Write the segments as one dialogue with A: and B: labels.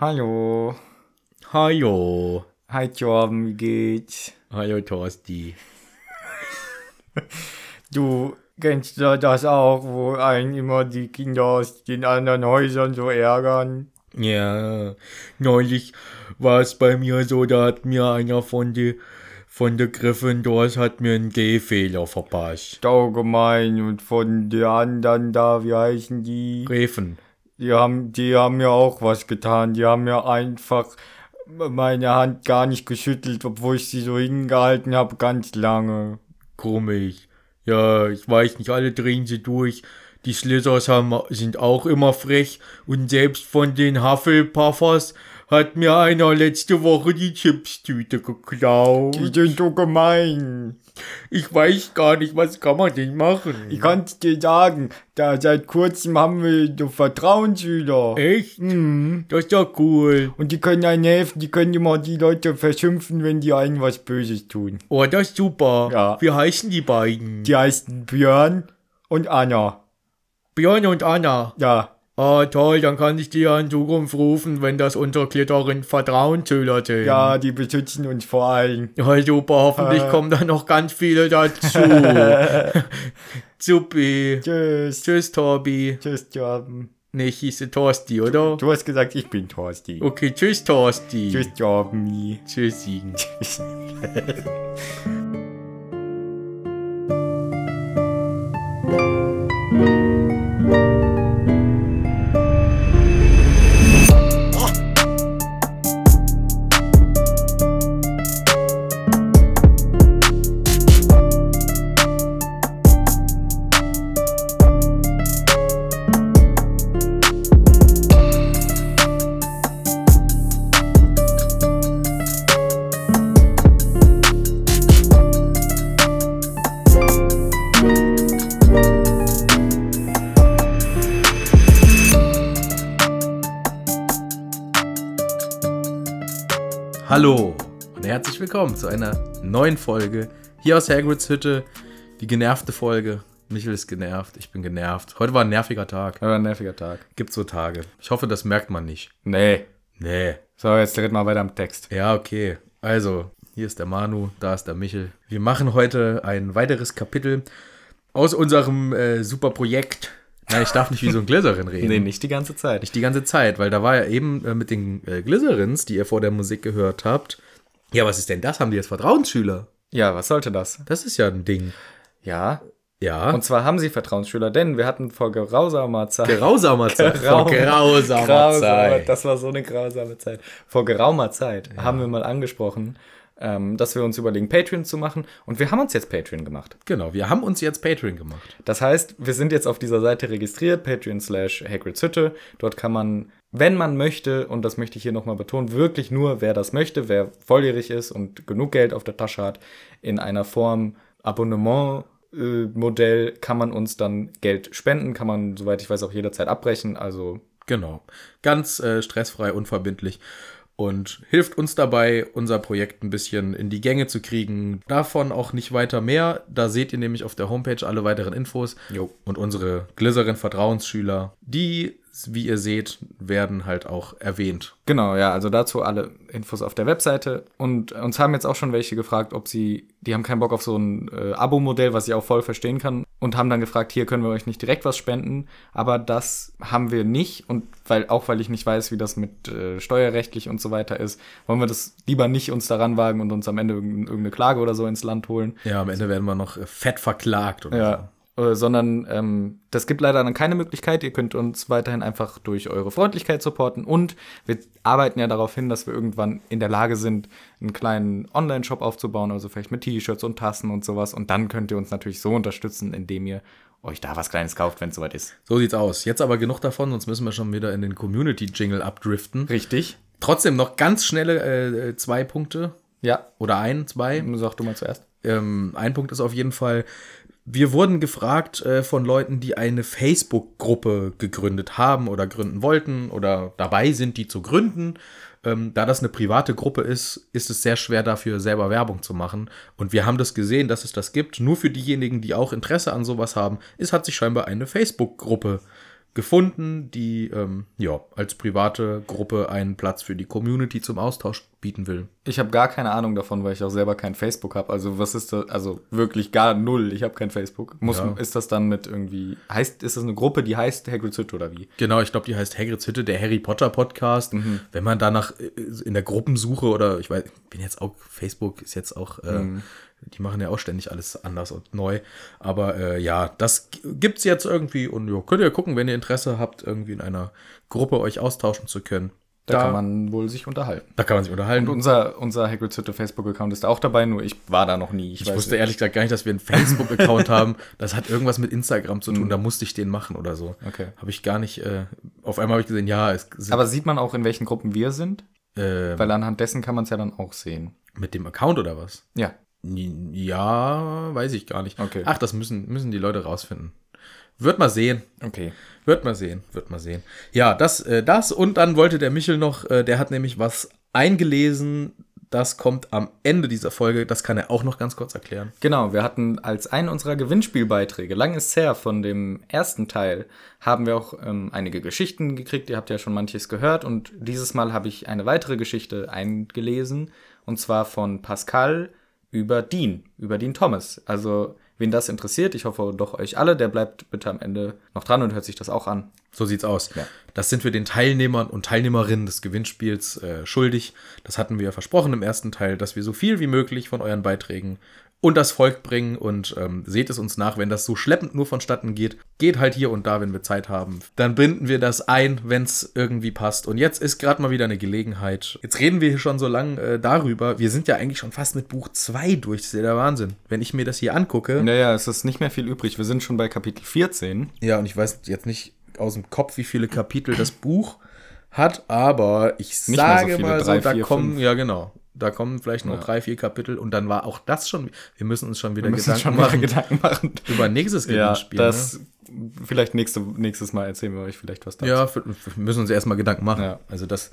A: Hallo.
B: Hallo.
A: Hi Torben, wie geht's?
B: Hallo Torsti.
A: Du kennst ja das auch, wo einen immer die Kinder aus den anderen Häusern so ärgern.
B: Ja, neulich war es bei mir so, da hat mir einer von der von der Gryffindors hat mir einen G-Fehler verpasst.
A: Daugemein und von den anderen da, wie heißen die?
B: Gräfen.
A: Die haben, die haben mir auch was getan. Die haben mir einfach meine Hand gar nicht geschüttelt, obwohl ich sie so hingehalten habe, ganz lange.
B: Komisch. Ja, ich weiß nicht, alle drehen sie durch. Die Slytherins haben, sind auch immer frech und selbst von den Hufflepuffers hat mir einer letzte Woche die Chipstüte geklaut.
A: Die sind so gemein.
B: Ich weiß gar nicht, was kann man denn machen?
A: Ich kann's dir sagen, da seit kurzem haben wir so Vertrauensschüler.
B: Echt?
A: Mhm.
B: Das ist ja cool.
A: Und die können einen helfen, die können immer die Leute verschimpfen, wenn die einem was Böses tun.
B: Oh, das ist super.
A: Ja.
B: Wie heißen die beiden?
A: Die heißen Björn und Anna.
B: Björn und Anna.
A: Ja,
B: Ah, toll, dann kann ich die ja in Zukunft rufen, wenn das unsere Klitterin Vertrauenshöhler sind.
A: ja, die beschützen uns vor allen.
B: Ja, super, hoffentlich
A: Äh.
B: kommen da noch ganz viele
A: Oh.
B: dazu. Supi.
A: Tschüss.
B: Tschüss, Torbi.
A: Tschüss, Torben.
B: Nee, ich hieße Torsti, oder?
A: Du hast gesagt, ich bin Torsti.
B: Okay, tschüss, Torsti.
A: Tschüss, Torben.
B: Tschüssi.
C: Hallo und herzlich willkommen zu einer neuen Folge hier aus Hagrids Hütte. Die genervte Folge. Michel ist genervt, ich bin genervt. Heute war ein nerviger Tag.
A: war ein nerviger Tag.
C: Gibt so Tage. Ich hoffe, das merkt man nicht.
A: Nee.
C: Nee.
A: So, jetzt red mal weiter am Text.
C: Ja, okay. Also, hier ist der Manu, da ist der Michel. Wir machen heute ein weiteres Kapitel aus unserem äh, super Projekt. Nein, ich darf nicht wie so ein Gläserin reden.
A: Nee, nicht die ganze Zeit.
C: Nicht die ganze Zeit, weil da war ja eben äh, mit den äh, Glycerins, die ihr vor der Musik gehört habt. Ja, was ist denn das? Haben die jetzt Vertrauensschüler?
A: Ja, was sollte das?
C: Das ist ja ein Ding.
A: Ja.
C: Ja.
A: Und zwar haben sie Vertrauensschüler, denn wir hatten vor grausamer Zeit.
C: grausamer Zeit.
A: Grau-
C: Vor grausamer Zeit.
A: Das war so eine grausame Zeit. Vor geraumer Zeit haben wir mal angesprochen, ähm, dass wir uns überlegen, Patreon zu machen. Und wir haben uns jetzt Patreon gemacht.
C: Genau, wir haben uns jetzt Patreon gemacht.
A: Das heißt, wir sind jetzt auf dieser Seite registriert, patreon slash Hagrid's Hütte. Dort kann man, wenn man möchte, und das möchte ich hier nochmal betonen, wirklich nur, wer das möchte, wer volljährig ist und genug Geld auf der Tasche hat, in einer Form Abonnement. äh, Modell kann man uns dann Geld spenden, kann man, soweit ich weiß, auch jederzeit abbrechen. Also
C: Genau. Ganz äh, stressfrei, unverbindlich. Und hilft uns dabei, unser Projekt ein bisschen in die Gänge zu kriegen. Davon auch nicht weiter mehr. Da seht ihr nämlich auf der Homepage alle weiteren Infos.
A: Jo.
C: Und unsere Glycerin-Vertrauensschüler, die, wie ihr seht, werden halt auch erwähnt.
A: Genau, ja, also dazu alle Infos auf der Webseite. Und uns haben jetzt auch schon welche gefragt, ob sie, die haben keinen Bock auf so ein äh, Abo-Modell, was ich auch voll verstehen kann. Und haben dann gefragt, hier können wir euch nicht direkt was spenden. Aber das haben wir nicht. Und weil, auch weil ich nicht weiß, wie das mit äh, steuerrechtlich und so weiter ist, wollen wir das lieber nicht uns daran wagen und uns am Ende irgendeine irgendeine Klage oder so ins Land holen.
C: Ja, am Ende werden wir noch äh, fett verklagt. Oder So.
A: Ja. Äh, sondern ähm, das gibt leider dann keine Möglichkeit. Ihr könnt uns weiterhin einfach durch eure Freundlichkeit supporten und wir arbeiten ja darauf hin, dass wir irgendwann in der Lage sind, einen kleinen Online-Shop aufzubauen, also vielleicht mit T-Shirts und Tassen und sowas. Und dann könnt ihr uns natürlich so unterstützen, indem ihr euch da was Kleines kauft, wenn es soweit ist.
C: So sieht's aus. Jetzt aber genug davon, sonst müssen wir schon wieder in den Community-Jingle abdriften.
A: Richtig?
C: Trotzdem noch ganz schnelle äh, zwei Punkte
A: Ja.
C: oder ein, zwei.
A: Sag du mal zuerst.
C: Ähm, ein Punkt ist auf jeden Fall, wir wurden gefragt äh, von Leuten, die eine Facebook-Gruppe gegründet haben oder gründen wollten oder dabei sind, die zu gründen. Ähm, da das eine private Gruppe ist, ist es sehr schwer dafür selber Werbung zu machen. Und wir haben das gesehen, dass es das gibt. Nur für diejenigen, die auch Interesse an sowas haben, es hat sich scheinbar eine Facebook-Gruppe gefunden, die ähm, ja als private Gruppe einen Platz für die Community zum Austausch bieten will.
A: Ich habe gar keine Ahnung davon, weil ich auch selber kein Facebook habe. Also was ist das? Also wirklich gar null. Ich habe kein Facebook. Muss
C: Ja.
A: ist das dann mit irgendwie heißt ist das eine Gruppe, die heißt Hagrid's Hütte oder wie?
C: Genau, ich glaube, die heißt Hagrid's Hütte, der Harry Potter Podcast.
A: Mhm.
C: Wenn man danach äh, in der Gruppensuche oder ich weiß, ich bin jetzt auch, Facebook ist jetzt auch, äh,
A: Mhm.
C: die machen ja auch ständig alles anders und neu. Aber äh, ja, das g- gibt's jetzt irgendwie und ja, könnt ihr gucken, wenn ihr Interesse habt, irgendwie in einer Gruppe euch austauschen zu können.
A: Da, kann man wohl sich unterhalten.
C: da kann man sich unterhalten.
A: Und unser unser Hagrid's Hütte Facebook Account ist auch dabei, nur ich war da noch nie. Ich,
C: ich
A: weiß
C: wusste ehrlich gesagt gar nicht, dass wir einen Facebook-Account haben. Das hat irgendwas mit Instagram zu tun. Da musste ich den machen oder so.
A: Okay.
C: Habe ich gar nicht. Äh, auf einmal habe ich gesehen, ja, es sind,
A: Aber sieht man auch, in welchen Gruppen wir sind?
C: äh,
A: Weil anhand dessen kann man es ja dann auch sehen.
C: mit dem Account oder was?
A: Ja.
C: N- Ja, weiß ich gar nicht.
A: Okay.
C: Ach, das müssen, müssen die Leute rausfinden. Wird mal sehen.
A: Okay.
C: Wird mal sehen. Wird mal sehen. Ja, das, äh, das. Und dann wollte der Michel noch, äh, der hat nämlich was eingelesen. Das kommt am Ende dieser Folge. Das kann er auch noch ganz kurz erklären.
A: Genau, wir hatten als einen unserer Gewinnspielbeiträge, lang ist her von dem ersten Teil, haben wir auch ähm, einige Geschichten gekriegt. Ihr habt ja schon manches gehört und dieses Mal habe ich eine weitere Geschichte eingelesen und zwar von Pascal über Dean, über Dean Thomas. Also, wen das interessiert, ich hoffe doch euch alle, der bleibt bitte am Ende noch dran und hört sich das auch an.
C: So sieht's aus. Das sind wir den Teilnehmern und Teilnehmerinnen des Gewinnspiels äh, schuldig. Das hatten wir versprochen im ersten Teil, dass wir so viel wie möglich von euren Beiträgen und das Volk bringen und ähm, seht es uns nach, wenn das so schleppend nur vonstatten geht. Geht halt hier und da, wenn wir Zeit haben. Dann binden wir das ein, wenn's irgendwie passt. Und jetzt ist gerade mal wieder eine Gelegenheit. Jetzt reden wir hier schon so lang äh, darüber. Wir sind ja eigentlich schon fast mit Buch 2 durch. Das ist ja der Wahnsinn. Wenn ich mir das hier angucke.
A: Naja, es ist nicht mehr viel übrig. Wir sind schon bei Kapitel 14.
C: Ja, und ich weiß jetzt nicht aus dem Kopf, wie viele Kapitel das Buch hat, aber ich
A: Nicht mal so
C: sage
A: viele,
C: mal so,
A: drei,
C: da
A: vier,
C: kommen,
A: fünf.
C: ja genau, da kommen vielleicht noch
A: Ja.
C: drei, vier Kapitel und dann war auch das schon, wir müssen uns schon wieder
A: Wir müssen
C: Gedanken
A: schon mal
C: machen
A: Gedanken machen.
C: über nächstes
A: Ja,
C: Gewinnspiel. ne?
A: das vielleicht nächste, nächstes Mal erzählen wir euch vielleicht was dazu.
C: ja wir wir müssen uns erstmal Gedanken machen.
A: Ja.
C: Also das,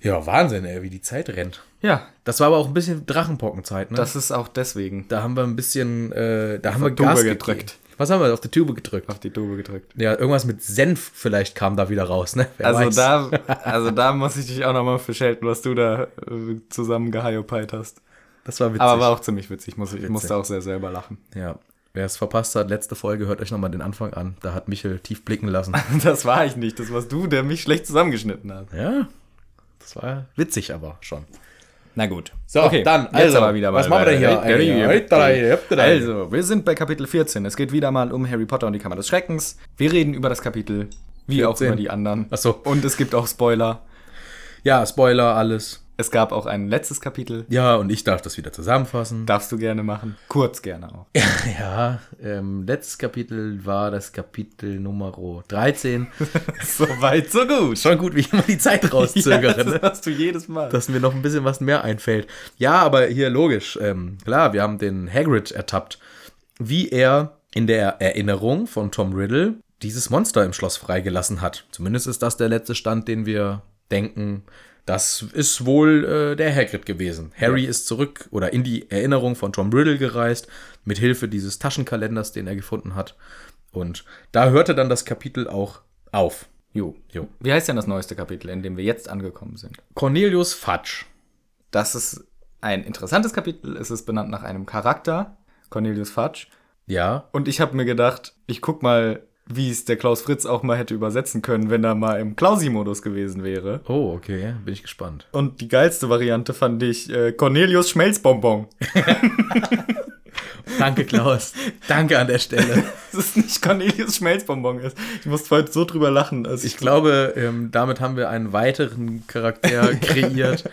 C: ja Wahnsinn, ey, wie die Zeit rennt.
A: Ja,
C: Das war aber auch ein bisschen Drachenpockenzeit, ne?
A: das ist auch deswegen
C: da haben wir ein bisschen, äh, da haben
A: der
C: wir Gas
A: Tube
C: gegeben.
A: gedrückt.
C: Was haben wir auf die Tube gedrückt?
A: auf die Tube gedrückt.
C: Ja, irgendwas mit Senf vielleicht kam da wieder raus, ne? Wer
A: Also
C: weiß.
A: da, also da muss ich dich auch nochmal für schelten, was du da äh, zusammen gehiopeit hast.
C: das war witzig.
A: Aber war auch ziemlich witzig. Muss, ich musste
C: Witzig.
A: auch sehr selber lachen.
C: Ja. Wer es verpasst hat, letzte Folge, hört euch nochmal den Anfang an. Da hat Michel tief blicken lassen.
A: Das war ich nicht. Das warst du, der mich schlecht zusammengeschnitten hat.
C: ja. Das war witzig aber schon.
A: Na gut.
C: So, dann,
A: jetzt
C: also,
A: aber wieder
C: was
A: mal bei
C: machen wir denn hier?
A: der Review.
C: Eine, drei, drei, drei.
A: Also, wir sind bei Kapitel 14. Es geht wieder mal um Harry Potter und die Kammer des Schreckens. Wir reden über das Kapitel, wie auch
C: 14.
A: über die anderen.
C: Ach so.
A: Und es gibt auch Spoiler.
C: Ja, Spoiler, alles.
A: Es gab auch ein letztes Kapitel.
C: Ja, und ich darf das wieder zusammenfassen.
A: Darfst du gerne machen. Kurz gerne auch.
C: Ja, ähm, letztes Kapitel war das Kapitel Nummer 13.
A: So weit, so gut.
C: schon gut, wie ich immer die Zeit rauszögere. ne?
A: das hast du jedes Mal.
C: dass mir noch ein bisschen was mehr einfällt. Ja, aber hier logisch. Ähm, klar, wir haben den Hagrid ertappt, wie er in der Erinnerung von Tom Riddle dieses Monster im Schloss freigelassen hat. Zumindest ist das der letzte Stand, den wir denken. Das ist wohl äh, der Hagrid gewesen. Harry ist zurück oder in die Erinnerung von Tom Riddle gereist, mit Hilfe dieses Taschenkalenders, den er gefunden hat. Und da hörte dann das Kapitel auch auf.
A: jo.
C: Jo.
A: Wie heißt denn das neueste Kapitel, in dem wir jetzt angekommen sind?
C: Cornelius Fudge.
A: Das ist ein interessantes Kapitel. Es ist benannt nach einem Charakter, Cornelius Fudge.
C: Ja,
A: Und ich habe mir gedacht, ich guck mal, wie es der Klaus Fritz auch mal hätte übersetzen können, wenn er mal im Klausi-Modus gewesen wäre.
C: Oh, okay, bin ich gespannt.
A: Und die geilste Variante fand ich äh, Cornelius Schmelzbonbon.
C: Danke, Klaus. Danke an der Stelle.
A: Dass es nicht Cornelius Schmelzbonbon ist. Ich musste heute so drüber lachen. Also
C: Ich glaube, ähm, damit haben wir einen weiteren Charakter kreiert.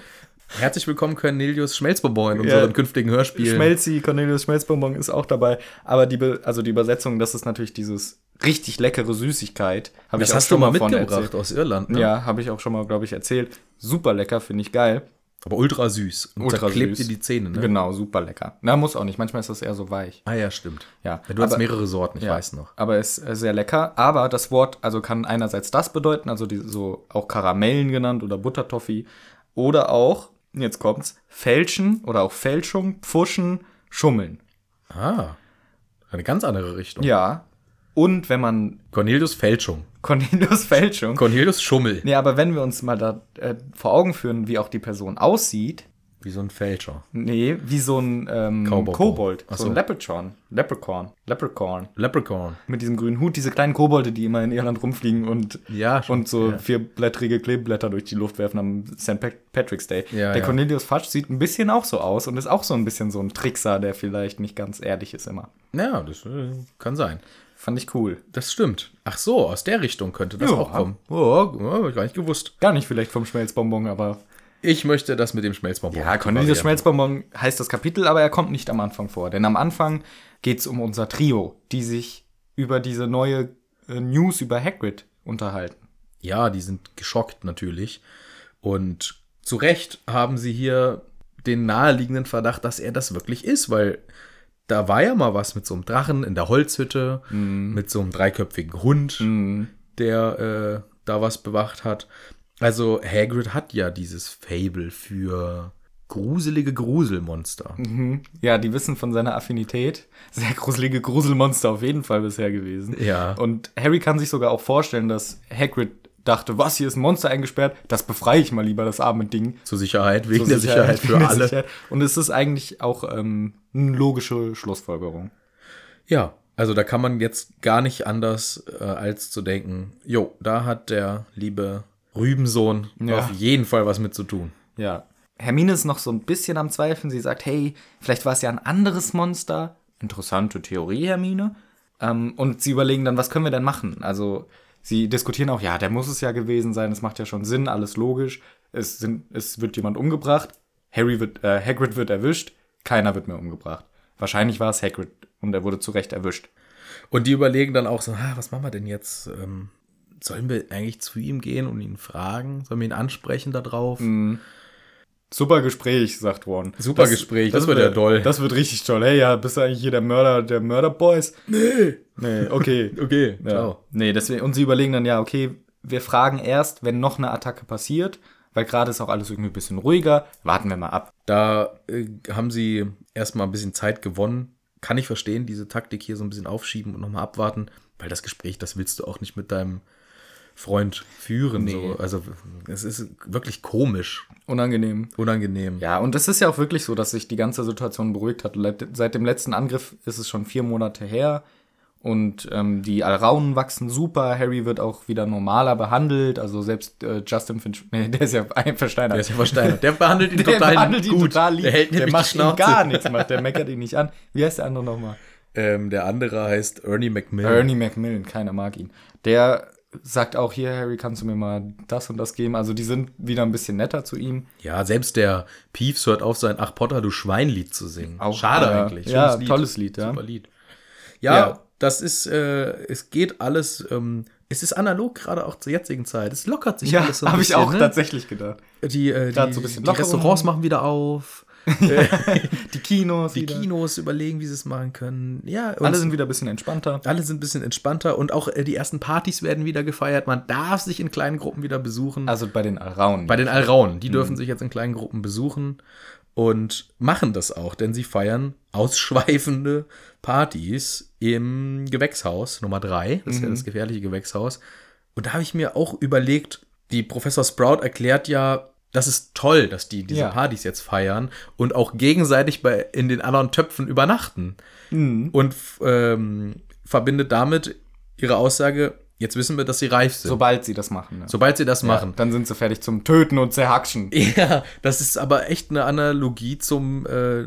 C: Herzlich willkommen, Cornelius Schmelzbonbon in
A: Ja.
C: unseren künftigen Hörspielen.
A: Schmelzi, Cornelius Schmelzbonbon ist auch dabei. Aber die, Be also die Übersetzung, das ist natürlich dieses richtig leckere Süßigkeit. Hab
C: das
A: ich auch
C: hast du mal
A: von
C: mitgebracht
A: erzählt.
C: aus Irland. Ne?
A: Ja, habe ich auch schon mal, glaube ich, erzählt. Super lecker, finde ich geil.
C: Aber ultra süß. Und
A: Ultra
C: zerklebt
A: süß.
C: dir die Zähne, ne?
A: Genau, super lecker. Na, muss auch nicht. Manchmal ist das eher so weich.
C: Ah ja, stimmt.
A: Ja,
C: Du hast
A: aber-
C: mehrere Sorten, ich
A: Ja,
C: weiß noch.
A: Aber ist äh, sehr lecker. Aber das Wort, also kann einerseits das bedeuten, also die, so auch Karamellen genannt oder Buttertoffee. Oder auch, jetzt kommt's, Fälschen oder auch Fälschung, Pfuschen, Schummeln.
C: Ah, eine ganz andere Richtung.
A: Ja. Und wenn man
C: Cornelius Fälschung.
A: Cornelius Fälschung.
C: Cornelius Schummel.
A: Nee, aber wenn wir uns mal da äh, vor Augen führen, wie auch die Person aussieht,
C: Wie so ein Fälscher.
A: nee, wie so ein ähm,
C: Cowboy.
A: Kobold,
C: Ach
A: so
C: so.
A: ein Leprechaun, Leprechaun, Leprechaun.
C: Leprechaun.
A: Mit diesem grünen Hut, diese kleinen Kobolde, die immer in Irland rumfliegen und,
C: Ja, schon,
A: und so
C: ja.
A: vierblättrige Kleeblätter durch die Luft werfen am St. Pat- Patrick's Day.
C: Ja,
A: der
C: ja.
A: Cornelius Fatsch sieht ein bisschen auch so aus und ist auch so ein bisschen so ein Trickser, der vielleicht nicht ganz ehrlich ist immer.
C: Ja, das äh, kann sein.
A: Fand ich cool.
C: Das stimmt. Ach so, aus der Richtung könnte das
A: Ja.
C: auch kommen. Oh, oh, hab ich gar nicht gewusst.
A: Gar nicht vielleicht vom Schmelzbonbon, aber.
C: Ich möchte das mit dem Schmelzbonbon.
A: Ja, Cornelius
C: variieren.
A: Schmelzbonbon heißt das Kapitel, aber er kommt nicht am Anfang vor. Denn am Anfang geht's um unser Trio, die sich über diese neue äh, News über Hagrid unterhalten.
C: Ja, die sind geschockt natürlich. Und zu Recht haben sie hier den naheliegenden Verdacht, dass er das wirklich ist, weil da war ja mal was mit so einem Drachen in der Holzhütte,
A: Mhm.
C: mit so einem dreiköpfigen Hund, der äh, da was bewacht hat. Also Hagrid hat ja dieses Fable für gruselige Gruselmonster.
A: Mhm. Ja, die wissen von seiner Affinität. Sehr gruselige Gruselmonster auf jeden Fall bisher gewesen.
C: Ja.
A: Und Harry kann sich sogar auch vorstellen, dass Hagrid dachte, was, hier ist ein Monster eingesperrt, das befreie ich mal lieber, das arme Ding.
C: Zur Sicherheit, wegen
A: Zur
C: der Sicherheit,
A: wegen
C: für
A: der
C: alle.
A: Sicherheit. Und es ist eigentlich auch ähm, eine logische Schlussfolgerung.
C: Ja, also da kann man jetzt gar nicht anders äh, als zu denken, jo, da hat der liebe Rübensohn
A: Ja.
C: auf jeden Fall was mit zu tun.
A: Ja. Hermine ist noch so ein bisschen am Zweifeln. Sie sagt, hey, vielleicht war es ja ein anderes Monster. Interessante Theorie, Hermine. Ähm, und sie überlegen dann, was können wir denn machen? Also sie diskutieren auch, ja, der muss es ja gewesen sein. Es macht ja schon Sinn, alles logisch. Es, sind, es wird jemand umgebracht. Harry wird, äh, Hagrid wird erwischt. Keiner wird mehr umgebracht. Wahrscheinlich war es Hagrid und er wurde zu Recht erwischt.
C: Und die überlegen dann auch so, ah, was machen wir denn jetzt? Ähm, sollen wir eigentlich zu ihm gehen und ihn fragen? Sollen wir ihn ansprechen da drauf?
A: Super Gespräch, sagt Ron.
C: Super Gespräch, das wird ja toll.
A: Das wird richtig toll. Hey, ja, bist du eigentlich hier der Mörder, der Mörderboys? Nee. Nee, okay.
C: Okay,
A: ja. Nee, deswegen, und sie überlegen dann, ja, okay, wir fragen erst, wenn noch eine Attacke passiert, weil gerade ist auch alles irgendwie ein bisschen ruhiger. Warten wir mal ab.
C: Da äh, haben sie erstmal ein bisschen Zeit gewonnen. Kann ich verstehen, diese Taktik hier so ein bisschen aufschieben und nochmal abwarten, weil das Gespräch, das willst du auch nicht mit deinem Freund führen. So. Also es ist wirklich komisch,
A: Unangenehm.
C: unangenehm.
A: Ja, und es ist ja auch wirklich so, dass sich die ganze Situation beruhigt hat. Leit- Seit dem letzten Angriff ist es schon vier Monate her und ähm, die Alraunen wachsen super. Harry wird auch wieder normaler behandelt. Also selbst äh, Justin Finch, nee, der ist ja ein Versteiner.
C: Der ist ja versteinert. Der behandelt ihn total
A: behandelt ihn
C: gut.
A: total lieb.
C: Der hält
A: der
C: nämlich die
A: macht ihm
C: Schnauze.
A: gar nichts, macht, der meckert ihn nicht an. Wie heißt der andere nochmal?
C: Ähm, der andere heißt Ernie McMillan.
A: Ernie Macmillan, keiner mag ihn. Der sagt auch hier, Harry, kannst du mir mal das und das geben? Also die sind wieder ein bisschen netter zu ihm.
C: Ja, selbst der Peeves hört auf, sein Ach Potter, du Schweinlied zu singen.
A: Auch-
C: Schade
A: ja.
C: eigentlich.
A: Ja,
C: Schönes
A: tolles Lied, ja.
C: Super Lied. Ja,
A: Ja.
C: das ist, äh, es geht alles, ähm, es ist analog gerade auch zur jetzigen Zeit. Es lockert sich alles so ein
A: hab
C: bisschen. ne?
A: tatsächlich gedacht.
C: Die, äh,
A: grad
C: die,
A: so ein bisschen
C: die
A: Lockerung.
C: Restaurants machen wieder auf.
A: Die Kinos,
C: Die
A: wieder.
C: Kinos überlegen, wie sie es machen können. Ja, und
A: alle sind wieder ein bisschen entspannter.
C: alle sind ein bisschen entspannter und auch äh, die ersten Partys werden wieder gefeiert. Man darf sich in kleinen Gruppen wieder besuchen.
A: Also Mhm. bei den Alraunen.
C: Bei den Alraunen, die dürfen sich jetzt in kleinen Gruppen besuchen und machen das auch, denn sie feiern ausschweifende Partys im Gewächshaus Nummer 3. Das ist
A: Mhm.
C: ja das gefährliche Gewächshaus. Und da habe ich mir auch überlegt, die Professor Sprout erklärt ja, das ist toll, dass die diese
A: Ja.
C: Partys jetzt feiern und auch gegenseitig bei, in den anderen Töpfen übernachten.
A: Mhm.
C: Und f- ähm, verbindet damit ihre Aussage, jetzt wissen wir, dass sie reif sind.
A: Sobald sie das machen. Ne?
C: Sobald sie das machen.
A: Dann sind sie fertig zum Töten und Zerhackschen.
C: Ja, das ist aber echt eine Analogie zum äh,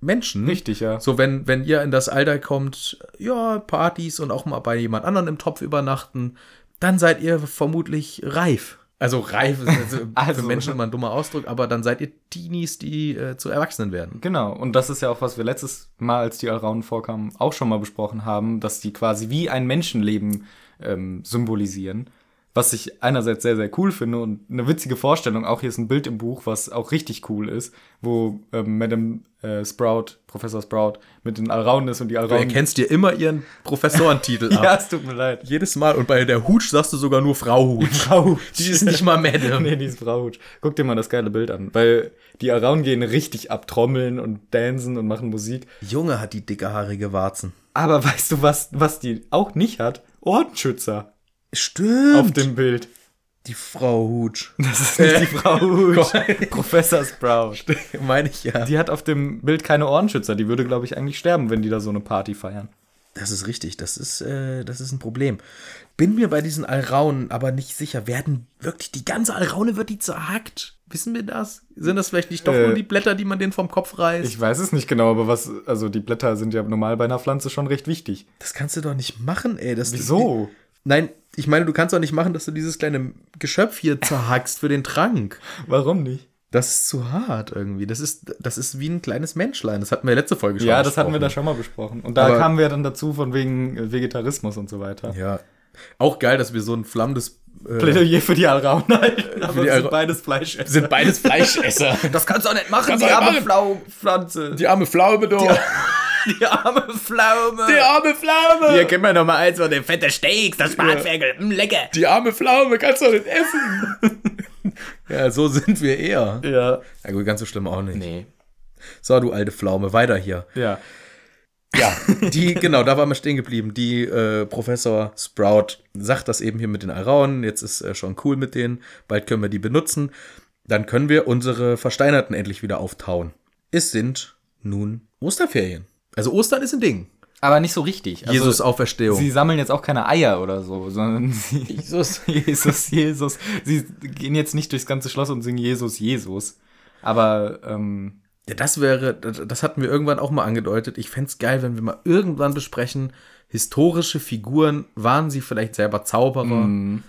C: Menschen.
A: Richtig, ja.
C: So, wenn, wenn ihr in das Alter kommt, ja, Partys und auch mal bei jemand anderem im Topf übernachten, dann seid ihr vermutlich reif. Also reif ist also
A: Also.
C: für Menschen immer ein dummer Ausdruck, aber dann seid ihr Teenies, die äh, zu Erwachsenen werden.
A: Genau, und das ist ja auch, was wir letztes Mal, als die Alraunen vorkamen, auch schon mal besprochen haben, dass die quasi wie ein Menschenleben ähm, symbolisieren. Was ich einerseits sehr, sehr cool finde und eine witzige Vorstellung. Auch hier ist ein Bild im Buch, was auch richtig cool ist, wo ähm, Madame äh, Sprout, Professor Sprout, mit den Alraunen ist und die
C: Du
A: Alraunen.
C: erkennst dir immer ihren Professorentitel
A: ja,
C: ab.
A: es tut mir leid.
C: Jedes Mal. Und bei der Hutsch sagst du sogar nur Frau Hutsch.
A: Frau
C: Die ist nicht mal Madame.
A: Nee, die ist Brautsch. Guck dir mal das geile Bild an, weil die Alraunen gehen richtig ab, trommeln und dansen und machen Musik.
C: Junge hat die dicke haarige Warzen.
A: Aber weißt du, was, was die auch nicht hat? Ordenschützer.
C: Stimmt.
A: auf dem Bild.
C: die Frau Hutsch.
A: Das ist nicht die Frau Hooch, Professor Sprout.
C: Meine ich ja.
A: Die hat auf dem Bild keine Ohrenschützer. Die würde, glaube ich, eigentlich sterben, wenn die da so eine Party feiern.
C: Das ist richtig. Das ist, äh, das ist ein Problem. Bin mir bei diesen Alraunen aber nicht sicher. Werden wirklich die ganze Alraune wird die zerhackt? Wissen wir das? Sind das vielleicht nicht doch
A: Äh,
C: nur die Blätter, die man denen vom Kopf reißt?
A: Ich weiß es nicht genau, aber was, also die Blätter sind ja normal bei einer Pflanze schon recht wichtig.
C: das kannst du doch nicht machen, ey. Das,
A: Wieso?
C: Nein, ich meine, du kannst doch nicht machen, dass du dieses kleine Geschöpf hier zerhackst für den Trank.
A: Warum nicht?
C: Das ist zu hart irgendwie. Das ist, das ist wie ein kleines Menschlein. Das hatten wir letzte Folge schon.
A: Ja, das hatten wir
C: besprochen.
A: da schon mal besprochen. Und da
C: Aber-
A: kamen wir dann dazu von wegen äh, Vegetarismus und so weiter.
C: Ja. Auch geil, dass wir so ein flammendes. Äh,
A: Plädoyer für die Alrauner halten, aber
C: die
A: es
C: Alra-
A: sind beides Fleisch.
C: sind beides Fleischesser.
A: Das kannst du auch nicht machen,
C: Kannst du auch nicht
A: Pflaumpflanze.
C: die arme Pflaume doch.
A: Die arme Pflaume.
C: Die arme Pflaume!
A: Hier, gib mir noch mal eins von den fetten Steaks, das Spanferkel, mm, lecker.
C: Die arme Pflaume kannst du nicht essen! ja, so sind wir eher.
A: Ja.
C: Na gut, ganz so schlimm auch nicht. Nee. So, du alte Pflaume, weiter hier.
A: Ja.
C: Ja, die, genau, da waren wir stehen geblieben. Die äh, Professor Sprout sagt das eben hier mit den Alraunen. Jetzt ist äh, schon cool mit denen. Bald können wir die benutzen. Dann können wir unsere Versteinerten endlich wieder auftauen. Es sind nun Osterferien. Also Ostern ist ein Ding.
A: Aber nicht so richtig. Also,
C: Jesus Auferstehung.
A: Sie sammeln jetzt auch keine Eier oder so, sondern sie.
C: Jesus.
A: Jesus, Jesus. Sie gehen jetzt nicht durchs ganze Schloss und singen Jesus, Jesus. Aber, ähm,
C: Ja, das wäre, das das hatten wir irgendwann auch mal angedeutet. Ich fänd's geil, wenn wir mal irgendwann besprechen, historische Figuren, waren sie vielleicht selber Zauberer
A: Mhm.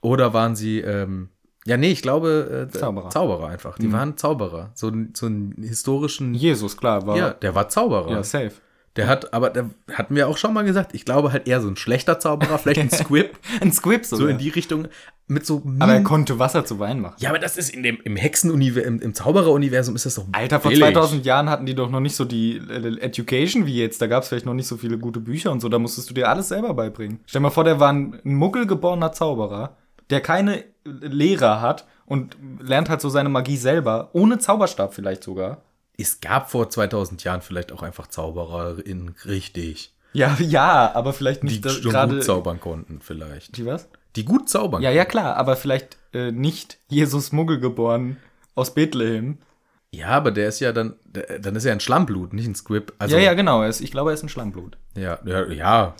C: oder waren sie, ähm, ja, nee, ich glaube, äh,
A: Zauberer. Mhm.
C: Zauberer einfach. Die waren Zauberer. So, ein- so einen historischen,
A: Jesus, klar, war.
C: ja, der war Zauberer.
A: ja safe.
C: Der hat, aber, der hatten wir auch schon mal gesagt, ich glaube halt eher so ein schlechter Zauberer, vielleicht ein Squib,
A: Ein Squib sogar.
C: so in die Richtung, mit so,
A: Aber er
C: Minen-
A: konnte Wasser zu Wein machen.
C: ja, aber das ist in dem, im Hexenuniversum, im, im Zaubereruniversum ist das doch
A: Alter, vor
C: billig.
A: 2000 Jahren hatten die doch noch nicht so die äh, Education wie jetzt. Da gab es vielleicht noch nicht so viele gute Bücher und so. Da musstest du dir alles selber beibringen. Stell dir mal vor, der war ein ein muggelgeborener Zauberer, der keine äh, Lehrer hat und lernt halt so seine Magie selber. Ohne Zauberstab vielleicht sogar.
C: es gab vor 2000 Jahren vielleicht auch einfach ZaubererInnen richtig,
A: Ja, ja, aber vielleicht
C: die
A: nicht da-
C: schon gut zaubern konnten vielleicht.
A: Die was?
C: Die gut zaubern
A: Ja, ja, klar. Aber vielleicht äh, nicht Jesus Muggelgeboren aus Bethlehem.
C: konnten. Ja, aber der ist ja dann, der, dann ist er ein Schlammblut, nicht ein Squib. Also,
A: Ja, ja, genau. Er ist, ich glaube, er ist ein Schlammblut.
C: ja. Ja, ja.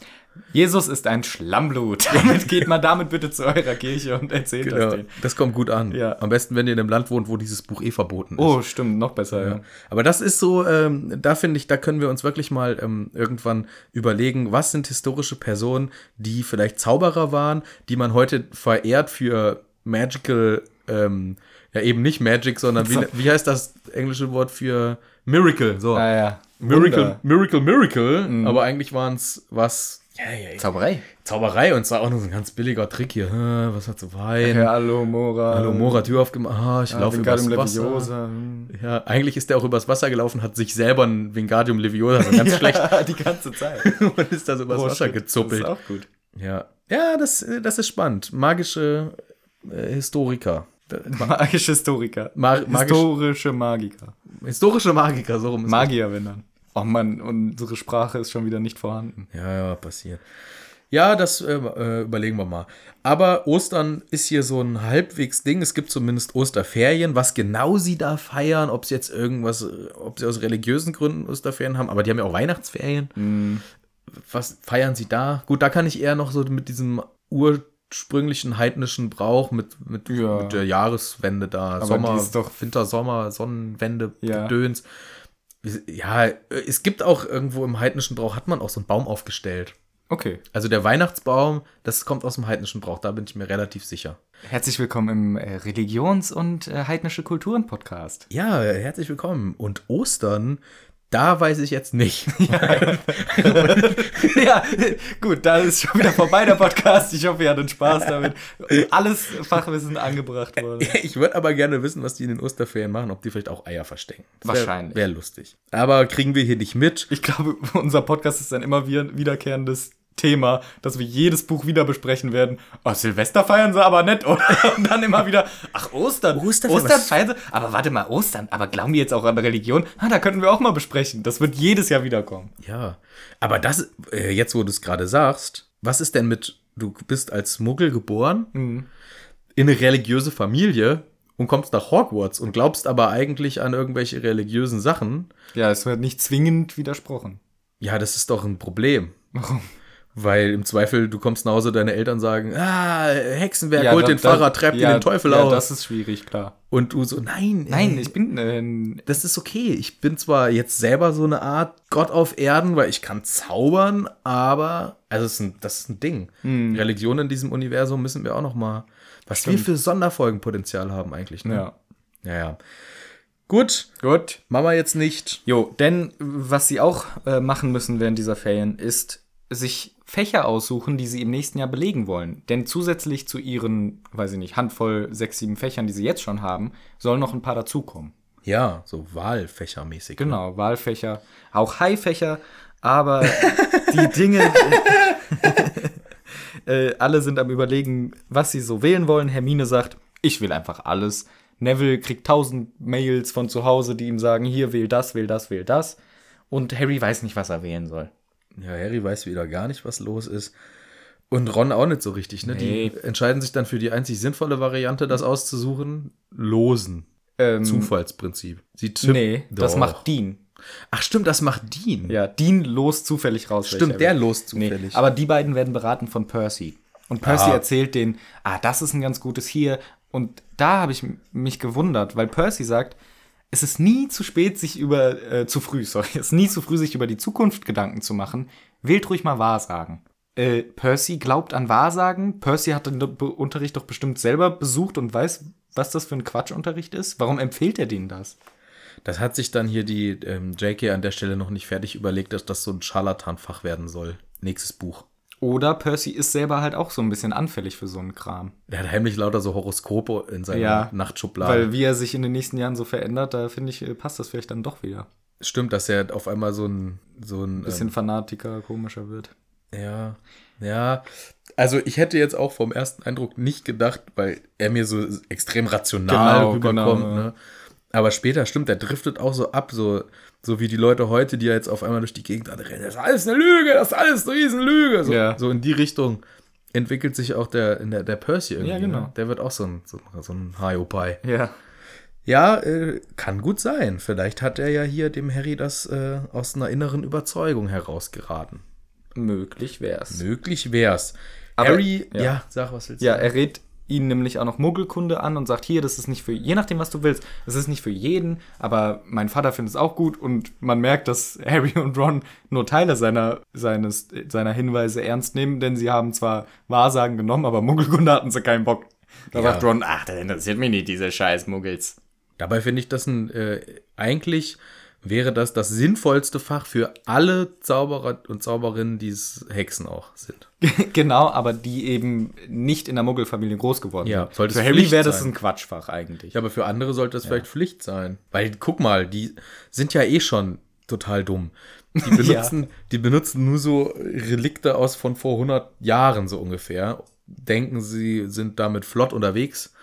A: Jesus ist ein Schlammblut. Damit geht mal damit bitte zu eurer Kirche und erzählt das
C: Genau.
A: denen.
C: Das kommt gut an.
A: Ja.
C: Am besten, wenn ihr in einem Land wohnt, wo dieses Buch eh verboten ist.
A: Oh, stimmt, noch besser, ja.
C: Ja. Aber das ist so, ähm, da finde ich, da können wir uns wirklich mal ähm, irgendwann überlegen, was sind historische Personen, die vielleicht Zauberer waren, die man heute verehrt für Magical, ähm, ja eben nicht Magic, sondern wie, wie heißt das englische Wort für Miracle? So.
A: Ah, ja.
C: Miracle,
A: Wunder. Mhm.
C: Miracle, Miracle, aber eigentlich waren es was. Ja, ja, ja.
A: Zauberei.
C: Zauberei und es war auch nur so ein ganz billiger Trick hier. Hä, Was hat so Wein?
A: Ja, hallo Mora.
C: Hallo, Mora, Tür aufgemacht. Ah, ich laufe übers Wasser. Ja, eigentlich ist der auch übers Wasser gelaufen, hat sich selber ein Vingardium Leviosa, so ganz schlecht,
A: die ganze Zeit.
C: und ist da so übers Wasser gezuppelt.
A: Oh, Das ist auch gut.
C: Ja, ja das, äh, das ist spannend. Magische äh, Historiker. Da-
A: Magische Historiker.
C: Mar- magisch-
A: Historische Magiker.
C: Historische Magiker, so rum. ist
A: Magier, wenn dann. Oh Mann, unsere Sprache ist schon wieder nicht vorhanden.
C: es. Ja, ja, passiert. Ja, das äh, äh, überlegen wir mal. Aber Ostern ist hier so ein halbwegs Ding. Es gibt zumindest Osterferien. Was genau sie da feiern, ob sie jetzt irgendwas, äh, ob sie aus religiösen Gründen Osterferien haben, aber die haben ja auch Weihnachtsferien.
A: Hm.
C: was feiern sie da? Gut, da kann ich eher noch so mit diesem ursprünglichen heidnischen Brauch mit, mit,
A: Ja.
C: mit der Jahreswende da,
A: Aber
C: Sommer,
A: die ist doch-
C: Winter, Sommer, Sonnenwende,
A: Ja.
C: Döns. Ja, es gibt auch irgendwo im heidnischen Brauch, hat man auch so einen Baum aufgestellt.
A: Okay.
C: Also der Weihnachtsbaum, das kommt aus dem heidnischen Brauch, da bin ich mir relativ sicher.
A: Herzlich willkommen im äh, Religions- und äh, heidnische Kulturen-Podcast.
C: Ja, herzlich willkommen. Und Ostern, da weiß ich jetzt nicht.
A: ja, gut, da ist schon wieder vorbei der Podcast. Ich hoffe, ihr hattet Spaß damit. Alles Fachwissen angebracht wurde.
C: Ich würde aber gerne wissen, was die in den Osterferien machen, ob die vielleicht auch Eier verstecken. Das wär-
A: Wahrscheinlich.
C: Wäre lustig. Aber kriegen wir hier nicht mit.
A: Ich glaube, unser Podcast ist ein immer wieder- wiederkehrendes Thema, dass wir jedes Buch wieder besprechen werden. Oh, Silvester feiern sie aber nicht, oder? Und dann immer wieder, ach, Ostern.
C: Ostern-
A: Ostern
C: was-
A: feiern sie. Aber warte mal, Ostern. Aber glauben die jetzt auch an Religion? Ah, da könnten wir auch mal besprechen. Das wird jedes Jahr wiederkommen.
C: Ja. Aber das, äh, jetzt wo du es gerade sagst, was ist denn mit du bist als Muggel geboren
A: Mhm.
C: in eine religiöse Familie und kommst nach Hogwarts und glaubst aber eigentlich an irgendwelche religiösen Sachen.
A: Ja, es wird nicht zwingend widersprochen.
C: Ja, das ist doch ein Problem. Weil im Zweifel, du kommst nach Hause, deine Eltern sagen, ah, Hexenwerk, holt
A: da-
C: den
A: da-
C: Pfarrer, treibt
A: ja,
C: dir den Teufel
A: ja,
C: aus.
A: Das ist schwierig, klar.
C: und du so, nein,
A: Nein,
C: äh,
A: ich bin äh,
C: das ist okay. Ich bin zwar jetzt selber so eine Art Gott auf Erden, weil ich kann zaubern, aber also es ist ein, das ist ein Ding.
A: Hm.
C: Religion in diesem Universum müssen wir auch noch mal, was wir für Sonderfolgenpotenzial haben eigentlich. Ne?
A: ja.
C: ja, ja. Gut,
A: Gut.
C: machen wir jetzt nicht.
A: Jo, denn was sie auch äh, machen müssen während dieser Ferien ist, sich Fächer aussuchen, die sie im nächsten Jahr belegen wollen. Denn zusätzlich zu ihren, weiß ich nicht, Handvoll, sechs, sieben Fächern, die sie jetzt schon haben, sollen noch ein paar dazukommen.
C: Ja, so Wahlfächermäßig.
A: Genau, Wahlfächer, auch Haifächer, aber die Dinge. äh, alle sind am Überlegen, was sie so wählen wollen. Hermine sagt, ich will einfach alles. Neville kriegt tausend Mails von zu Hause, die ihm sagen, hier wähl das, wähl das, wähl das. Und Harry weiß nicht, was er wählen soll.
C: Ja, Harry weiß wieder gar nicht, was los ist. Und Ron auch nicht so richtig. Ne?
A: Nee. Hm.
C: Die entscheiden sich dann für die einzig sinnvolle Variante, das auszusuchen. Losen.
A: Ähm,
C: Zufallsprinzip. Sie tippt.
A: Nee, das
C: Doch.
A: macht Dean.
C: Ach stimmt, das macht Dean.
A: Ja, Dean los zufällig raus.
C: Stimmt,
A: welcher
C: der
A: will.
C: lost
A: Nee,
C: zufällig.
A: aber die beiden werden beraten von Percy. Und Percy erzählt denen, ah, das ist ein ganz gutes hier. Und da habe ich m- mich gewundert, weil Percy sagt, es ist nie zu spät, sich über, äh, zu früh, sorry, es ist nie zu früh, sich über die Zukunft Gedanken zu machen. Wählt ruhig mal Wahrsagen. Äh, Percy glaubt an Wahrsagen. Percy hat den Be- Unterricht doch bestimmt selber besucht und weiß, was das für ein Quatschunterricht ist. Warum empfiehlt er denen das?
C: das hat sich dann hier die ähm, JK an der Stelle noch nicht fertig überlegt, dass das so ein Scharlatanfach werden soll. Nächstes Buch.
A: Oder Percy ist selber halt auch so ein bisschen anfällig für so einen Kram.
C: Er hat heimlich lauter so Horoskope in seiner
A: Ja,
C: Nachtschublade.
A: Weil wie er sich in den nächsten Jahren so verändert, da finde ich, äh, passt das vielleicht dann doch wieder.
C: stimmt, dass er auf einmal so ein, so ein
A: Bisschen Fanatiker, komischer wird.
C: Ja, ja. Also ich hätte jetzt auch vom ersten Eindruck nicht gedacht, weil er mir so extrem rational
A: Genau, genau,
C: rüberkommt.
A: ja.
C: ne? Aber später, stimmt, der driftet auch so ab, so, so wie die Leute heute, die ja jetzt auf einmal durch die Gegend rennen. Das ist alles eine Lüge, das ist alles eine Riesenlüge. So,
A: Ja.
C: so in die Richtung entwickelt sich auch der, in der, der Percy irgendwie.
A: Ja, genau.
C: Ne? Der wird auch so ein, so, so ein Hiopai.
A: Ja.
C: Ja, äh, kann gut sein. Vielleicht hat er ja hier dem Harry das äh, aus einer inneren Überzeugung herausgeraten.
A: Möglich wär's.
C: Möglich wär's.
A: Aber-
C: Harry, ja.
A: ja.
C: sag, was willst du?
A: Ja, er rät ihnen nämlich auch noch Muggelkunde an und sagt, hier, das ist nicht für, je nachdem, was du willst, das ist nicht für jeden, aber mein Vater findet es auch gut und man merkt, dass Harry und Ron nur Teile seiner, seines, seiner Hinweise ernst nehmen, denn sie haben zwar Wahrsagen genommen, aber Muggelkunde hatten sie keinen Bock. Da
C: Ja.
A: sagt Ron, ach, das interessiert mich nicht, diese scheiß Muggels.
C: Dabei finde ich das ein, äh, eigentlich wäre das das sinnvollste Fach für alle Zauberer und Zauberinnen, die es Hexen auch sind.
A: genau, aber die eben nicht in der Muggelfamilie groß geworden
C: Ja,
A: sind.
C: sollte
A: Für
C: es
A: Harry
C: Pflicht
A: wäre das
C: sein.
A: ein Quatschfach eigentlich.
C: Ja, aber für andere sollte das vielleicht Pflicht sein. Weil, guck mal, die sind ja eh schon total dumm. Die benutzen, die benutzen nur so Relikte aus von vor 100 Jahren so ungefähr. Denken, sie sind damit flott unterwegs.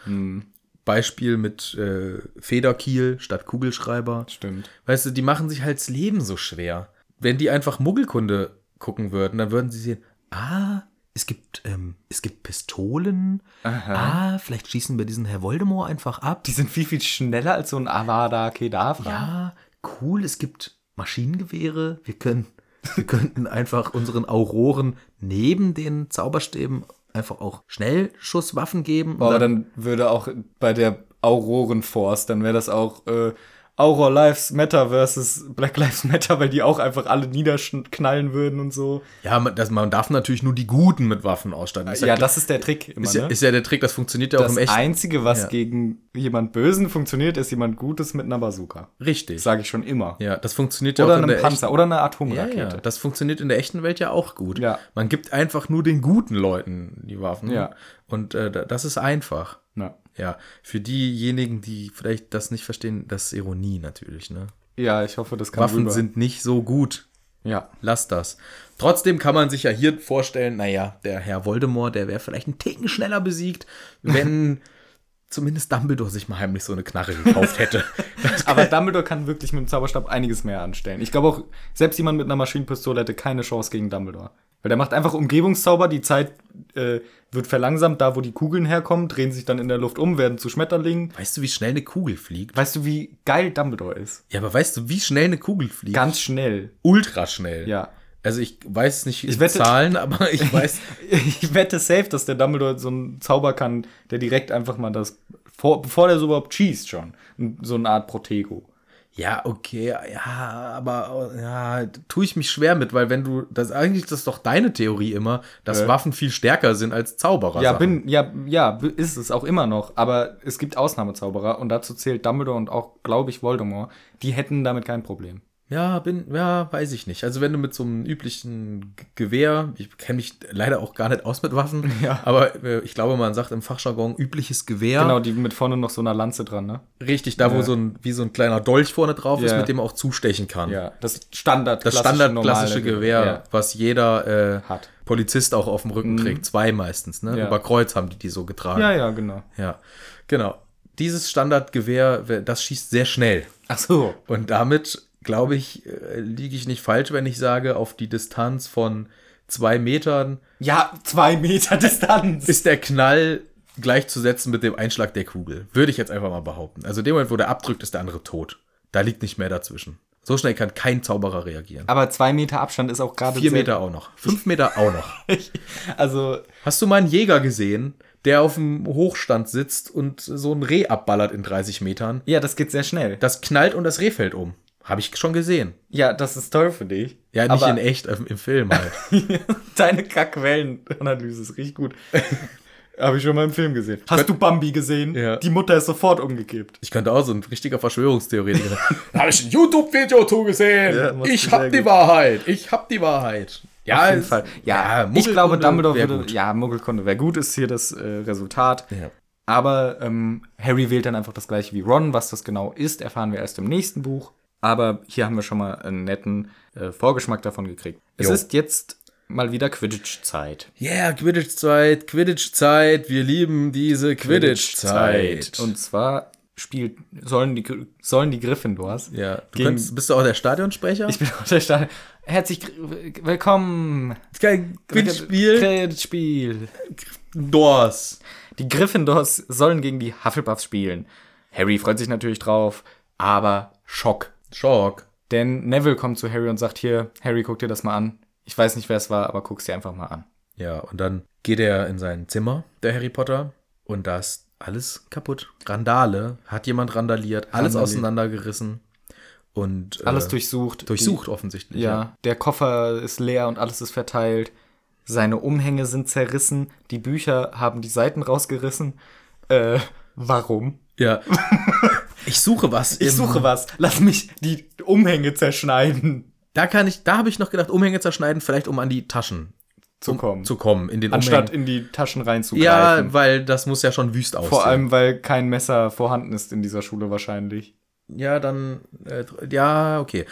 C: Beispiel mit äh, Federkiel statt Kugelschreiber.
A: Stimmt.
C: Weißt du, die machen sich halt das Leben so schwer. Wenn die einfach Muggelkunde gucken würden, dann würden sie sehen, ah, es gibt, ähm, es gibt Pistolen. Ah, vielleicht schießen wir diesen Herr Voldemort einfach ab.
A: Die sind viel, viel schneller als so ein Avada Kedavra.
C: ja, Ah, cool, es gibt Maschinengewehre. Wir können, wir könnten einfach unseren Auroren neben den Zauberstäben einfach auch Schnellschusswaffen geben. Und
A: Aber dann würde auch bei der Aurorenforce, dann wäre das auch äh, Auror Lives Matter versus Black Lives Matter, weil die auch einfach alle niederknallen würden und so.
C: ja, man, das, man darf natürlich nur die Guten mit Waffen ausstatten. Ist
A: Ja, das ist der Trick immer,
C: ist ja,
A: ne?
C: ist ja der Trick, das funktioniert ja auch
A: das
C: im Echten.
A: Einzige, was
C: Ja.
A: gegen jemand Bösen funktioniert, ist jemand Gutes mit einer Bazooka.
C: Richtig.
A: Sage ich schon immer.
C: Ja, das funktioniert ja
A: Oder
C: auch in
A: einem
C: der
A: Panzer oder einer
C: echten,
A: Atomrakete.
C: ja, ja, das funktioniert in der echten Welt ja auch gut.
A: Ja.
C: Man gibt einfach nur den guten Leuten die Waffen.
A: Ja.
C: Und äh, da- das ist einfach.
A: Na.
C: Ja, für diejenigen, die vielleicht das nicht verstehen, das ist Ironie natürlich. Ne?
A: ja, ich hoffe, das kann
C: Waffen
A: rüber.
C: sind nicht so gut.
A: Ja.
C: Lass das. Trotzdem kann man sich ja hier vorstellen, naja, der Herr Voldemort, der wäre vielleicht einen Ticken schneller besiegt, wenn zumindest Dumbledore sich mal heimlich so eine Knarre gekauft hätte.
A: Aber Dumbledore kann wirklich mit dem Zauberstab einiges mehr anstellen. Ich glaube auch, selbst jemand mit einer Maschinenpistole hätte keine Chance gegen Dumbledore. Weil der macht einfach Umgebungszauber, die Zeit äh, wird verlangsamt, da wo die Kugeln herkommen, drehen sich dann in der Luft um, werden zu Schmetterlingen.
C: Weißt du, wie schnell eine Kugel fliegt?
A: Weißt du, wie geil Dumbledore ist?
C: Ja, aber weißt du, wie schnell eine Kugel fliegt?
A: Ganz schnell,
C: ultraschnell.
A: ja.
C: Also ich weiß nicht in
A: Ich wette-
C: Zahlen, aber ich weiß,
A: Ich wette safe, dass der Dumbledore so einen Zauber kann, der direkt einfach mal das, vor, bevor der so überhaupt schießt schon, so eine Art Protego.
C: Ja, okay, ja, aber ja, tue ich mich schwer mit, weil wenn du, das eigentlich das ist doch deine Theorie immer, dass
A: Äh.
C: Waffen viel stärker sind als Zauberer.
A: Ja, bin, ja, ja, b- ist es auch immer noch. Aber es gibt Ausnahmezauberer und dazu zählt Dumbledore und auch, glaube ich, Voldemort. Die hätten damit kein Problem.
C: Ja, bin, ja, weiß ich nicht. Also wenn du mit so einem üblichen G- Gewehr, ich kenne mich leider auch gar nicht aus mit Waffen,
A: Ja.
C: aber äh, ich glaube, man sagt im Fachjargon übliches Gewehr.
A: Genau, die mit vorne noch so einer Lanze dran, ne?
C: Richtig, da wo so ein, wie so ein kleiner Dolch vorne drauf ist,
A: Ja.
C: mit dem man auch zustechen kann.
A: Ja, das Standard,
C: Das standardklassische Gewehr, was jeder äh,
A: Hat. Mhm.
C: Polizist auch auf dem Rücken trägt. Zwei meistens, ne?
A: Ja.
C: Über Kreuz haben die die so getragen.
A: Ja. ja, ja, genau.
C: Ja, genau. Dieses Standardgewehr, we- das schießt sehr schnell.
A: Ach so.
C: Und damit, glaube ich, äh, liege ich nicht falsch, wenn ich sage, auf die Distanz von zwei Metern
A: Ja, zwei Meter Distanz.
C: ist der Knall gleichzusetzen mit dem Einschlag der Kugel. Würde ich jetzt einfach mal behaupten. Also in dem Moment, wo der abdrückt, ist der andere tot. Da liegt nicht mehr dazwischen. So schnell kann kein Zauberer reagieren.
A: Aber zwei Meter Abstand ist auch gerade.
C: Vier
A: sehr-
C: Meter auch noch. Fünf Meter auch noch.
A: Also,
C: Hast du mal einen Jäger gesehen, der auf dem Hochstand sitzt und so ein Reh abballert in 30 Metern?
A: ja, das geht sehr schnell.
C: Das knallt und das Reh fällt um. Habe ich schon gesehen.
A: ja, das ist toll für dich.
C: Ja, nicht
A: aber
C: in echt, im, im Film halt.
A: Deine Kackquellenanalyse ist richtig gut. Habe ich schon mal im Film gesehen. Hast du Bambi gesehen?
C: Ja.
A: Die Mutter ist sofort umgekippt.
C: Ich könnte auch so ein richtiger Verschwörungstheoretiker sein. da habe ich ein YouTube-Video zugesehen.
A: Ja, machst du
C: ich
A: sehr
C: habe die
A: gut.
C: Wahrheit. Ich habe die Wahrheit. Ja,
A: Auf jeden
C: es-
A: Fall. Ja, ich
C: Muggelkunde
A: glaube, Dumbledore
C: wär
A: würde.
C: gut.
A: Ja, Muggelkunde wäre gut, ist hier das äh, Resultat.
C: Ja.
A: Aber ähm, Harry wählt dann einfach das gleiche wie Ron. Was das genau ist, erfahren wir erst im nächsten Buch. Aber hier haben wir schon mal einen netten äh, Vorgeschmack davon gekriegt. Es
C: Jo.
A: ist jetzt mal wieder Quidditch-Zeit.
C: Yeah, Quidditch-Zeit, Quidditch-Zeit. Wir lieben diese Quidditch-Zeit.
A: Und zwar spielt, sollen die, Gr- sollen die Gryffindors.
C: ja, du
A: Gegen-
C: könntest, bist du auch der Stadionsprecher?
A: Ich bin auf der Stadion. Herzlich gr- willkommen.
C: kein
A: Quidditch-Spiel.
C: Doors.
A: Die Gryffindors sollen gegen die Hufflepuffs spielen. Harry freut sich natürlich drauf, aber Schock.
C: Schock.
A: Denn Neville kommt zu Harry und sagt hier, Harry, guck dir das mal an. Ich weiß nicht, wer es war, aber guck's dir einfach mal an.
C: Ja, und dann geht er in sein Zimmer, der Harry Potter, und da ist alles kaputt. Randale, hat jemand randaliert, alles
A: Randaliert.
C: auseinandergerissen und äh,
A: Alles durchsucht.
C: durchsucht offensichtlich.
A: Die, ja. Der Koffer ist leer und alles ist verteilt. Seine Umhänge sind zerrissen. Die Bücher haben die Seiten rausgerissen. Äh, warum?
C: Ja. Ich suche was.
A: Ich
C: im-
A: suche was. Lass mich die Umhänge zerschneiden.
C: Da kann ich, da habe ich noch gedacht, Umhänge zerschneiden, vielleicht um an die Taschen
A: Zu kommen.
C: Um zu kommen, in den
A: Anstatt
C: Umhängen.
A: in die Taschen reinzugreifen.
C: Ja, weil das muss ja schon wüst aussehen.
A: Vor allem, weil kein Messer vorhanden ist in dieser Schule wahrscheinlich.
C: Ja, dann. Äh, ja, okay.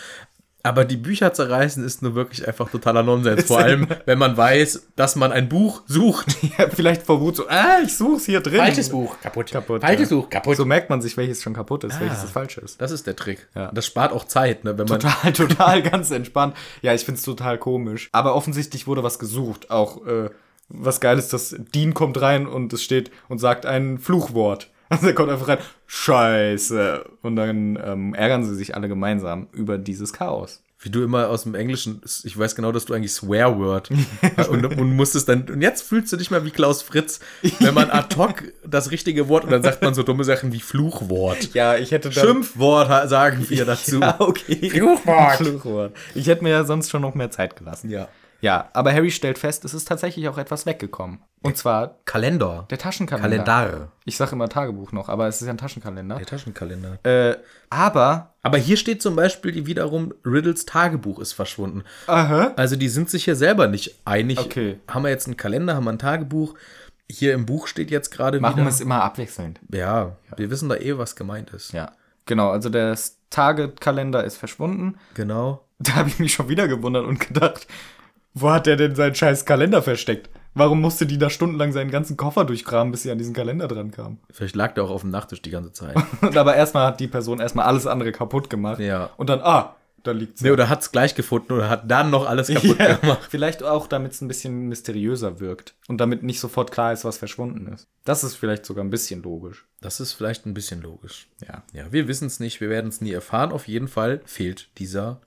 C: Aber die Bücher zerreißen ist nur wirklich einfach totaler Nonsens. Vor allem, wenn man weiß, dass man ein Buch sucht.
A: Ja, vielleicht vor Wut so, ah, ich such's hier drin.
C: Buch, kaputt.
A: Kaputt,
C: Altes
A: ja.
C: Buch, kaputt. Ah.
A: So merkt man sich, welches schon kaputt ist, welches das falsche ist.
C: das ist der Trick.
A: Ja.
C: Das spart auch Zeit, ne? Wenn man,
A: Total, total ganz entspannt. Ja, ich find's total komisch. Aber offensichtlich wurde was gesucht. Auch äh, was geil ist, dass Dean kommt rein und es steht und sagt ein Fluchwort. Also er kommt einfach rein, scheiße. Und dann ähm, ärgern sie sich alle gemeinsam über dieses Chaos.
C: wie du immer aus dem Englischen, ich weiß genau, dass du eigentlich Swearword und, und musstest dann, und jetzt fühlst du dich mal wie Klaus Fritz, wenn man ad hoc das richtige Wort und dann sagt man so dumme Sachen wie Fluchwort.
A: Ja, ich hätte da
C: Schimpfwort ha- sagen wir dazu.
A: Ja, okay.
C: Fluchwort.
A: Fluchwort. Ich hätte mir ja sonst schon noch mehr Zeit gelassen.
C: Ja.
A: Ja, aber Harry stellt fest, es ist tatsächlich auch etwas weggekommen. Und zwar
C: Kalender.
A: der Taschenkalender.
C: Kalendar.
A: Ich sage immer Tagebuch noch, aber es ist ja ein Taschenkalender.
C: Der Taschenkalender.
A: Äh, aber
C: Aber hier steht zum Beispiel wiederum, Riddles Tagebuch ist verschwunden.
A: aha.
C: Also die sind sich hier selber nicht einig.
A: Okay.
C: Haben wir jetzt einen Kalender, haben wir ein Tagebuch. Hier im Buch steht jetzt gerade
A: machen wir
C: wieder.
A: es immer abwechselnd.
C: Ja, wir wissen da eh, was gemeint ist.
A: Ja. Genau, also der Tagekalender ist verschwunden.
C: Genau.
A: Da habe ich mich schon wieder gewundert und gedacht, wo hat der denn seinen scheiß Kalender versteckt? Warum musste die da stundenlang seinen ganzen Koffer durchkramen, bis sie an diesen Kalender dran kam?
C: Vielleicht lag der auch auf dem Nachttisch die ganze Zeit.
A: Und aber erstmal hat die Person erstmal alles andere kaputt gemacht.
C: Ja.
A: Und dann, ah, da liegt's.
C: Nee, oder hat's gleich gefunden oder hat dann noch alles kaputt
A: Ja.
C: gemacht.
A: Vielleicht auch, damit es ein bisschen mysteriöser wirkt und damit nicht sofort klar ist, was verschwunden ist. Das ist vielleicht sogar ein bisschen logisch.
C: Das ist vielleicht ein bisschen logisch.
A: Ja.
C: Ja, wir wissen es nicht, wir werden es nie erfahren. Auf jeden Fall fehlt dieser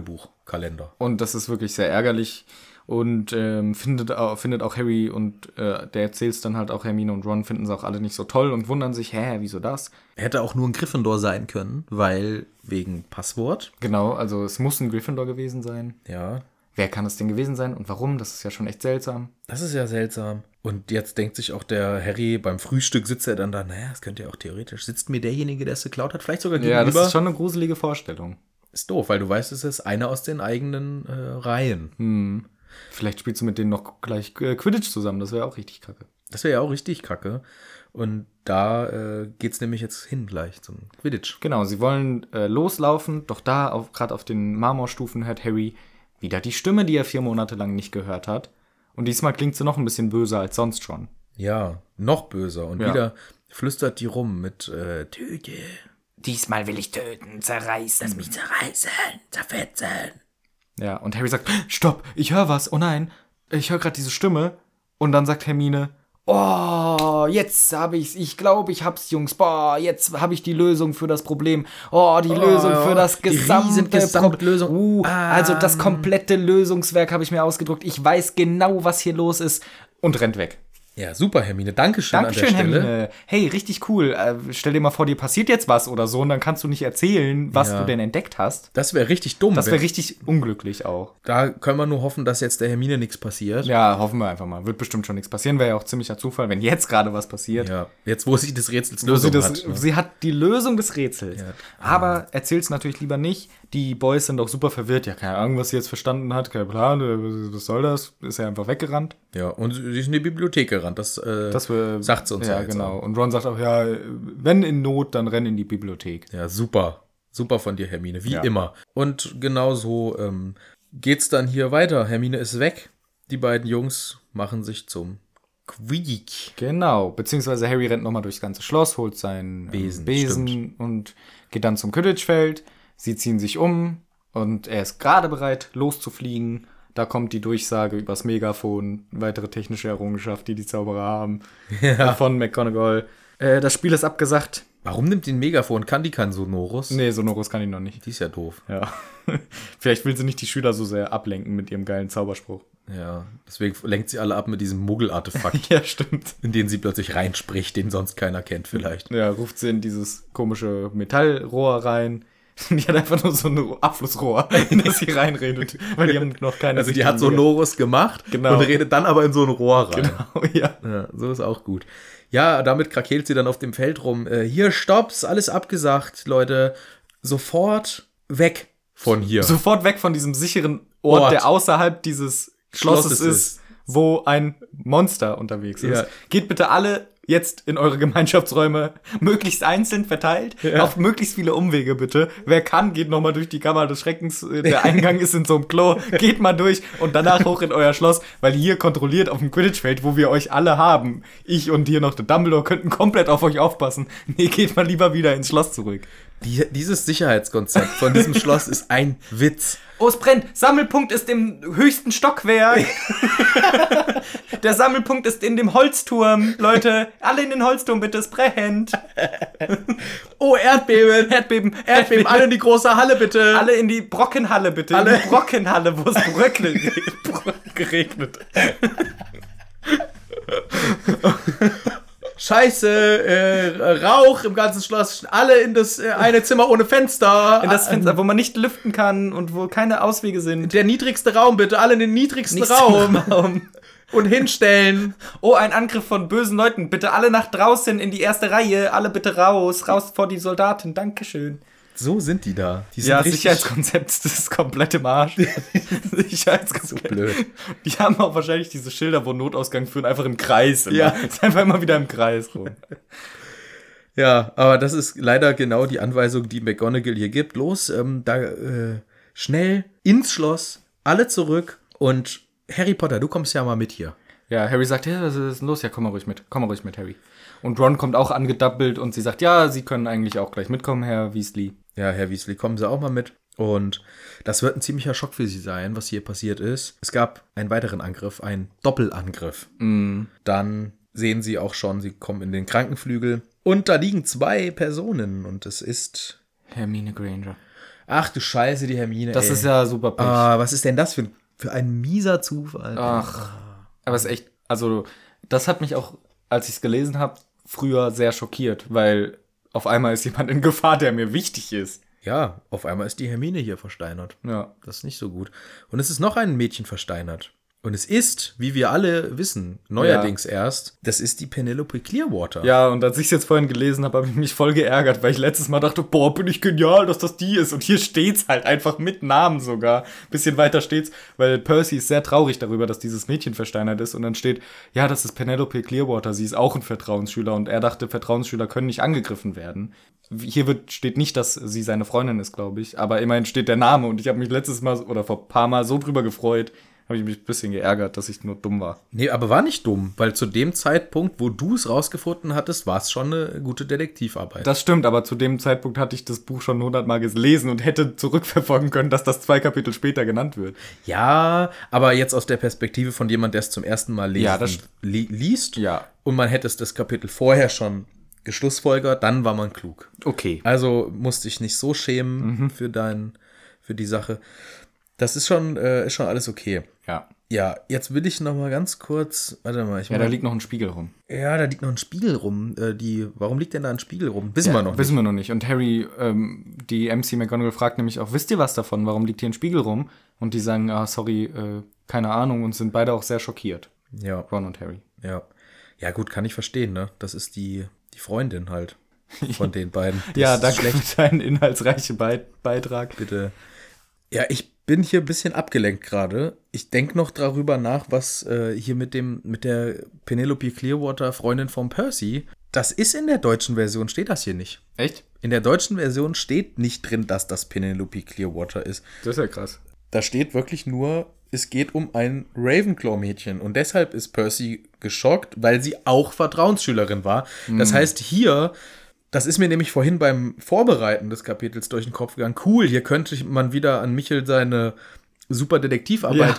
C: Tagebuchkalender.
A: Und das ist wirklich sehr ärgerlich. Und ähm, findet, au- findet auch Harry und äh, der erzählt's dann halt auch Hermine und Ron finden es auch alle nicht so toll und wundern sich, hä, wieso das?
C: Hätte auch nur ein Gryffindor sein können, weil wegen Passwort.
A: Genau, also es muss ein Gryffindor gewesen sein.
C: Ja,
A: Wer kann es denn gewesen sein und warum? Das ist ja schon echt seltsam.
C: das ist ja seltsam. Und jetzt denkt sich auch der Harry, beim Frühstück sitzt er dann da, naja, das könnte ja auch theoretisch, sitzt mir derjenige, der es geklaut hat, vielleicht sogar
A: Ja,
C: gegenüber.
A: das ist schon eine gruselige Vorstellung.
C: Ist doof, weil du weißt, es ist einer aus den eigenen äh, Reihen.
A: Hm. Vielleicht spielst du mit denen noch gleich äh, Quidditch zusammen, das wäre auch richtig kacke.
C: Das wäre ja auch richtig kacke. Und da äh, geht's nämlich jetzt hin gleich zum Quidditch.
A: Genau, sie wollen äh, loslaufen, doch da, auf- gerade auf den Marmorstufen, hört Harry wieder die Stimme, die er vier Monate lang nicht gehört hat. Und diesmal klingt sie noch ein bisschen böser als sonst schon.
C: Ja, noch böser. Und
A: Ja.
C: wieder flüstert die rum mit äh, Tüte.
A: Diesmal will ich töten, zerreißen.
C: Mich zerreißen, zerfetzen.
A: Ja, und Harry sagt, stopp, ich höre was, oh nein, ich höre gerade diese Stimme. Und dann sagt Hermine, oh, jetzt habe ich's, ich glaube, ich hab's, Jungs, boah, jetzt habe ich die Lösung für das Problem. Oh, die Lösung für das
C: die
A: gesamte
C: riesen Gesamtlösung.
A: Problem. Uh, also das komplette Lösungswerk habe ich mir ausgedruckt. Ich weiß genau, was hier los ist. Und rennt weg.
C: Ja, super, Hermine. Dankeschön,
A: Dankeschön,
C: an der Stelle.
A: Hermine. Hey, richtig cool. Äh, stell dir mal vor, dir passiert jetzt was oder so und dann kannst du nicht erzählen, was
C: Ja.
A: du denn entdeckt hast.
C: Das wäre richtig dumm.
A: Das
C: wenn-
A: wäre richtig unglücklich auch.
C: da können wir nur hoffen, dass jetzt der Hermine nichts passiert.
A: Ja, hoffen wir einfach mal. Wird bestimmt schon nichts passieren. Wäre ja auch ziemlicher Zufall, wenn jetzt gerade was passiert.
C: Ja, jetzt wo sie des Rätsels
A: Wo sie,
C: Lösung
A: das,
C: hat. ne?
A: sie hat die Lösung des Rätsels.
C: Ja.
A: Aber erzähl's natürlich lieber nicht. Die Boys sind auch super verwirrt. Ja, keine Ahnung, was sie jetzt verstanden hat. Kein Plan. äh, Was soll das? Ist ja einfach weggerannt.
C: Ja, und sie ist in die Bibliothek gerannt. Das, äh,
A: Das wir,
C: sagt sie uns halt,
A: ja.
C: jetzt
A: genau. Und Ron sagt auch, ja, wenn in Not, dann renn in die Bibliothek.
C: Ja, super. Super von dir, Hermine, wie
A: Ja.
C: immer. Und genau so ähm, geht's dann hier weiter. Hermine ist weg. Die beiden Jungs machen sich zum Quidditch.
A: Genau. Beziehungsweise Harry rennt nochmal durchs ganze Schloss, holt seinen ähm,
C: Besen,
A: Besen und geht dann zum Quidditch-Feld. Sie ziehen sich um und er ist gerade bereit, loszufliegen. Da kommt die Durchsage übers Megafon, weitere technische Errungenschaft, die die Zauberer haben, Äh, von McGonagall. Äh, das Spiel ist abgesagt.
C: Warum nimmt den Megafon? Kann die kein Sonorus?
A: Nee, Sonorus kann ich noch nicht.
C: Die ist ja doof.
A: Ja. Vielleicht will sie nicht die Schüler so sehr ablenken mit ihrem geilen Zauberspruch.
C: Ja, deswegen lenkt sie alle ab mit diesem Muggel-Artefakt,
A: Ja, stimmt.
C: in den sie plötzlich reinspricht, den sonst keiner kennt vielleicht.
A: Ja, ruft sie in dieses komische Metallrohr rein. Die hat einfach nur so ein Ro- Abflussrohr, in das sie reinredet, weil die haben noch keine.
C: Also die hat
A: richtigen-
C: Sonorus gemacht
A: Genau.
C: und redet dann aber in so ein Rohr rein.
A: Genau, ja.
C: Ja, so ist auch gut. Ja, damit krakeelt sie dann auf dem Feld rum. Äh, hier, stopps, alles abgesagt, Leute. Sofort weg von hier.
A: Sofort weg von diesem sicheren Ort,
C: Ort.
A: der außerhalb dieses Schlosses
C: Schlosses
A: ist, wo ein Monster unterwegs
C: Ja.
A: ist. Geht bitte alle jetzt in eure Gemeinschaftsräume, möglichst einzeln verteilt, auf möglichst viele Umwege bitte. Wer kann, geht nochmal durch die Kammer des Schreckens. Äh, Der Eingang ist in so einem Klo. Geht mal durch und danach hoch in euer Schloss, weil hier kontrolliert auf dem Quidditch-Feld, wo wir euch alle haben. Ich und hier noch der Dumbledore könnten komplett auf euch aufpassen. Nee, geht mal lieber wieder ins Schloss zurück.
C: Die, dieses Sicherheitskonzept von diesem Schloss ist ein Witz.
A: Oh, es brennt. Sammelpunkt ist im höchsten Stockwerk. Der Sammelpunkt ist in dem Holzturm. Leute, alle in den Holzturm, bitte. Es brennt.
C: Oh, Erdbeben!
A: Erdbeben.
C: Erdbeben, alle in die große Halle, bitte!
A: Alle in die Brockenhalle, bitte.
C: Alle-
A: In die Brockenhalle, wo es bröckelt. geregnet.
C: Scheiße, äh, Rauch im ganzen Schloss, alle in das äh, eine Zimmer ohne Fenster.
A: In das Fenster, wo man nicht lüften kann und wo keine Auswege sind.
C: Der niedrigste Raum, bitte, alle in den niedrigsten
A: Nächster
C: Raum.
A: Raum.
C: Und hinstellen.
A: Oh, ein Angriff von bösen Leuten. Bitte alle nach draußen in die erste Reihe. Alle bitte raus. Raus vor die Soldaten. Dankeschön.
C: So sind die da. Die sind
A: Ja,
C: richtig
A: Sicherheitskonzept das ist komplett im Arsch. Sicherheitskonzept.
C: So blöd.
A: Die haben auch wahrscheinlich diese Schilder, wo Notausgang führen, einfach im Kreis. Immer.
C: Ja.
A: Ist einfach immer wieder im Kreis rum.
C: Ja, aber das ist leider genau die Anweisung, die McGonagall hier gibt. Los, ähm, da äh, schnell ins Schloss, alle zurück und Harry Potter, du kommst ja mal mit hier.
A: Ja, Harry sagt, ja, was ist denn los? Ja, komm mal ruhig mit. Komm mal ruhig mit, Harry. Und Ron kommt auch angedappelt und sie sagt, ja, sie können eigentlich auch gleich mitkommen, Herr Weasley.
C: Ja, Herr Weasley, kommen Sie auch mal mit. Und das wird ein ziemlicher Schock für sie sein, was hier passiert ist. Es gab einen weiteren Angriff, einen Doppelangriff.
A: Mhm.
C: Dann sehen sie auch schon, sie kommen in den Krankenflügel. Und da liegen zwei Personen und es ist.
A: Hermine Granger.
C: Ach du Scheiße, die Hermine.
A: Das
C: ey.
A: ist ja super Pech.
C: Ah, was ist denn das für ein, für ein mieser Zufall?
A: Ach, aber es ist echt, also das hat mich auch, als ich es gelesen habe, früher sehr schockiert, weil auf einmal ist jemand in Gefahr, der mir wichtig ist.
C: Ja, auf einmal ist die Hermine hier versteinert.
A: Ja.
C: Das ist nicht so gut. Und es ist noch ein Mädchen versteinert. Und es ist, wie wir alle wissen, neuerdings erst, das ist die Penelope Clearwater.
A: Ja, und als ich es jetzt vorhin gelesen habe, habe ich mich voll geärgert, weil ich letztes Mal dachte, boah, bin ich genial, dass das die ist. Und hier steht's halt einfach mit Namen sogar. Bisschen weiter steht's, weil Percy ist sehr traurig darüber, dass dieses Mädchen versteinert ist. Und dann steht, ja, das ist Penelope Clearwater, sie ist auch ein Vertrauensschüler. Und er dachte, Vertrauensschüler können nicht angegriffen werden. Hier wird, steht nicht, dass sie seine Freundin ist, glaube ich. Aber immerhin steht der Name. Und ich habe mich letztes Mal oder vor ein paar Mal so drüber gefreut, habe ich mich ein bisschen geärgert, dass ich nur dumm war.
C: Nee, aber war nicht dumm, weil zu dem Zeitpunkt, wo du es rausgefunden hattest, war es schon eine gute Detektivarbeit.
A: Das stimmt, aber zu dem Zeitpunkt hatte ich das Buch schon hundertmal gelesen und hätte zurückverfolgen können, dass das zwei Kapitel später genannt wird.
C: ja, aber jetzt aus der Perspektive von jemand, der es zum ersten Mal lesen,
A: Ja, das st-
C: li liest.
A: Ja.
C: Und man hätte es das Kapitel vorher schon geschlussfolgert, dann war man klug.
A: Okay.
C: Also musst dich nicht so schämen
A: Mhm.
C: für dein, für die Sache. Das ist schon, äh, ist schon alles okay.
A: Ja.
C: Ja, jetzt will ich noch mal ganz kurz. Warte mal, ich
A: Ja,
C: mach-
A: da liegt noch ein Spiegel rum.
C: ja, da liegt noch ein Spiegel rum. Äh, die, warum liegt denn da ein Spiegel rum? Wissen wir noch.
A: Wissen wir noch nicht. Und Harry, ähm, die MC McGonagall fragt nämlich auch, wisst ihr was davon? Warum liegt hier ein Spiegel rum? Und die sagen, ah, sorry, äh, keine Ahnung und sind beide auch sehr schockiert.
C: nicht. Ja,
A: Ron und Harry.
C: ja, ja, gut, kann ich verstehen. Ne, das ist die die Freundin halt von den beiden. Das
A: ja,
C: ist
A: danke
C: schlecht,
A: für deinen inhaltsreichen Beit- Beitrag.
C: Bitte. Ja, ich bin hier ein bisschen abgelenkt gerade. Ich denke noch darüber nach, was äh, hier mit dem mit der Penelope Clearwater Freundin von Percy. Das ist in der deutschen Version steht das hier nicht.
A: Echt?
C: In der deutschen Version steht nicht drin, dass das Penelope Clearwater ist.
A: Das ist ja krass.
C: Da steht wirklich nur, es geht um ein Ravenclaw-Mädchen. Und deshalb ist Percy geschockt, weil sie auch Vertrauensschülerin war.
A: Mhm.
C: Das heißt, hier, das ist mir nämlich vorhin beim Vorbereiten des Kapitels durch den Kopf gegangen, cool, hier könnte man wieder an Michel seine super Detektivarbeit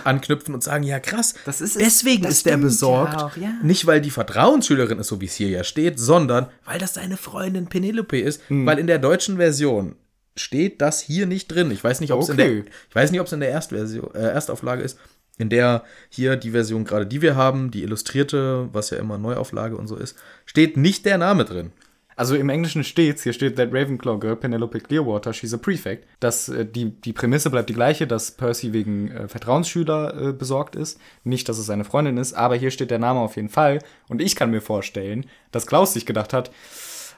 A: Ja.
C: anknüpfen und sagen, ja krass,
A: Das ist-
C: deswegen
A: das
C: ist der
A: stimmt ja
C: besorgt.
A: auch, ja.
C: Nicht, weil die Vertrauensschülerin ist, so wie es hier ja steht, sondern weil das seine Freundin Penelope ist.
A: Hm.
C: Weil in der deutschen Version steht das hier nicht drin. Ich weiß nicht, ob es in
A: Okay.
C: der, ich weiß nicht, ob es in der Erstversion, äh, Erstauflage ist, in der hier die Version gerade, die wir haben, die illustrierte, was ja immer Neuauflage und so ist, steht nicht der Name drin.
A: Also im Englischen steht's, hier steht that Ravenclaw girl Penelope Clearwater, she's a prefect. Das, äh, die, die Prämisse bleibt die gleiche, dass Percy wegen äh, Vertrauensschüler äh, besorgt ist. Nicht, dass es seine Freundin ist, aber hier steht der Name auf jeden Fall. Und ich kann mir vorstellen, dass Klaus sich gedacht hat,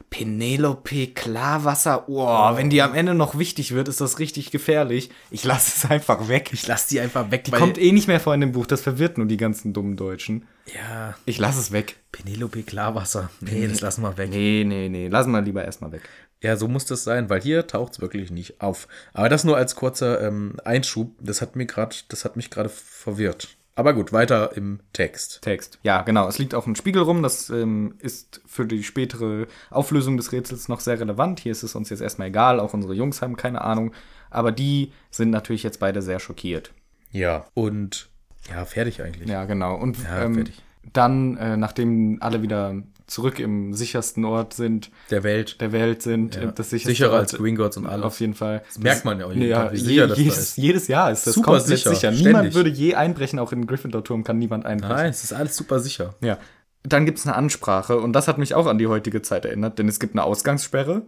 A: Penelope Klarwasser, oh, wenn die am Ende noch wichtig wird, ist das richtig gefährlich. Ich lasse es einfach weg. Ich
C: Lass die einfach weg, die
A: Kommt eh nicht mehr vor in dem Buch, das verwirrt nur die ganzen dummen Deutschen.
C: ja,
A: Ich lasse es weg.
C: Penelope Klarwasser. Nee, das lassen wir weg.
A: Nee, nee, nee, lassen wir lieber erstmal weg.
C: Ja, so muss das sein, weil hier taucht es wirklich nicht auf. Aber das nur als kurzer ähm, Einschub. Das hat mir gerade, das hat mich gerade verwirrt. Aber gut, weiter im Text.
A: Text. Ja, genau. Es liegt auf dem Spiegel rum. Das ähm, ist für die spätere Auflösung des Rätsels noch sehr relevant. Hier ist es uns jetzt erstmal egal. Auch unsere Jungs haben keine Ahnung. Aber die sind natürlich jetzt beide sehr schockiert.
C: Ja. Und ja, fertig eigentlich.
A: Ja, genau. Und
C: Ja,
A: ähm,
C: fertig.
A: dann, äh, nachdem alle wieder zurück im sichersten Ort sind,
C: Der Welt.
A: der Welt sind, äh, das sicherste
C: Sicherer
A: Ort,
C: als Gringotts und alles.
A: Auf jeden Fall. Das
C: merkt man ja auch jeden
A: ja,
C: Tag, wie
A: je-
C: sicher das da
A: jedes,
C: ist.
A: jedes Jahr ist das
C: Super
A: komplett
C: sicher,
A: sicher. Niemand
C: ständig.
A: würde je einbrechen. Auch in Gryffindor-Turm kann niemand einbrechen.
C: Nein, es ist alles super sicher.
A: Ja. Dann gibt's eine Ansprache und das hat mich auch an die heutige Zeit erinnert, denn es gibt eine Ausgangssperre.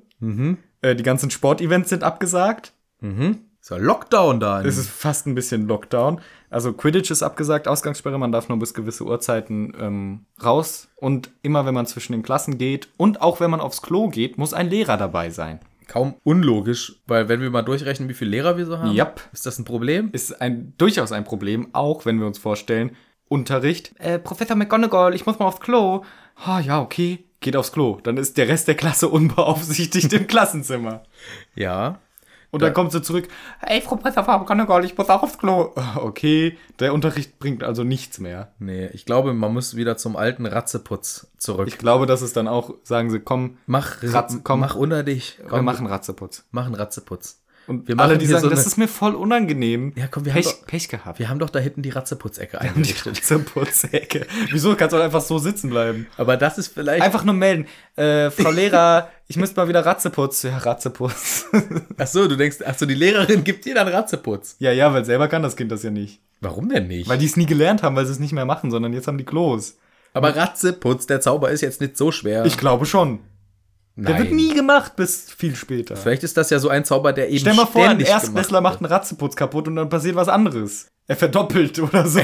A: Äh, die ganzen Sportevents sind abgesagt.
C: Ist ja Lockdown da. in-
A: Es ist fast ein bisschen Lockdown. Also Quidditch ist abgesagt, Ausgangssperre, man darf nur bis gewisse Uhrzeiten ähm, raus. Und immer wenn man zwischen den Klassen geht und auch wenn man aufs Klo geht, muss ein Lehrer dabei sein.
C: kaum unlogisch, weil wenn wir mal durchrechnen, wie viele Lehrer wir so haben,
A: Yep.
C: ist das ein Problem?
A: Ist ein, durchaus ein Problem, auch wenn wir uns vorstellen, Unterricht. Äh, Professor McGonagall, ich muss mal aufs Klo. Ah, ja, okay. Geht aufs Klo. Dann ist der Rest der Klasse unbeaufsichtigt im Klassenzimmer.
C: Ja.
A: Und dann kommt sie zurück, ey, Frau Presserfarbe kann doch gar nicht, ich muss auch aufs Klo. Okay, der Unterricht bringt also nichts mehr.
C: Nee, ich glaube, man muss wieder zum alten Ratzeputz zurück.
A: Ich glaube, das ist dann auch, sagen sie, komm,
C: mach,
A: Ratz- komm.
C: mach unter dich.
A: wir machen Ratzeputz.
C: mach einen Ratzeputz.
A: Und
C: wir
A: alle,
C: machen
A: die
C: hier
A: sagen,
C: so
A: das
C: eine-
A: ist mir voll unangenehm.
C: Ja, komm, wir haben,
A: Pech,
C: doch,
A: Pech gehabt.
C: wir haben doch da hinten die Ratzeputzecke
A: Die
C: eingerichtet.
A: Ratzeputzecke. Wieso kannst du doch einfach so sitzen bleiben?
C: Aber das ist vielleicht.
A: Einfach nur melden. Äh, Frau Lehrer, ich müsste mal wieder Ratzeputz. Ja, Ratzeputz.
C: Ach so, du denkst, ach so, die Lehrerin gibt dir dann Ratzeputz.
A: ja, ja, weil selber kann das Kind das ja nicht.
C: Warum denn nicht?
A: Weil die es nie gelernt haben, weil sie es nicht mehr machen, sondern jetzt haben die Klos.
C: Aber Ratzeputz, der Zauber ist jetzt nicht so schwer.
A: Ich glaube schon.
C: Nein.
A: Der wird nie gemacht bis viel später.
C: Vielleicht ist das ja so ein Zauber, der eben
A: Stell mal vor, ein
C: ständig
A: Erstklässler macht
C: gemacht wird.
A: einen Ratzeputz kaputt und dann passiert was anderes. Er verdoppelt oder so.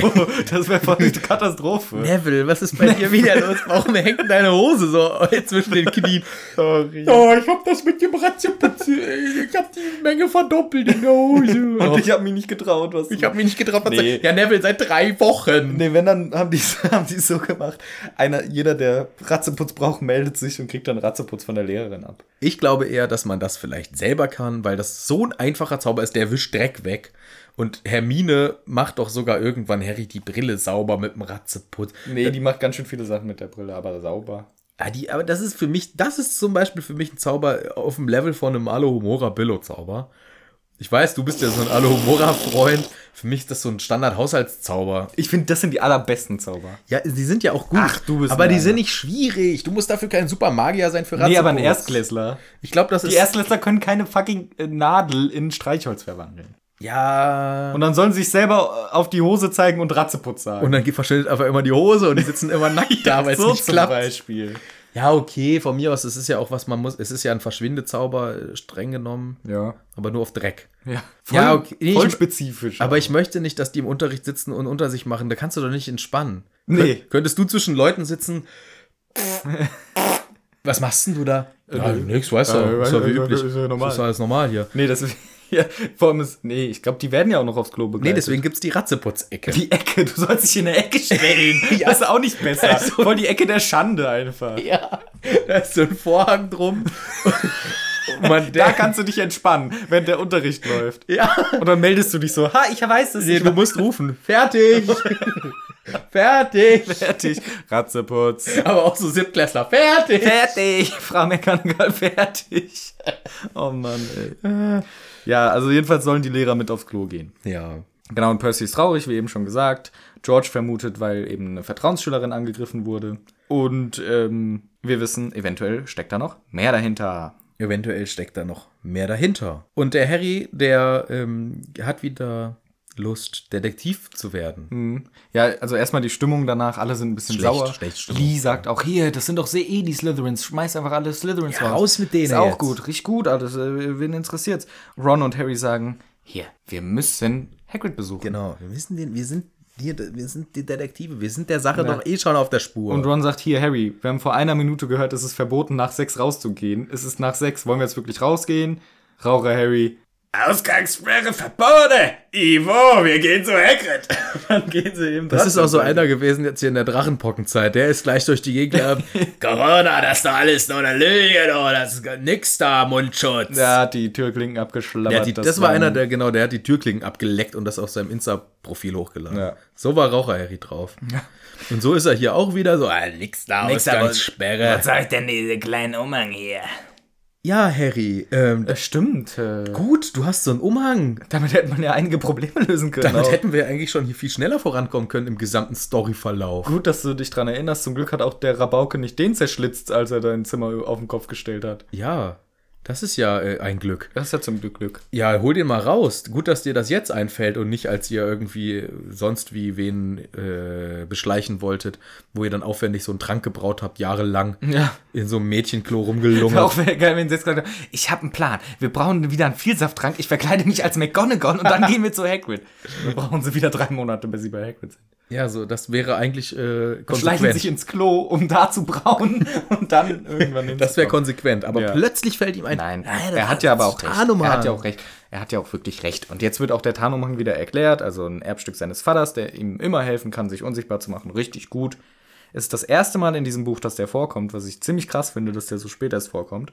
A: Das wäre voll eine Katastrophe.
C: Neville, was ist bei dir wieder los? Warum hängt denn deine Hose so zwischen den Knien?
A: Sorry.
C: Oh, ich hab das mit dem Ratzeputz. äh, Ich hab die Menge verdoppelt in der Hose.
A: Und ich habe mich nicht getraut, was
C: Ich hab mich nicht getraut. was
A: Nee.
C: zu- Ja, Neville, seit drei Wochen.
A: Nee, wenn, dann haben die haben die es so gemacht. Einer, jeder, der Ratzeputz braucht, meldet sich und kriegt dann Ratzeputz von der Lehrerin ab.
C: Ich glaube eher, dass man das vielleicht selber kann, weil das so ein einfacher Zauber ist, der wischt Dreck weg. Und Hermine macht doch sogar irgendwann Harry die Brille sauber mit dem Ratzeputz.
A: Nee, die macht ganz schön viele Sachen mit der Brille, aber sauber.
C: Ah, die, aber das ist für mich, das ist zum Beispiel für mich ein Zauber auf dem Level von einem Alohomora-Billo-Zauber. Ich weiß, du bist ja so ein Alohomora-Freund. Für mich ist das so ein Standard-Haushaltszauber.
A: Ich finde, das sind die allerbesten Zauber.
C: Ja, die sind ja auch gut.
A: Ach, du bist
C: aber
A: ein
C: die
A: einer.
C: sind nicht schwierig. Du musst dafür kein Supermagier sein für
A: Nee, aber ein
C: Ratzeputz.
A: Erstklässler.
C: Ich glaube, das
A: Die
C: ist.
A: Erstklässler können keine fucking äh, Nadel in Streichholz verwandeln.
C: ja.
A: Und dann sollen sie sich selber äh, auf die Hose zeigen und Ratzeputz sagen.
C: Und dann ge- verschwindet einfach immer die Hose und die sitzen immer nackt da, weil es
A: so
C: nicht
A: zum
C: klappt.
A: Beispiel.
C: Ja, okay, von mir aus, es ist ja auch was man muss. Es ist ja ein Verschwindezauber, äh, streng genommen,
A: Ja.
C: aber nur auf Dreck.
A: Ja, voll,
C: Ja, okay. Nee,
A: voll
C: ich-
A: spezifisch.
C: Aber ich möchte nicht, dass die im Unterricht sitzen und unter sich machen. Da kannst du doch nicht entspannen.
A: Nee.
C: Kön- Könntest du zwischen Leuten sitzen? was machst denn du da? Ja, nix, weißt
A: äh,
C: du. Ist ja
A: äh,
C: wie
A: äh,
C: üblich.
A: ist ja normal.
C: Das ist alles normal hier.
A: nee, das ja, vor allem ist, nee, ich glaube, die werden ja auch noch aufs Klo
C: Nee,
A: begleitet.
C: deswegen gibt's die Ratzeputzecke.
A: Die Ecke, du sollst dich in der Ecke stellen. Das ist auch nicht besser. Voll die Ecke der Schande einfach.
C: Ja, da ist so ein Vorhang drum. Und Man,
A: Da
C: denkt-
A: kannst du dich entspannen, wenn der Unterricht läuft.
C: ja.
A: Und dann meldest du dich so, ha, ich weiß es,
C: Nee,
A: ich
C: du
A: bin
C: musst rufen. Fertig! Fertig!
A: fertig. Ratzeputz.
C: Aber auch so Siebtklässler. Fertig!
A: Fertig, Frau Meckernigal, fertig. Oh Mann, ey. Ja, also jedenfalls sollen die Lehrer mit aufs Klo gehen.
C: Ja.
A: Genau, und Percy ist traurig, wie eben schon gesagt. George vermutet, weil eben eine Vertrauensschülerin angegriffen wurde. Und ähm, wir wissen, eventuell steckt da noch mehr dahinter.
C: Eventuell steckt da noch mehr dahinter. Und der Harry, der ähm, hat wieder Lust, Detektiv zu werden.
A: Ja, also erstmal die Stimmung danach, alle sind ein bisschen
C: Schlecht,
A: sauer.
C: schlecht Stimmung.
A: Lee sagt auch, hier, das sind doch sehr eh die Slytherins, schmeiß einfach alle Slytherins
C: Ja, raus mit denen
A: Ist auch
C: jetzt.
A: gut, richtig gut, alles, äh, wen interessiert's? Ron und Harry sagen, hier, wir müssen Hagrid besuchen.
C: Genau. Wir wissen den, wir sind hier, wir sind die Detektive, wir sind der Sache doch eh schon auf der Spur.
A: Und Ron sagt, hier, Harry, wir haben vor einer Minute gehört, es ist verboten, nach sechs rauszugehen. Es ist nach sechs, wollen wir jetzt wirklich rausgehen? Raucher Harry.
B: Ausgangssperre verboten! Ivo, Oh, wir gehen zu Hagrid! Dann gehen sie eben
C: das ist auch so einer gewesen jetzt hier in der Drachenpockenzeit. Der ist gleich durch die Gegend. gelaufen. Corona, das ist doch alles nur eine Lüge, doch. das ist gar nix da, Mundschutz.
A: Der hat die Türklinken abgeschlabbert.
C: Der hat die, das, war
A: ein-
C: einer, der genau, der hat die Türklinken abgeleckt und das auf seinem Insta-Profil hochgeladen.
A: Ja.
C: So war Raucher Harry drauf. Und so ist er hier auch wieder so, ah, nix da, nix
B: da,
C: Ausgangssperre.
B: soll ich denn diese kleinen Umhang hier?
C: ja, Genau. Harry, ähm,
A: Äh, Stimmt. Äh,
C: gut, du hast so einen Umhang.
A: damit hätte man ja einige Probleme lösen können.
C: Damit
A: auch.
C: hätten wir eigentlich schon hier viel schneller vorankommen können im gesamten Storyverlauf.
A: Gut, dass du dich dran erinnerst. Zum Glück hat auch der Rabauke nicht den zerschlitzt, als er dein Zimmer auf den Kopf gestellt hat.
C: Ja, das ist ja äh, ein Glück.
A: Das ist ja zum Glück Glück.
C: Ja, hol den mal raus. Gut, dass dir das jetzt einfällt und nicht, als ihr irgendwie sonst wie wen äh, beschleichen wolltet, wo ihr dann aufwendig so einen Trank gebraut habt, jahrelang.
A: Ja.
C: in so einem Mädchenklo rumgelungen.
A: Auch wäre geil, wenn sie jetzt gesagt haben, ich habe einen Plan. Wir brauchen wieder einen Vielsafttrank. Ich verkleide mich als McGonagall und dann gehen wir zu Hagrid. Wir brauchen sie wieder drei Monate, bis sie bei Hagrid sind.
C: ja, so, das wäre eigentlich äh,
A: Schleichen sich
C: konsequent.
A: ins Klo, um da zu brauen und dann irgendwann hinzukommen.
C: Das wäre konsequent, aber
A: Ja.
C: plötzlich fällt ihm ein.
A: Nein,
C: das
A: er hat ja aber
C: ist
A: auch recht.
C: Tarnumhang.
A: Er hat ja auch recht. Er hat ja auch wirklich recht. Und jetzt wird auch der Tarnumhang wieder erklärt, also ein Erbstück seines Vaters, der ihm immer helfen kann, sich unsichtbar zu machen. Richtig gut. Es ist das erste Mal in diesem Buch, dass der vorkommt,
C: Mhm.
A: was ich ziemlich krass finde, dass der so spät erst vorkommt.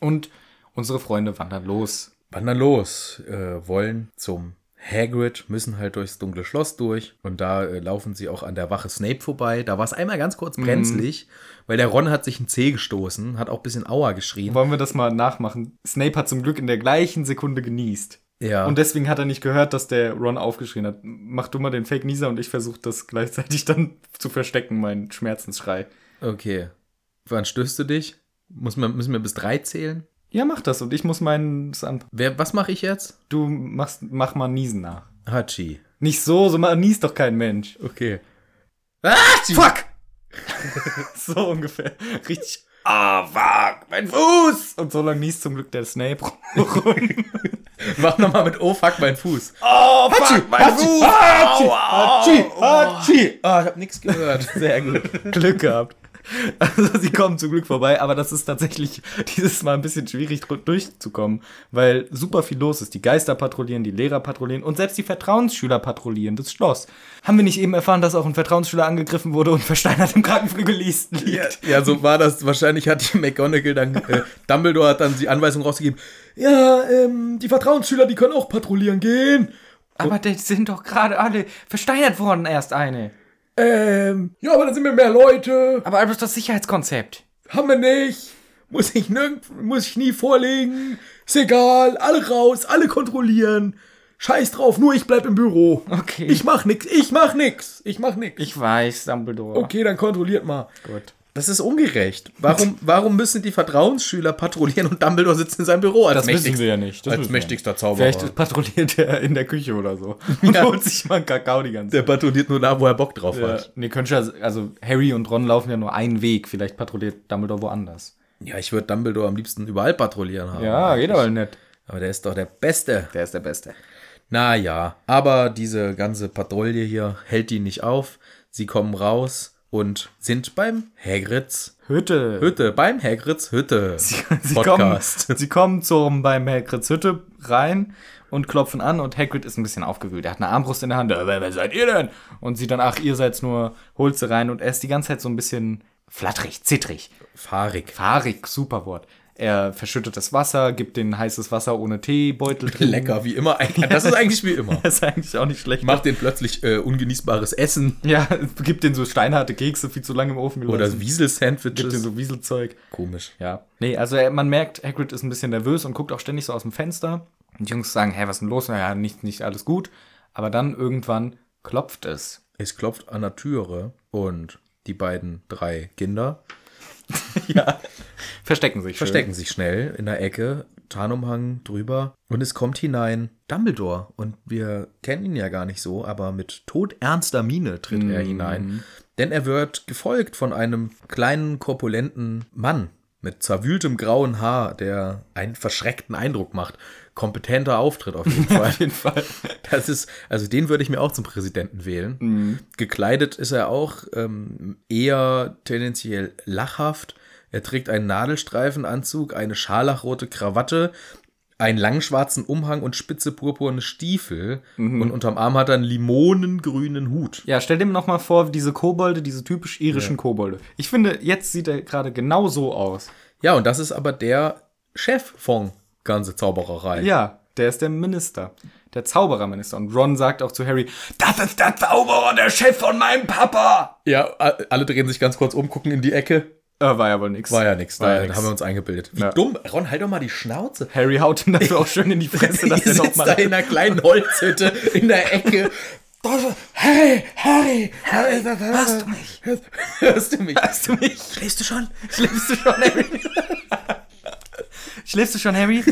A: Und unsere Freunde wandern los.
C: wandern los, äh, wollen zum Hagrid, müssen halt durchs dunkle Schloss durch und da äh, laufen sie auch an der Wache Snape vorbei. Da war es einmal ganz
A: Mhm.
C: kurz brenzlig, weil der Ron hat sich einen Zeh gestoßen, hat auch ein bisschen Aua geschrien.
A: Wollen wir das mal nachmachen? Snape hat zum Glück in der gleichen Sekunde genießt.
C: Ja.
A: Und deswegen hat er nicht gehört, dass der Ron aufgeschrien hat. Mach du mal den Fake Nieser und ich versuche das gleichzeitig dann zu verstecken, meinen Schmerzensschrei.
C: okay. Wann stößt du dich? Muss man, müssen wir bis drei zählen?
A: Ja, mach das und ich muss meinen das anpassen.
C: Wer, was mache ich jetzt?
A: Du machst, mach mal Niesen nach.
C: Hachi.
A: Nicht so, so mal niest doch kein Mensch.
C: Okay.
A: Fuck! so ungefähr. Richtig.
C: Ah, fuck, mein Fuß!
A: Und so lange niest zum Glück der Snape rum.
C: Mach nochmal mit Oh, fuck, mein Fuß.
A: oh, fuck, mein Fuß!
C: Ah!
A: Hatschi,
C: Hachi! Ah, ich hab nix gehört. Sehr gut.
A: Glück gehabt. Also sie kommen zum Glück vorbei, aber das ist tatsächlich dieses Mal ein bisschen schwierig dr- durchzukommen, weil super viel los ist. Die Geister patrouillieren, die Lehrer patrouillieren und selbst die Vertrauensschüler patrouillieren das Schloss. Haben wir nicht eben erfahren, dass auch ein Vertrauensschüler angegriffen wurde und versteinert im Krankenflügel liest?
C: Ja, ja, so war das. Wahrscheinlich hat die McGonagall dann, äh, Dumbledore hat dann die Anweisung rausgegeben. Ja, ähm, die Vertrauensschüler, die können auch patrouillieren gehen.
A: Aber die sind doch gerade alle versteinert worden, erst eine.
C: Ähm, ja, aber da sind mir mehr Leute.
A: Aber alles das Sicherheitskonzept.
C: Haben wir nicht. Muss ich nirgend, muss ich nie vorlegen. Ist egal. Alle raus, alle kontrollieren. Scheiß drauf, nur ich bleib im Büro.
A: Okay.
C: Ich mach nix, ich mach nix, ich mach nix.
A: Ich weiß, Dumbledore.
C: Okay, dann kontrolliert mal.
A: Gut.
C: Das ist ungerecht. Warum, warum müssen die Vertrauensschüler patrouillieren und Dumbledore sitzt in seinem Büro als
A: Das wissen
C: mächtigster,
A: wir ja nicht. Das
C: als
A: wissen wir
C: mächtigster Zauberer?
A: Vielleicht patrouilliert er in der Küche oder so und holt sich mal einen Kakao die ganze
C: Der patrouilliert nur da, wo er Bock drauf
A: Ja.
C: hat.
A: Äh, Nee, könntest ja, also Harry und Ron laufen ja nur einen Weg. Vielleicht patrouilliert Dumbledore woanders.
C: Ja, ich würde Dumbledore am liebsten überall patrouillieren haben.
A: geht aber nicht.
C: Aber der ist doch der Beste.
A: Der ist der Beste.
C: Naja, aber diese ganze Patrouille hier hält die nicht auf. Sie kommen raus und sind beim Hagrids
A: Hütte.
C: Hütte. Beim Hagrids Hütte.
A: Sie, sie, kommen, sie kommen zum beim Hagrids Hütte rein und klopfen an und Hagrid ist ein bisschen aufgewühlt. Er hat eine Armbrust in der Hand. Äh, Wer, wer seid ihr denn? Und sie dann, ach, ihr seid's nur, holt sie rein und er ist die ganze Zeit so ein bisschen flatterig, zittrig.
C: Fahrig.
A: Fahrig, super Wort. Er verschüttet das Wasser, gibt den heißes Wasser ohne Teebeutel drin.
C: Lecker, wie immer. Das ist eigentlich wie immer.
A: Das ist eigentlich auch nicht schlecht.
C: Macht den plötzlich äh, ungenießbares Essen
A: Ja, gibt den so steinharte Kekse, viel zu lange im Ofen gelassen.
C: oder
A: gibt den
C: Wiesel-Sandwiches.
A: so Wieselzeug.
C: Komisch.
A: Ja. Nee, also äh, man merkt, Hagrid ist ein bisschen nervös und guckt auch ständig so aus dem Fenster. Und die Jungs sagen, hä, was ist denn los? Naja, nicht, nicht alles gut. Aber dann irgendwann klopft es.
C: Es klopft an der Türe und die beiden drei Kinder
A: ja. Verstecken sich.
C: verstecken sich schnell in der Ecke, Tarnumhang drüber und es kommt hinein Dumbledore und wir kennen ihn ja gar nicht so, aber mit todernster Miene tritt er hinein, denn er wird gefolgt von einem kleinen korpulenten Mann mit zerwühltem grauen Haar, der einen verschreckten Eindruck macht. Kompetenter Auftritt auf jeden
A: Schön.
C: Fall.
A: Auf jeden Fall.
C: Das ist, also den würde ich mir auch zum Präsidenten wählen.
A: Mhm.
C: Gekleidet ist er auch ähm, eher tendenziell lachhaft. Er trägt einen Nadelstreifenanzug, eine scharlachrote Krawatte, einen langen schwarzen Umhang und spitze purpurne Stiefel.
A: Mhm.
C: Und unterm Arm hat er einen limonengrünen Hut.
A: Ja, stell dir noch mal vor, diese Kobolde, diese typisch irischen Kobolde. Ich finde, jetzt sieht er gerade genau so aus.
C: Ja, und das ist aber der Chef von ganze Zaubererei.
A: Ja, der ist der Minister. Der Zaubererminister. Und Ron sagt auch zu Harry, das ist der Zauberer, der Chef von meinem Papa.
C: Ja, a- alle drehen sich ganz kurz um, gucken in die Ecke.
A: Äh, war ja wohl nix.
C: War ja nichts,
A: War ja
C: da
A: nix.
C: haben wir uns eingebildet. Wie
A: Ja.
C: dumm. Ron, halt doch mal die Schnauze.
A: Harry haut ihm dafür auch schön in die Fresse, dass
C: Die
A: er
C: sitzt da
A: nochmal.
C: in einer kleinen Holzhütte in der Ecke. Harry, Harry, Harry, hörst du mich? Hörst du mich?
A: Hast du mich?
C: Schläfst du schon?
A: Schläfst du schon, Harry? Schläfst du schon, Harry?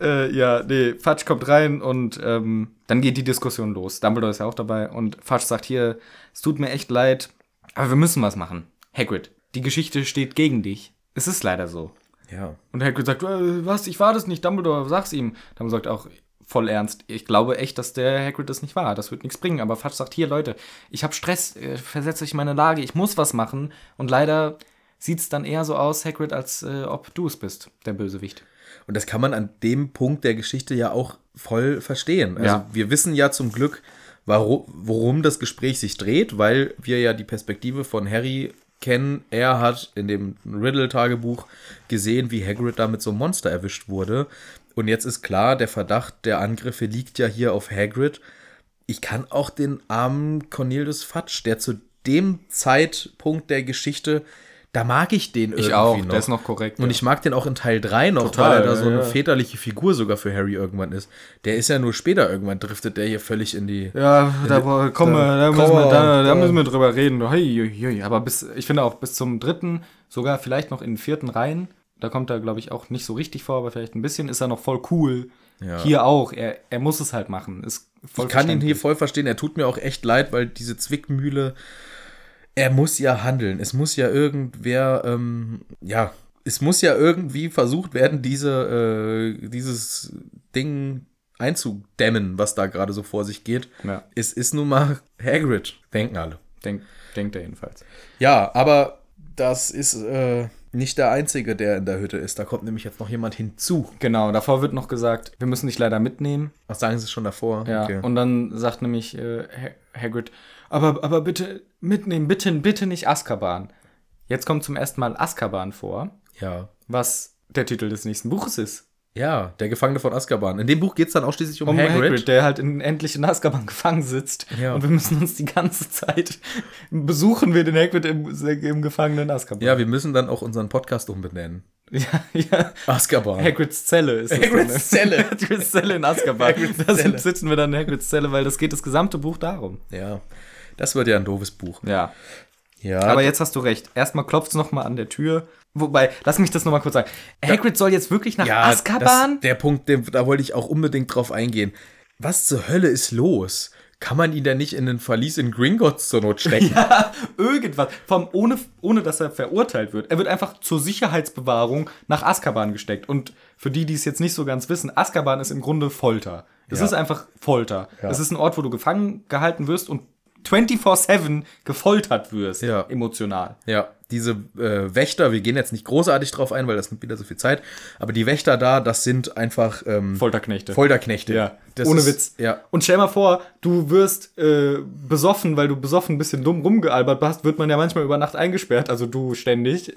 A: äh, ja, nee, Fatsch kommt rein und ähm, dann geht die Diskussion los. Dumbledore ist ja auch dabei und Fatsch sagt hier, es tut mir echt leid, aber wir müssen was machen. Hagrid, die Geschichte steht gegen dich. Es ist leider so.
C: Ja.
A: Und Hagrid sagt, äh, was, ich war das nicht, Dumbledore, sag's ihm. Dumbledore sagt auch voll ernst, ich glaube echt, dass der Hagrid das nicht war, das wird nichts bringen. Aber Fatsch sagt, hier Leute, ich habe Stress, äh, versetze euch in meine Lage, ich muss was machen. Und leider sieht's dann eher so aus, Hagrid, als äh, ob du es bist, der Bösewicht.
C: Und das kann man an dem Punkt der Geschichte ja auch voll verstehen. Also
A: Ja.
C: wir wissen ja zum Glück, warum, worum das Gespräch sich dreht, weil wir ja die Perspektive von Harry kennen, er hat in dem Riddle-Tagebuch gesehen, wie Hagrid da mit so einem Monster erwischt wurde. Und jetzt ist klar, der Verdacht der Angriffe liegt ja hier auf Hagrid. Ich kann auch den armen Cornelius Fudge, der zu dem Zeitpunkt der Geschichte, da mag ich den irgendwie
A: Ich auch,
C: noch.
A: der ist noch korrekt.
C: Und ich mag den auch in Teil 3 noch,
B: Total,
C: weil er da
B: ja,
C: so eine
B: ja.
C: väterliche Figur sogar für Harry irgendwann ist. Der ist ja nur später irgendwann, driftet der hier völlig in die.
A: Ja, da, bra- komm, da, müssen wir,
C: komm,
A: da, da
C: komm.
A: müssen wir drüber reden. Hei, hei, hei. Aber bis, ich finde auch bis zum dritten, sogar vielleicht noch in den vierten Reihen, da kommt er, glaube ich, auch nicht so richtig vor, aber vielleicht ein bisschen ist er noch voll cool. Hier auch, er, er muss es halt machen. Ist voll
C: Ich kann ihn hier
A: verständlich.
C: voll verstehen. Er tut mir auch echt leid, weil diese Zwickmühle, er muss ja handeln. Es muss ja irgendwer, ähm, ja, es muss ja irgendwie versucht werden, diese, äh, dieses Ding einzudämmen, was da gerade so vor sich geht.
A: Ja,
C: Es ist nun mal Hagrid, denken alle.
A: denk, denkt er jedenfalls.
C: Ja, aber das ist äh, nicht der Einzige, der in der Hütte ist. Da kommt nämlich jetzt noch jemand hinzu.
A: Genau, davor wird noch gesagt, wir müssen dich leider mitnehmen.
C: Ach, sagen Sie es schon davor?
A: Ja,
C: Okay.
A: und dann sagt nämlich äh, Ha- Hagrid, aber, aber bitte mitnehmen, bitte, bitte nicht Azkaban. Jetzt kommt zum ersten Mal Azkaban vor,
C: ja.
A: was der Titel des nächsten Buches ist.
C: Ja, der Gefangene von Azkaban. In dem Buch geht es dann ausschließlich um,
A: Um Hagrid,
C: Hagrid.
A: der halt in, endlich in Azkaban gefangen sitzt.
C: Ja.
A: Und wir müssen uns die ganze Zeit besuchen wir den Hagrid im, im gefangenen Azkaban.
C: Ja, wir müssen dann auch unseren Podcast umbenennen.
A: ja, ja.
C: Azkaban.
A: Hagrids Zelle ist das
C: Hagrids
A: dann, ne?
C: Zelle.
A: Hagrids Zelle in Azkaban.
C: Hagrids
A: da
C: Zelle.
A: sind, sitzen wir dann in Hagrids Zelle, weil das geht das gesamte Buch darum.
C: Ja, das wird ja ein doofes Buch.
A: Ja.
C: Ja, Also
A: Aber jetzt hast du recht. Erstmal klopft es nochmal an der Tür. Wobei, lass mich das nochmal kurz sagen. Hagrid soll jetzt wirklich nach
C: ja,
A: Azkaban?
C: Das, der Punkt, den, da wollte ich auch unbedingt drauf eingehen. Was zur Hölle ist los? Kann man ihn denn nicht in den Verlies in Gringotts zur Not stecken?
A: Irgendwas. Vom, ohne, ohne, dass er verurteilt wird. Er wird einfach zur Sicherheitsbewahrung nach Azkaban gesteckt. Und für die, die es jetzt nicht so ganz wissen, Azkaban ist im Grunde Folter. Es
C: Ja.
A: ist einfach Folter. Es ist ein Ort, wo du gefangen gehalten wirst und 24-7 gefoltert wirst.
C: Ja.
A: Emotional.
C: Ja, diese äh, Wächter, wir gehen jetzt nicht großartig drauf ein, weil das nimmt wieder so viel Zeit, aber die Wächter da, das sind einfach ähm,
A: Folterknechte.
C: Folterknechte.
A: Ja,
C: das
A: ohne
C: ist,
A: Witz.
C: Ja,
A: Und stell mal vor, du wirst äh, besoffen, weil du besoffen ein bisschen dumm rumgealbert hast, wird man ja manchmal über Nacht eingesperrt, also du ständig.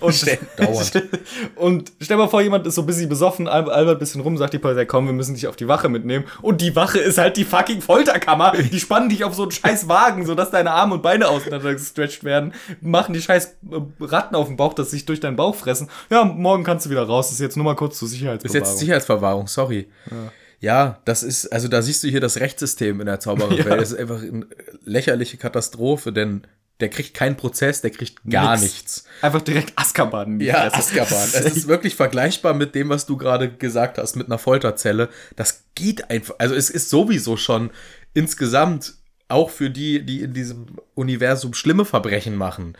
A: und,
C: dauernd.
A: und stell mal vor, jemand ist so ein bisschen besoffen, al- albert ein bisschen rum, sagt die Polizei, komm, wir müssen dich auf die Wache mitnehmen. Und die Wache ist halt die fucking Folterkammer. Die spannen dich auf so einen scheiß Wagen, sodass deine Arme und Beine auseinander gestretched werden, machen die scheiß äh, Ratten auf den Bauch, dass sie sich durch deinen Bauch fressen. Ja, morgen kannst du wieder raus. Das ist jetzt nur mal kurz zur
C: ist
A: Sicherheitsbewahrung.
C: jetzt Sicherheitsverwahrung, sorry. Ja. das ist, also da siehst du hier das Rechtssystem in der Zaubererwelt.
A: Ja.
C: Das ist einfach eine lächerliche Katastrophe, denn der kriegt keinen Prozess, der kriegt gar
A: Nix.
C: nichts.
A: Einfach direkt Azkaban. in die
C: Ja,
A: Fresse.
C: Azkaban. Es ist wirklich vergleichbar mit dem, was du gerade gesagt hast, mit einer Folterzelle. Das geht einfach. Also es ist sowieso schon insgesamt auch für die, die in diesem Universum schlimme Verbrechen machen,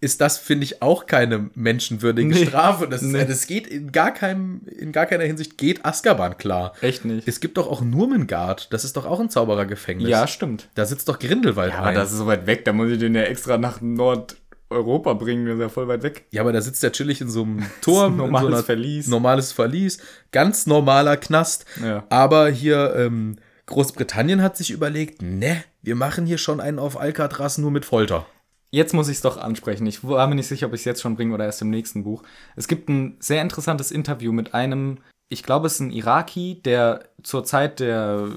C: ist das, finde ich, auch keine menschenwürdige
A: Hm. Nee.
C: Strafe. Das,
A: Nee.
C: das geht in gar keinem, in gar keiner Hinsicht geht Azkaban klar.
A: Echt nicht.
C: Es gibt doch auch Nurmengard. Das ist doch auch ein Zauberergefängnis.
A: ja, stimmt.
C: Da sitzt doch Grindelwald
A: Aber
C: rein.
A: das ist so weit weg, da muss ich den ja extra nach Nordeuropa bringen, das ist ja voll weit weg.
C: Ja, aber da sitzt er chillig in so einem Turm,
A: normales
C: in so einer-
A: Verlies.
C: normales Verlies, ganz normaler Knast.
A: Ja.
C: Aber hier ähm, Großbritannien hat sich überlegt, ne, wir machen hier schon einen auf Alcatraz nur mit Folter.
A: Jetzt muss ich es doch ansprechen. Ich war mir nicht sicher, ob ich es jetzt schon bringe oder erst im nächsten Buch. Es gibt ein sehr interessantes Interview mit einem, ich glaube, es ist ein Iraki, der zur Zeit der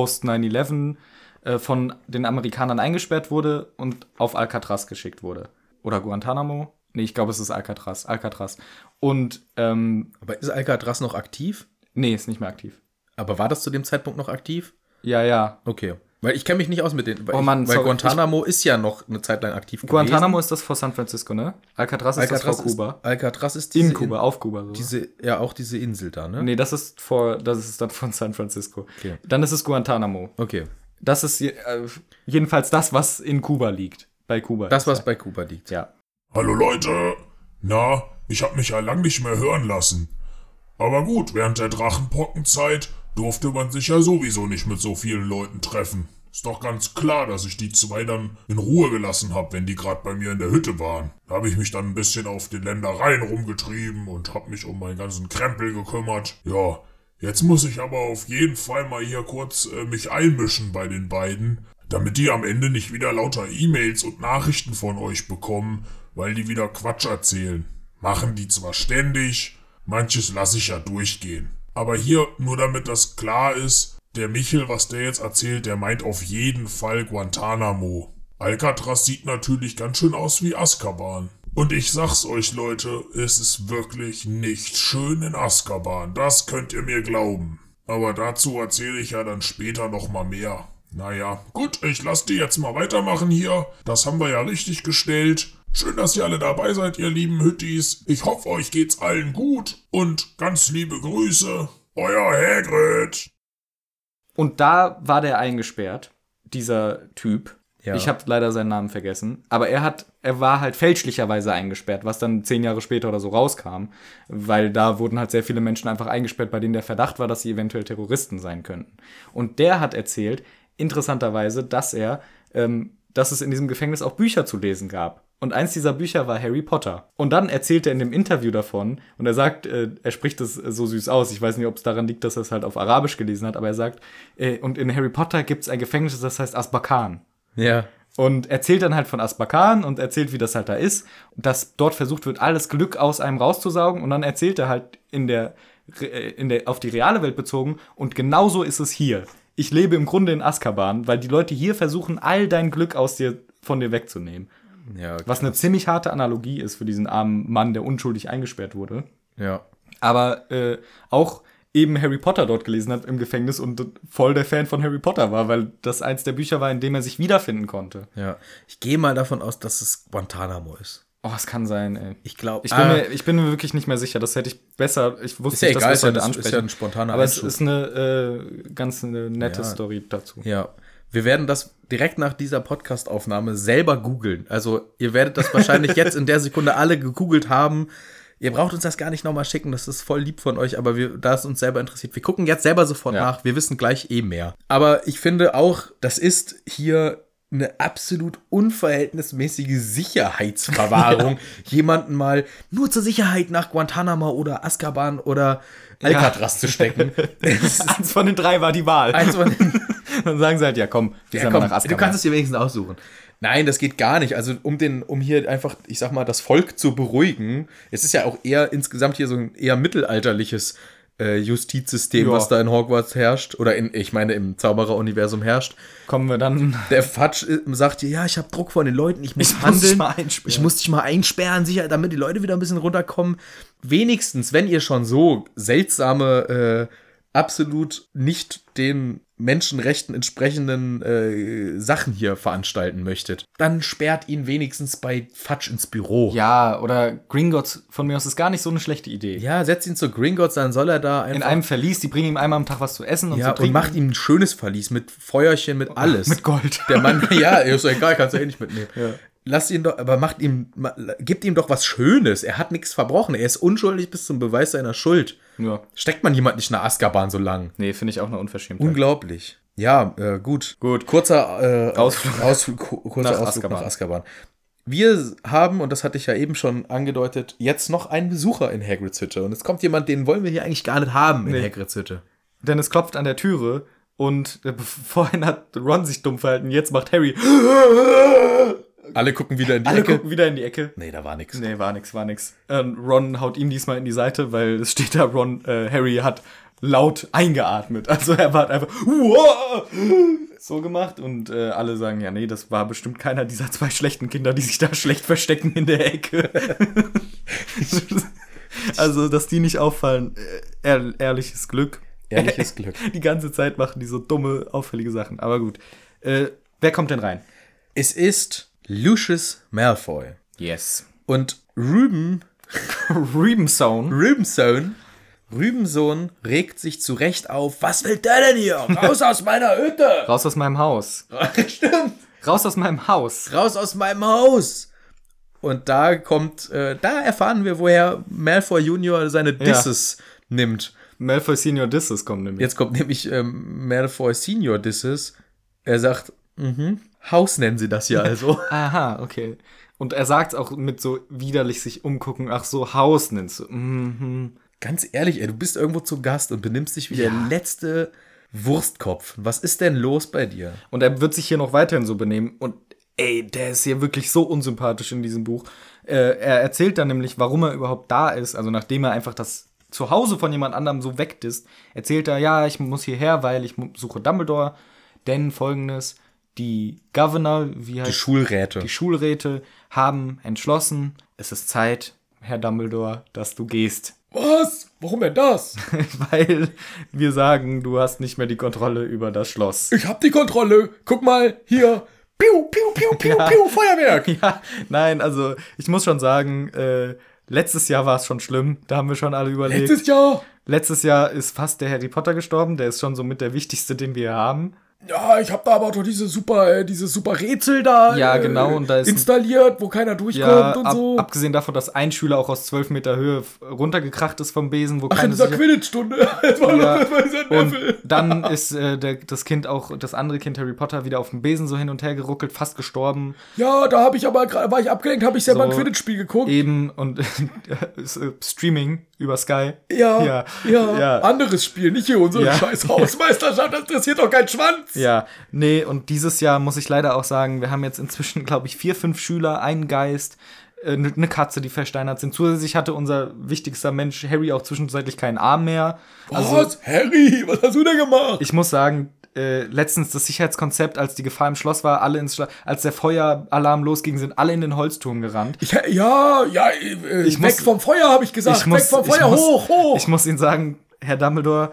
A: Post-9-11 äh, von den Amerikanern eingesperrt wurde und auf Alcatraz geschickt wurde. Oder Guantanamo? Nee, ich glaube, es ist Alcatraz. Alcatraz. Und, ähm,
C: Aber ist Alcatraz noch aktiv?
A: nee, ist nicht mehr aktiv.
C: Aber war das zu dem Zeitpunkt noch aktiv?
A: Ja, ja.
C: Okay. Weil ich kenne mich nicht aus mit den. Weil,
A: Oh Mann,
C: ich, weil
A: sorry,
C: Guantanamo ist ja noch eine Zeit lang aktiv
A: Guantanamo ist das vor San Francisco, ne? Alcatraz ist
C: Alcatraz
A: das vor Kuba.
C: Ist, Alcatraz ist
A: in
C: diese
A: Kuba, auf Kuba. So.
C: diese, ja, auch diese Insel da, ne?
A: nee, das ist vor, das ist dann von San Francisco.
C: Okay.
A: Dann ist es Guantanamo.
C: Okay.
A: Das ist je, äh, jedenfalls das, was in Kuba liegt. Bei Kuba.
C: Das, was bei Kuba liegt.
A: ja.
D: Hallo Leute! Na, ich hab mich ja lang nicht mehr hören lassen. Aber gut, während der Drachenpockenzeit durfte man sich ja sowieso nicht mit so vielen Leuten treffen. Ist doch ganz klar, dass ich die zwei dann in Ruhe gelassen hab, wenn die gerade bei mir in der Hütte waren. Da habe ich mich dann ein bisschen auf den Ländereien rumgetrieben und hab mich um meinen ganzen Krempel gekümmert. Ja, jetzt muss ich aber auf jeden Fall mal hier kurz äh, mich einmischen bei den beiden. damit die am Ende nicht wieder lauter E-Mails und Nachrichten von euch bekommen, weil die wieder Quatsch erzählen. Machen die zwar ständig, manches lasse ich ja durchgehen. Aber hier, nur damit das klar ist, der Michel, was der jetzt erzählt, der meint auf jeden Fall Guantanamo. Alcatraz sieht natürlich ganz schön aus wie Azkaban. Und ich sag's euch, Leute, es ist wirklich nicht schön in Azkaban. Das könnt ihr mir glauben. Aber dazu erzähle ich ja dann später nochmal mehr. Naja, gut, ich lass die jetzt mal weitermachen hier. Das haben wir ja richtig gestellt. Schön, dass ihr alle dabei seid, ihr lieben Hüttis. Ich hoffe, euch geht's allen gut und ganz liebe Grüße. Euer Hagrid.
A: Und da war der eingesperrt, dieser Typ.
C: Ja.
A: Ich habe leider seinen Namen vergessen. Aber er hat, er war halt fälschlicherweise eingesperrt, was dann zehn Jahre später oder so rauskam. Weil da wurden halt sehr viele Menschen einfach eingesperrt, bei denen der Verdacht war, dass sie eventuell Terroristen sein könnten. Und der hat erzählt, interessanterweise, dass er, ähm, dass es in diesem Gefängnis auch Bücher zu lesen gab. Und eins dieser Bücher war Harry Potter. Und dann erzählt er in dem Interview davon, und er sagt, äh, er spricht es äh, so süß aus. Ich weiß nicht, ob es daran liegt, dass er es halt auf Arabisch gelesen hat, aber er sagt, äh, und in Harry Potter gibt es ein Gefängnis, das heißt Asbakan.
C: Ja.
A: Und erzählt dann halt von Asbakan und erzählt, wie das halt da ist, dass dort versucht wird, alles Glück aus einem rauszusaugen. Und dann erzählt er halt in der, Re- äh, in der, auf die reale Welt bezogen. Und genauso ist es hier. Ich lebe im Grunde in Azkaban, weil die Leute hier versuchen, all dein Glück aus dir, von dir wegzunehmen.
C: Ja,
A: Was eine ziemlich harte Analogie ist für diesen armen Mann, der unschuldig eingesperrt wurde.
C: ja.
A: Aber äh, auch eben Harry Potter dort gelesen hat im Gefängnis und voll der Fan von Harry Potter war, weil das eins der Bücher war, in dem er sich wiederfinden konnte.
C: Ja. Ich gehe mal davon aus, dass es Guantanamo ist.
A: Oh, es kann sein, ey.
C: Ich ah, glaube,
A: Ich bin, mir, ich bin mir wirklich nicht mehr sicher. Das hätte ich besser. Ich wusste
C: Ist ja
A: nicht,
C: egal,
A: dass wir das
C: ist
A: heute
C: ja ein- ist
A: ansprechen.
C: ja ein spontaner
A: Aber
C: Einschub.
A: es ist eine äh, ganz eine nette Story dazu.
C: Ja. Wir werden das direkt nach dieser Podcast-Aufnahme selber googeln. Also, ihr werdet das wahrscheinlich jetzt in der Sekunde alle gegoogelt haben. Ihr braucht uns das gar nicht nochmal schicken, das ist voll lieb von euch, aber wir, da es uns selber interessiert, wir gucken jetzt selber sofort
A: Ja.
C: nach, wir wissen gleich eh mehr. Aber ich finde auch, das ist hier eine absolut unverhältnismäßige Sicherheitsverwahrung. Jemanden mal nur zur Sicherheit nach Guantanamo oder Azkaban oder Alcatraz zu stecken. Es ist
A: Eins von den drei war die Wahl.
C: eins von den
A: Dann sagen sie halt, ja komm, wir
C: ja,
A: sind
C: komm,
A: nach Azkaban.
C: du kannst es dir wenigstens aussuchen. Nein, das geht gar nicht. Also um den, um hier einfach, ich sag mal, das Volk zu beruhigen. Es ist ja auch eher insgesamt hier so ein eher mittelalterliches äh, Justizsystem,
A: Ja.
C: was da in Hogwarts herrscht oder in, ich meine, im Zauberer-Universum herrscht.
A: Kommen wir dann.
C: Der Fatsch äh, sagt hier, ja, ich habe Druck von den Leuten, ich muss
A: Ich muss dich
C: handeln,
A: mal einsperren.
C: ich muss dich mal einsperren, sicher, damit die Leute wieder ein bisschen runterkommen. Wenigstens, wenn ihr schon so seltsame, äh, absolut nicht den Menschenrechten entsprechenden äh, Sachen hier veranstalten möchtet, dann sperrt ihn wenigstens bei Fatsch ins Büro.
A: Ja, oder Gringotts von mir aus ist gar nicht so eine schlechte Idee.
C: Ja, setzt ihn zu Gringotts, dann soll er da
A: In
C: einfach
A: einem Verlies, die bringen ihm einmal am Tag was zu essen und
C: ja,
A: zu
C: und
A: trinken. Oh,
C: macht ihm ein schönes Verlies mit Feuerchen, mit alles.
A: Mit Gold.
C: Der Mann, ja, ist doch egal, kannst du eh nicht mitnehmen.
A: Ja.
C: Lass ihn doch, aber macht ihm, ma- gibt ihm doch was Schönes. Er hat nichts verbrochen. Er ist unschuldig bis zum Beweis seiner Schuld.
A: ja.
C: Steckt man jemand nicht nach Azkaban so lang?
A: Nee, finde ich auch eine Unverschämtheit.
C: Unglaublich. Ja, äh, gut.
A: Gut.
C: Kurzer äh,
A: Ausflug.
C: Ausflug, ku- kurzer
A: Nach
C: Ausflug
A: Azkaban.
C: nach Azkaban. Wir haben, und das hatte ich ja eben schon angedeutet, jetzt noch einen Besucher in Hagrids Hütte. Und es kommt jemand, den wollen wir hier eigentlich gar nicht haben in
A: Nee.
C: Hagrids Hütte.
A: Denn es klopft an der Türe und äh, bev- vorhin hat Ron sich dumm verhalten, jetzt macht Harry.
C: Alle gucken wieder in die
A: Alle
C: Ecke.
A: gucken wieder in die Ecke.
C: Nee, da war nichts.
A: Nee, war nix, war nix. Ähm, Ron haut ihm diesmal in die Seite, weil es steht da, Ron, äh, Harry hat laut eingeatmet. Also er war einfach "Uah!" so gemacht und äh, alle sagen, ja, nee, das war bestimmt keiner dieser zwei schlechten Kinder, die sich da schlecht verstecken in der Ecke. also, dass die nicht auffallen, äh, ehr ehrliches Glück.
C: Ehrliches Glück.
A: Die ganze Zeit machen die so dumme, auffällige Sachen. Aber gut. Äh, wer kommt denn rein?
C: Es ist Lucius Malfoy.
A: Yes.
C: Und Rüben,
A: Rebensown.
C: Rübensohn, Rübensohn regt sich zu Recht auf. Was will der denn hier? Raus aus meiner Hütte!
A: Raus aus meinem Haus.
C: Stimmt.
A: Raus aus meinem Haus.
C: Raus aus meinem Haus! Und da kommt, äh, da erfahren wir, woher Malfoy Junior seine Disses nimmt.
A: Malfoy Senior Disses kommt nämlich.
C: Jetzt kommt nämlich ähm, Malfoy Senior Disses. Er sagt, mhm, Haus nennen sie das hier also.
A: Aha, okay. Und er sagt's auch mit so widerlich sich umgucken. Ach so, Haus nennst du. Mhm.
C: Ganz ehrlich, ey, du bist irgendwo zu Gast und benimmst dich wie der letzte Wurstkopf, was ist denn los bei dir?
A: Und er wird sich hier noch weiterhin so benehmen. Und ey, der ist hier wirklich so unsympathisch in diesem Buch. Äh, er erzählt dann nämlich, warum er überhaupt da ist. Also nachdem er einfach das Zuhause von jemand anderem so wegdisst, erzählt er, ja, ich muss hierher, weil ich mu- suche Dumbledore. Denn folgendes, die Governor, wie heißt
C: Die Schulräte.
A: die Schulräte haben entschlossen, es ist Zeit, Herr Dumbledore, dass du gehst.
B: Was? Warum denn das?
A: Weil wir sagen, du hast nicht mehr die Kontrolle über das Schloss.
B: Ich hab die Kontrolle. Guck mal, hier. Piu, piu, piu, piu, piu, Feuerwerk.
A: Ja, nein, also ich muss schon sagen, äh, letztes Jahr war es schon schlimm. Da haben wir schon alle überlegt. Letztes,
B: Letztes Jahr.
A: Jahr ist fast der Harry Potter gestorben. Der ist schon somit der wichtigste, den wir haben.
B: Ja, ich hab da aber doch diese super, äh, diese super Rätsel da.
A: Ja,
B: äh,
A: genau, und da ist-
B: installiert, wo keiner durchkommt
A: Ja,
B: und
A: ab,
B: so.
A: abgesehen davon, dass ein Schüler auch aus zwölf Meter Höhe f- runtergekracht ist vom Besen, wo
B: Ach, in
A: keine
B: dieser
A: Sicher-
B: Quidditch-Stunde. Das war
A: Ja.
B: doch- das war dieser
A: Und
B: Neffel.
A: dann ist äh, der, das Kind auch, das andere Kind Harry Potter, wieder auf dem Besen so hin und her geruckelt, fast gestorben.
B: Ja, da habe ich aber gra- war ich abgelenkt, habe ich selber
A: So.
B: ein Quidditch-Spiel geguckt.
A: Eben und ist, äh, Streaming über Sky.
B: Ja,
A: Ja.
B: ja,
A: Ja.
B: anderes Spiel, nicht hier unsere
A: Ja.
B: scheiß Hausmeisterschaft, das interessiert doch kein Schwanz.
A: Ja, nee, und dieses Jahr muss ich leider auch sagen, wir haben jetzt inzwischen, glaube ich, vier, fünf Schüler, einen Geist, eine ne Katze, die versteinert sind. Zusätzlich hatte unser wichtigster Mensch Harry auch zwischenzeitlich keinen Arm mehr. Also
B: Was? Harry, was hast du denn gemacht?
A: ich muss sagen, äh, letztens das Sicherheitskonzept, als die Gefahr im Schloss war, alle ins Schloss, als der Feueralarm losging, sind alle in den Holzturm gerannt.
B: Ich, ja, ja, äh,
A: Ich
B: weg
A: muss-
B: vom Feuer, habe ich gesagt.
A: Ich muss-
B: weg Ah, vom
A: ich
B: Feuer,
A: muss-
B: hoch, hoch.
A: Ich muss Ihnen sagen, Herr Dumbledore,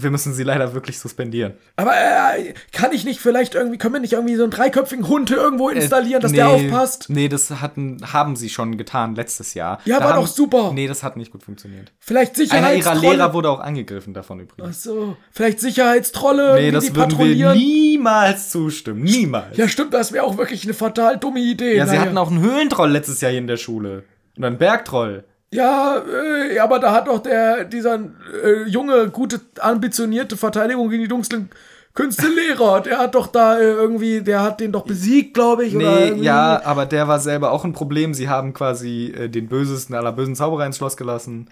A: wir müssen Sie leider wirklich suspendieren.
B: Aber äh, kann ich nicht vielleicht irgendwie, können wir nicht irgendwie so einen dreiköpfigen Hund irgendwo installieren, dass der
A: Äh, Nee,
B: aufpasst?
A: Nee, das hatten, haben sie schon getan letztes Jahr.
B: Ja,
A: Da
B: war
A: haben,
B: doch super.
A: Nee, das hat nicht gut funktioniert.
B: Vielleicht
A: Einer ihrer
B: Sicherheitstrolle.
A: Lehrer wurde auch angegriffen davon übrigens.
B: Achso, vielleicht Sicherheitstrolle,
A: nee,
B: irgendwie,
A: das würden wir niemals zustimmen. Niemals. Ja,
B: Ja, stimmt, das wäre auch wirklich eine fatal dumme Idee.
A: sie
B: Naja.
A: hatten auch einen Höhlentroll letztes Jahr hier in der Schule. Und einen Bergtroll.
B: Ja, äh, aber da hat doch der, dieser äh, junge, gute, ambitionierte Verteidigung gegen die dunklen Künste Lehrer, der hat doch da äh, irgendwie, der hat den doch besiegt, glaube ich. oder
A: Nee,
B: irgendwie.
A: ja, aber der war selber auch ein Problem. Sie haben quasi äh, den bösesten aller bösen Zauberer ins Schloss gelassen.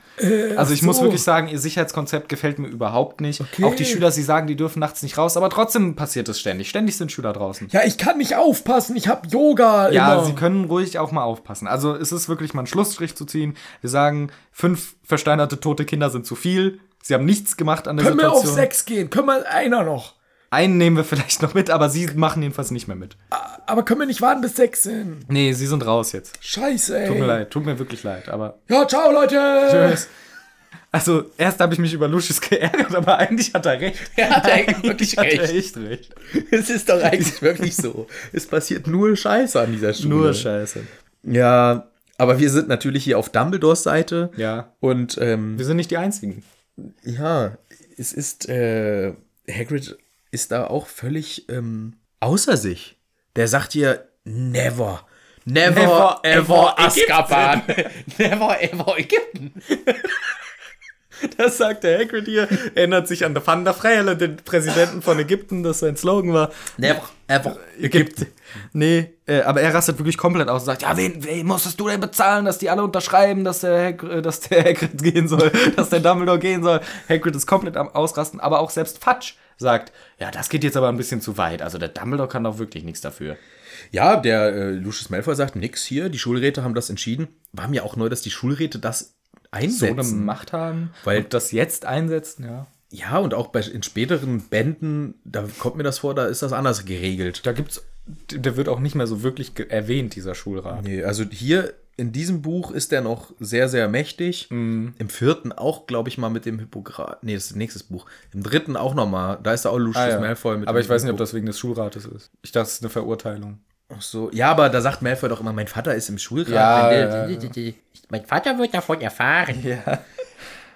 A: also ich muss
B: Äh, so.
A: wirklich sagen, ihr Sicherheitskonzept gefällt mir überhaupt nicht. Auch die Schüler, sie sagen, die dürfen nachts nicht raus, aber trotzdem passiert es ständig. Ständig sind Schüler draußen.
B: Ja, ich kann nicht aufpassen, ich hab Yoga
A: Ja,
B: immer.
A: sie können ruhig auch mal aufpassen. Also es ist wirklich mal einen Schlussstrich zu ziehen. Wir sagen, fünf versteinerte tote Kinder sind zu viel. Sie haben nichts gemacht an der
B: können wir auf
A: Situation.
B: sechs gehen? Können wir einer noch?
A: Einen nehmen wir vielleicht noch mit, aber sie machen jedenfalls nicht mehr mit.
B: Aber können wir nicht warten bis sechs sind?
A: Nee, sie sind raus jetzt.
B: Scheiße, ey.
A: Tut mir leid, tut mir wirklich leid, aber.
B: Ja, ciao, Leute.
A: Tschüss. Also, erst habe ich mich über Lucius geärgert, aber eigentlich hat er recht.
C: Ja, hat er eigentlich wirklich
A: Hat er
C: recht.
A: echt recht.
C: Es ist doch eigentlich wirklich so. Es passiert nur Scheiße an dieser Schule.
A: Nur Scheiße.
C: Ja, aber wir sind natürlich hier auf Dumbledores Seite.
A: Ja.
C: Und ähm,
A: Wir sind nicht die Einzigen.
C: ja, es ist, äh, Hagrid ist da auch völlig ähm, außer sich. Der sagt hier, never. Never,
A: Never,
C: ever Azkaban. never ever Ägypten.
A: Das sagt der Hagrid hier. Erinnert sich an der Van der Freyele, den Präsidenten von Ägypten, das sein Slogan war.
C: Never ever
A: Ägypten. Nee, äh, aber er rastet wirklich komplett aus und sagt, ja, wen, wen musstest du denn bezahlen, dass die alle unterschreiben, dass der, Hag äh, dass der Hagrid gehen soll, dass der Dumbledore gehen soll. Hagrid ist komplett am Ausrasten, aber auch selbst Fudge sagt, ja, das geht jetzt aber ein bisschen zu weit. Also der Dumbledore kann doch wirklich nichts dafür.
C: Ja, der äh, Lucius Malfoy sagt nix hier. Die Schulräte haben das entschieden. War mir auch neu, dass die Schulräte das
A: So eine
C: einsetzen.
A: Macht haben
C: Weil-
A: und das jetzt einsetzen, ja.
C: ja, und auch bei, in späteren Bänden, da kommt mir das vor, da ist das anders geregelt.
A: Da gibt's, der wird auch nicht mehr so wirklich ge- erwähnt, dieser Schulrat.
C: Nee, also hier in diesem Buch ist der noch sehr, sehr mächtig.
A: Mhm.
C: Im vierten auch, glaube ich, mal mit dem Hippokrat. Nee, das ist nächstes Buch. Im dritten auch noch mal. Da ist da auch Lucius
A: Ah, ja.
C: Malfoy mit
A: aber
C: dem
A: ich weiß nicht, ob
C: Hippo-
A: das wegen des Schulrates ist. Ich dachte, es ist eine Verurteilung.
C: Ach so. Ja, aber da sagt Malfoy doch immer, mein Vater ist im Schulrat.
A: Ja, äh,
C: Wenn der-
A: ja,
E: Mein Vater wird davon erfahren.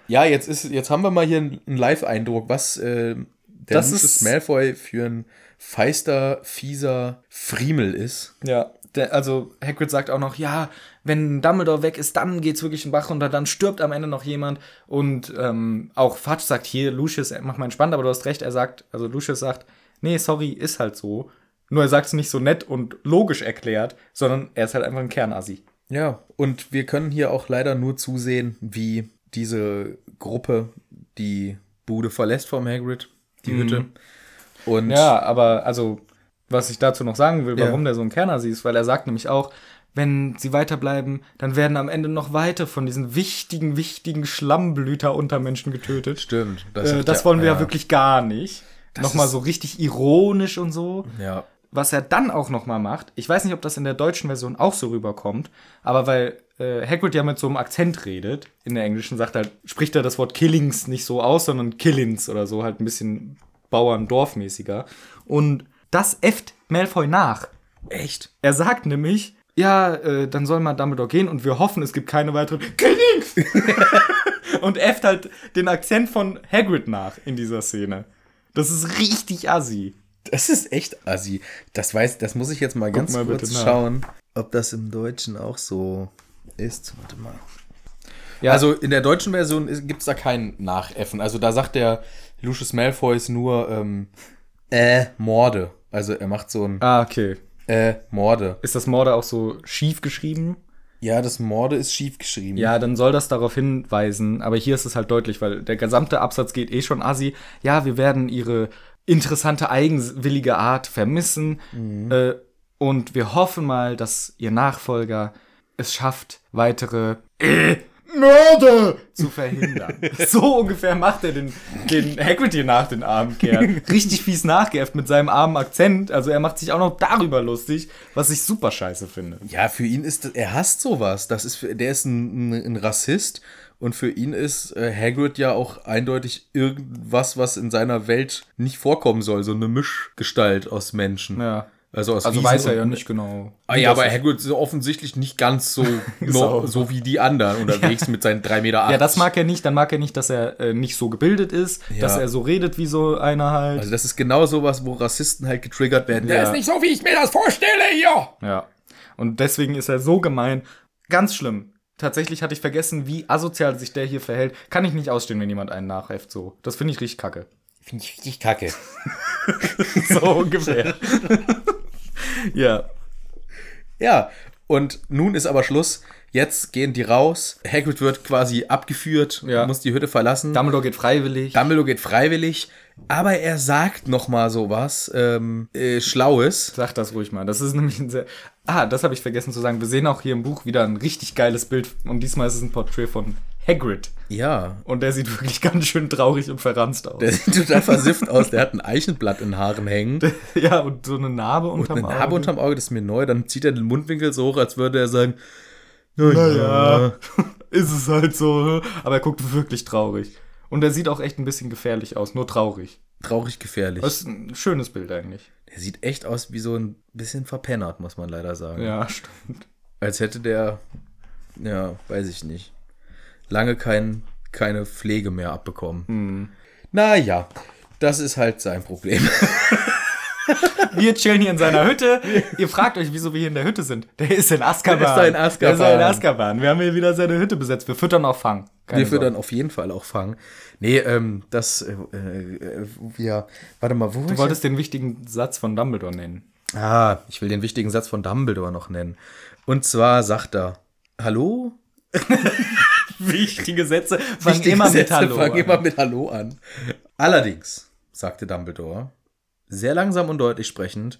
C: Ja, jetzt ist, jetzt haben wir mal hier einen einen Live-Eindruck, was äh, der
A: Das
C: Lucius
A: ist-
C: Malfoy für ein feister, fieser Friemel ist.
A: Ja, der, also Hagrid sagt auch noch, ja, wenn Dumbledore weg ist, dann geht's wirklich in den Bach runter, dann stirbt am Ende noch jemand. Und ähm, auch Fudge sagt hier, Lucius, mach mal entspannt, aber du hast recht, er sagt, also Lucius sagt, nee, sorry, ist halt so. Nur er sagt es nicht so nett und logisch erklärt, sondern er ist halt einfach ein Kernasi.
C: Ja, und wir können hier auch leider nur zusehen, wie diese Gruppe die Bude verlässt vom Hagrid die Hütte. Und
A: Mhm. Ja, aber also, was ich dazu noch sagen will,
C: Ja.
A: warum der so ein Kerner sie ist, weil er sagt nämlich auch, wenn sie weiterbleiben, dann werden am Ende noch weiter von diesen wichtigen, wichtigen Schlammblüter Untermenschen getötet.
C: stimmt.
A: äh,
C: sagt
A: das
C: er-
A: wollen wir ja, wirklich gar nicht. Nochmal
C: ist-
A: so richtig ironisch und so.
C: Ja.
A: Was er dann auch nochmal macht, ich weiß nicht, ob das in der deutschen Version auch so rüberkommt, aber weil äh, Hagrid ja mit so einem Akzent redet, in der englischen sagt er, spricht er das Wort Killings nicht so aus, sondern Killins oder so, halt ein bisschen Bauerndorfmäßiger. Und das äfft Malfoy nach.
C: Echt?
A: Er sagt nämlich, ja, äh, dann soll man damit auch gehen und wir hoffen, es gibt keine weiteren Killings. und äfft halt den Akzent von Hagrid nach in dieser Szene. Das ist richtig assi.
C: Das ist echt assi. Das weiß, das muss ich jetzt mal ganz
A: mal bitte
C: kurz
A: nach.
C: schauen, ob das im Deutschen auch so ist. Warte mal.
A: Ja.
C: Also in der deutschen Version gibt es da kein Nachäffen. Also da sagt der Lucius Malfoy ist nur ähm, äh, Morde. Also er macht so ein
A: Ah, okay.
C: äh, Morde.
A: Ist das Morde auch so schief geschrieben?
C: Ja, das Morde ist schief geschrieben.
A: Ja, dann soll das darauf hinweisen. Aber hier ist es halt deutlich, weil der gesamte Absatz geht eh schon assi. Ja, wir werden ihre interessante, eigenwillige Art vermissen. Äh, und wir hoffen mal, dass ihr Nachfolger es schafft, weitere äh, Mörder zu verhindern. so ungefähr macht er den, den Hagrid hier nach, den armen Kerl. Richtig fies nachgeäfft mit seinem armen Akzent. Also er macht sich auch noch darüber lustig, was ich super scheiße finde.
C: Ja, für ihn ist, er hasst sowas. Das ist, für- der ist ein, ein- ein Rassist und für ihn ist äh, Hagrid ja auch eindeutig irgendwas, was in seiner Welt nicht vorkommen soll. So eine Mischgestalt aus Menschen.
A: Ja.
C: Also aus
A: Also
C: Riesen
A: weiß er
C: und-
A: ja nicht genau.
C: Ah, ja, aber Hagrid ist offensichtlich nicht ganz so, no,
A: Sauber.
C: so wie die anderen unterwegs mit seinen 3,80 Meter.
A: Ja, das mag er nicht. Dann mag er nicht, dass er äh, nicht so gebildet ist, dass er so redet wie so einer halt.
C: Also das ist genau sowas, wo Rassisten halt getriggert werden. Der ist
E: Nicht so, wie ich mir das vorstelle hier.
A: ja. Und deswegen ist er so gemein. Ganz schlimm. Tatsächlich hatte ich vergessen, wie asozial sich der hier verhält. Kann ich nicht ausstehen, wenn jemand einen nachheft so. Das finde ich richtig kacke.
E: Finde ich richtig kacke.
A: So ungefähr. ja.
C: Ja, und nun ist aber Schluss. Jetzt gehen die raus. Hagrid wird quasi abgeführt,
A: Ja.
C: muss die Hütte verlassen.
A: Dumbledore geht freiwillig.
C: Dumbledore geht freiwillig, aber er sagt noch mal sowas ähm, äh, Schlaues.
A: Sag das ruhig mal. Das ist nämlich ein sehr. Ah, das habe ich vergessen zu sagen. Wir sehen auch hier im Buch wieder ein richtig geiles Bild. Und diesmal ist es ein Porträt von Hagrid.
C: Ja.
A: Und der sieht wirklich ganz schön traurig und verranzt aus.
C: Der sieht total versifft aus. Der hat ein Eichenblatt in den Haaren hängen.
A: Ja, und so eine Narbe unterm
C: Eine
A: Auge.
C: Narbe unterm Auge, das ist mir neu. Dann zieht er den Mundwinkel so hoch, als würde er sagen, na ja.
A: Naja, ist es halt so. Aber er guckt wirklich traurig. Und er sieht auch echt ein bisschen gefährlich aus, nur traurig.
C: traurig gefährlich.
A: Das ist ein schönes Bild eigentlich.
C: Der sieht echt aus wie so ein bisschen verpennert, muss man leider sagen.
A: Ja, stimmt.
C: Als hätte der, ja, weiß ich nicht, lange kein, keine Pflege mehr abbekommen. Hm.
A: Mhm.
C: Naja, das ist halt sein Problem.
A: Wir chillen hier in seiner Hütte. Ihr fragt euch, wieso wir hier in der Hütte sind. Der ist in Azkaban.
C: Der ist da in
A: Der ist da in
C: Azkaban.
A: Azkaban. Wir haben hier wieder seine Hütte besetzt. Wir füttern auch Fang. Keine
C: wir
A: Sorge.
C: dann auf jeden Fall auch fangen. Nee, ähm, das, äh, äh, wir, warte mal, wo
A: Du wolltest den wichtigen Satz von Dumbledore nennen.
C: Ah, ich will den wichtigen Satz von Dumbledore noch nennen. Und zwar sagt er, Hallo?
A: Wichtige Sätze fangen
C: Wichtige
A: immer mit
C: Sätze
A: Hallo
C: fangen
A: an.
C: immer mit Hallo an. Allerdings, sagte Dumbledore, sehr langsam und deutlich sprechend.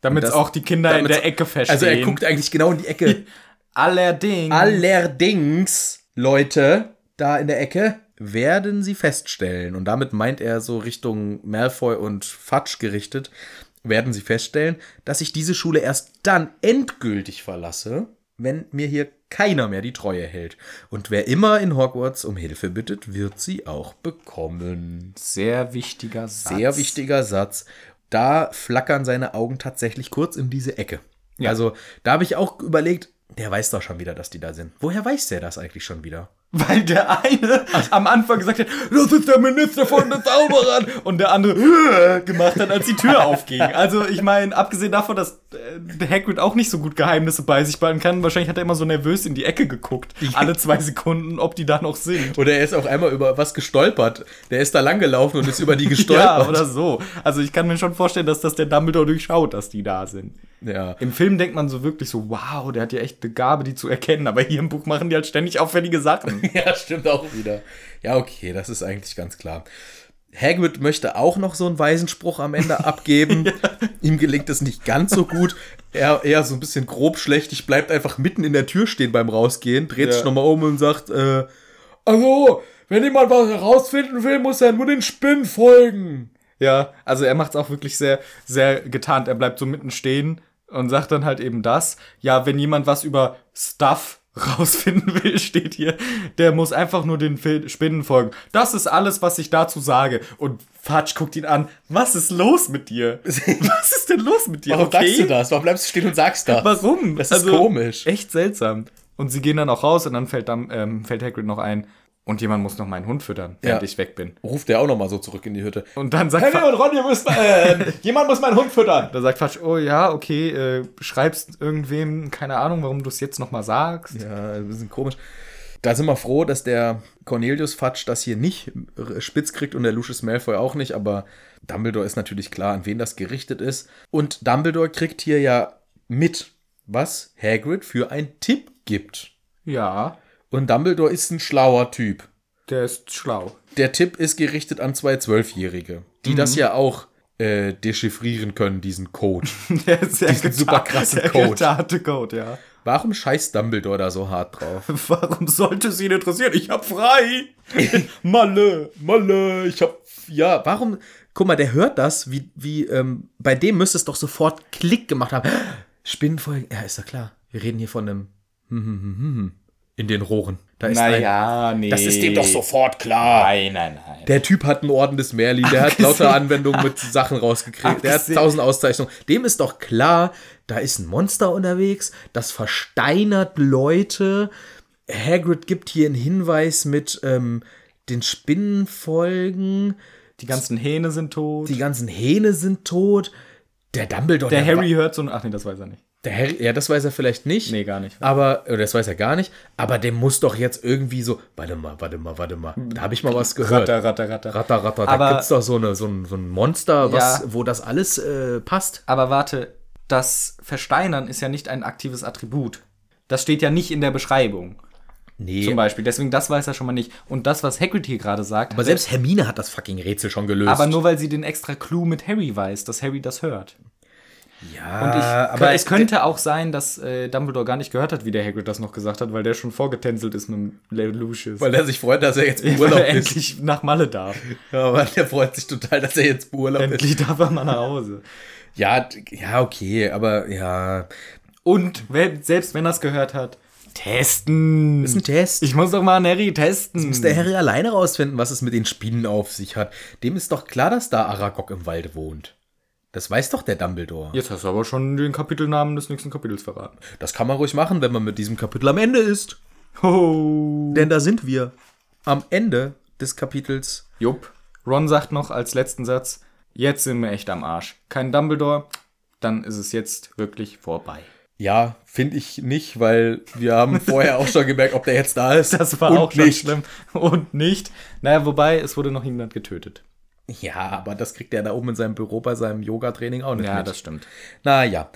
A: Damit
C: Das-
A: auch die Kinder in
C: damit-
A: der Ecke verstehen.
C: Also er guckt eigentlich genau in die Ecke.
A: Allerdings.
C: Allerdings, Leute, da in der Ecke, werden sie feststellen, und damit meint er so Richtung Malfoy und Fudge gerichtet, werden sie feststellen, dass ich diese Schule erst dann endgültig verlasse, wenn mir hier keiner mehr die Treue hält. Und wer immer in Hogwarts um Hilfe bittet, wird sie auch bekommen.
A: Sehr wichtiger Satz.
C: Sehr wichtiger Satz. Da flackern seine Augen tatsächlich kurz in diese Ecke.
A: Ja.
C: Also, da habe ich auch überlegt, der weiß doch schon wieder, dass die da sind. Woher weiß der das eigentlich schon wieder?
A: Weil der eine
C: Also-
A: am Anfang gesagt hat, das ist der Minister von den Zauberern. Und der andere "Äh," gemacht hat, als die Tür aufging. Also ich meine, abgesehen davon, dass äh, der Hagrid auch nicht so gut Geheimnisse bei sich behalten kann, wahrscheinlich hat er immer so nervös in die Ecke geguckt. Alle zwei Sekunden, ob die da noch sind.
C: Oder er ist auch einmal über was gestolpert. Der ist da langgelaufen und ist über die
A: Ja,
C: gestolpert.
A: oder so. Also ich kann mir schon vorstellen, dass das der Dumbledore durchschaut, dass die da sind.
C: ja.
A: Im Film denkt man so wirklich so, wow, der hat ja echt eine Gabe, die zu erkennen. Aber hier im Buch machen die halt ständig auffällige Sachen.
C: ja, stimmt auch wieder. Ja, okay, das ist eigentlich ganz klar. Hagrid möchte auch noch so einen Weisenspruch am Ende abgeben. Ihm gelingt es nicht ganz so gut. Er eher so ein bisschen grob schlechtig, bleibt einfach mitten in der Tür stehen beim Rausgehen, dreht sich nochmal um und sagt, äh, also, wenn jemand was herausfinden will, muss er nur den Spinnen folgen.
A: Ja, also er macht's auch wirklich sehr, sehr getarnt. Er bleibt so mitten stehen und sagt dann halt eben das. Ja, wenn jemand was über Stuff rausfinden will, steht hier, der muss einfach nur den Fil- Spinnen folgen. Das ist alles, was ich dazu sage. Und Fatsch guckt ihn an. Was ist los mit dir? Was ist denn los mit dir?
E: Warum sagst du das? Warum bleibst du stehen und sagst das?
A: Warum? Also,
E: Das ist komisch.
A: Echt seltsam. Und sie gehen dann auch raus und dann fällt, dann, ähm, fällt Hagrid noch ein. Und jemand muss noch meinen Hund füttern, während
C: Ja.
A: ich weg bin.
C: Ruft er auch nochmal so zurück in die Hütte.
A: Und dann sagt Fa-
C: Harry und Ron, ihr müsst, äh, jemand muss meinen Hund füttern.
A: Da sagt Fatsch, oh ja, okay, äh, schreibst irgendwem, keine Ahnung, warum du es jetzt nochmal sagst.
C: Ja, ein bisschen komisch. Da sind wir froh, dass der Cornelius Fatsch das hier nicht r- spitz kriegt und der Lucius Malfoy auch nicht, aber Dumbledore ist natürlich klar, an wen das gerichtet ist. Und Dumbledore kriegt hier ja mit, was Hagrid für einen Tipp gibt.
A: Ja,
C: Und Dumbledore ist ein schlauer Typ.
A: der ist schlau.
C: Der Tipp ist gerichtet an zwei Zwölfjährige, die das ja auch äh, dechiffrieren können, diesen Code.
A: Der ist sehr
C: Diesen super krassen
A: der
C: Code.
A: getarte Code, ja.
C: Warum scheißt Dumbledore da so hart drauf?
A: Warum sollte es ihn interessieren? Ich hab frei. Malle.
C: Malle, ich hab. Ja, warum? Guck mal, der hört das, wie, wie, ähm, bei dem müsste es doch sofort Klick gemacht haben. Spinnenfolgen, ja, ist ja klar. Wir reden hier von einem in den Rohren. Da ist ein,
A: Naja, nee.
E: Das ist dem doch sofort klar. Nein, nein, nein.
C: der Typ hat einen Orden des Merlin, der hat lauter Anwendungen mit Sachen rausgekriegt, der hat
A: Abgesehen-
C: tausend Auszeichnungen. Dem ist doch klar, da ist ein Monster unterwegs, das versteinert Leute. Hagrid gibt hier einen Hinweis mit ähm, den Spinnenfolgen.
A: Die ganzen Hähne sind tot.
C: Die ganzen Hähne sind tot. Der Dumbledore.
A: der Harry
C: wa-
A: hört so ein. Ach nee, das weiß er nicht.
C: Der Harry, ja, das weiß er vielleicht nicht.
A: Nee, gar nicht.
C: Aber, oder das weiß er gar nicht. Aber dem muss doch jetzt irgendwie so. Warte mal, warte mal, warte mal. Da habe ich mal was gehört.
A: Ratter, ratter, ratter.
C: ratter, ratter. da
A: Aber-
C: gibt's doch so, eine, so, ein, so ein Monster, was,
A: Ja.
C: wo das alles äh, passt.
A: Aber warte, das Versteinern ist ja nicht ein aktives Attribut. Das steht ja nicht in der Beschreibung.
C: Nee.
A: zum Beispiel. Deswegen, das weiß er schon mal nicht. Und das, was Hagrid hier gerade sagt,
C: aber selbst Hermine hat das fucking Rätsel schon gelöst.
A: aber nur weil sie den extra Clou mit Harry weiß, dass Harry das hört.
C: ja,
A: Und ich,
C: Äh, aber
A: es könnte auch sein, dass äh, Dumbledore gar nicht gehört hat, wie der Hagrid das noch gesagt hat, weil der schon vorgetänzelt ist mit dem Lucius.
C: Weil er sich freut, dass er jetzt im
A: weil
C: Urlaub
A: er
C: ist.
A: endlich nach Malle darf.
C: Ja, aber der freut sich total, dass er jetzt im Urlaub ist.
A: endlich darf er mal nach Hause.
C: Ja, d- ja, okay, aber ja.
A: Und wenn, selbst wenn er es gehört hat, testen.
C: Ist ein Test.
A: ich muss doch mal an Harry testen.
C: muss der Harry alleine rausfinden, was es mit den Spinnen auf sich hat. Dem ist doch klar, dass da Aragog im Walde wohnt. Das weiß doch der Dumbledore.
A: Jetzt hast du aber schon den Kapitelnamen des nächsten Kapitels verraten.
C: Das kann man ruhig machen, wenn man mit diesem Kapitel am Ende ist.
A: Ho.
C: Denn da sind wir. Am Ende des Kapitels.
A: Jupp. Ron sagt noch als letzten Satz, jetzt sind wir echt am Arsch. Kein Dumbledore, dann ist es jetzt wirklich vorbei.
C: Ja, finde ich nicht, weil wir haben vorher auch schon gemerkt, ob der jetzt da ist.
A: Das war
C: und
A: auch schon
C: nicht.
A: schlimm. Und nicht. Naja, wobei, es wurde noch niemand getötet.
C: Ja, aber das kriegt er da oben in seinem Büro bei seinem Yoga-Training auch nicht
A: Ja,
C: mit.
A: das stimmt.
C: Naja.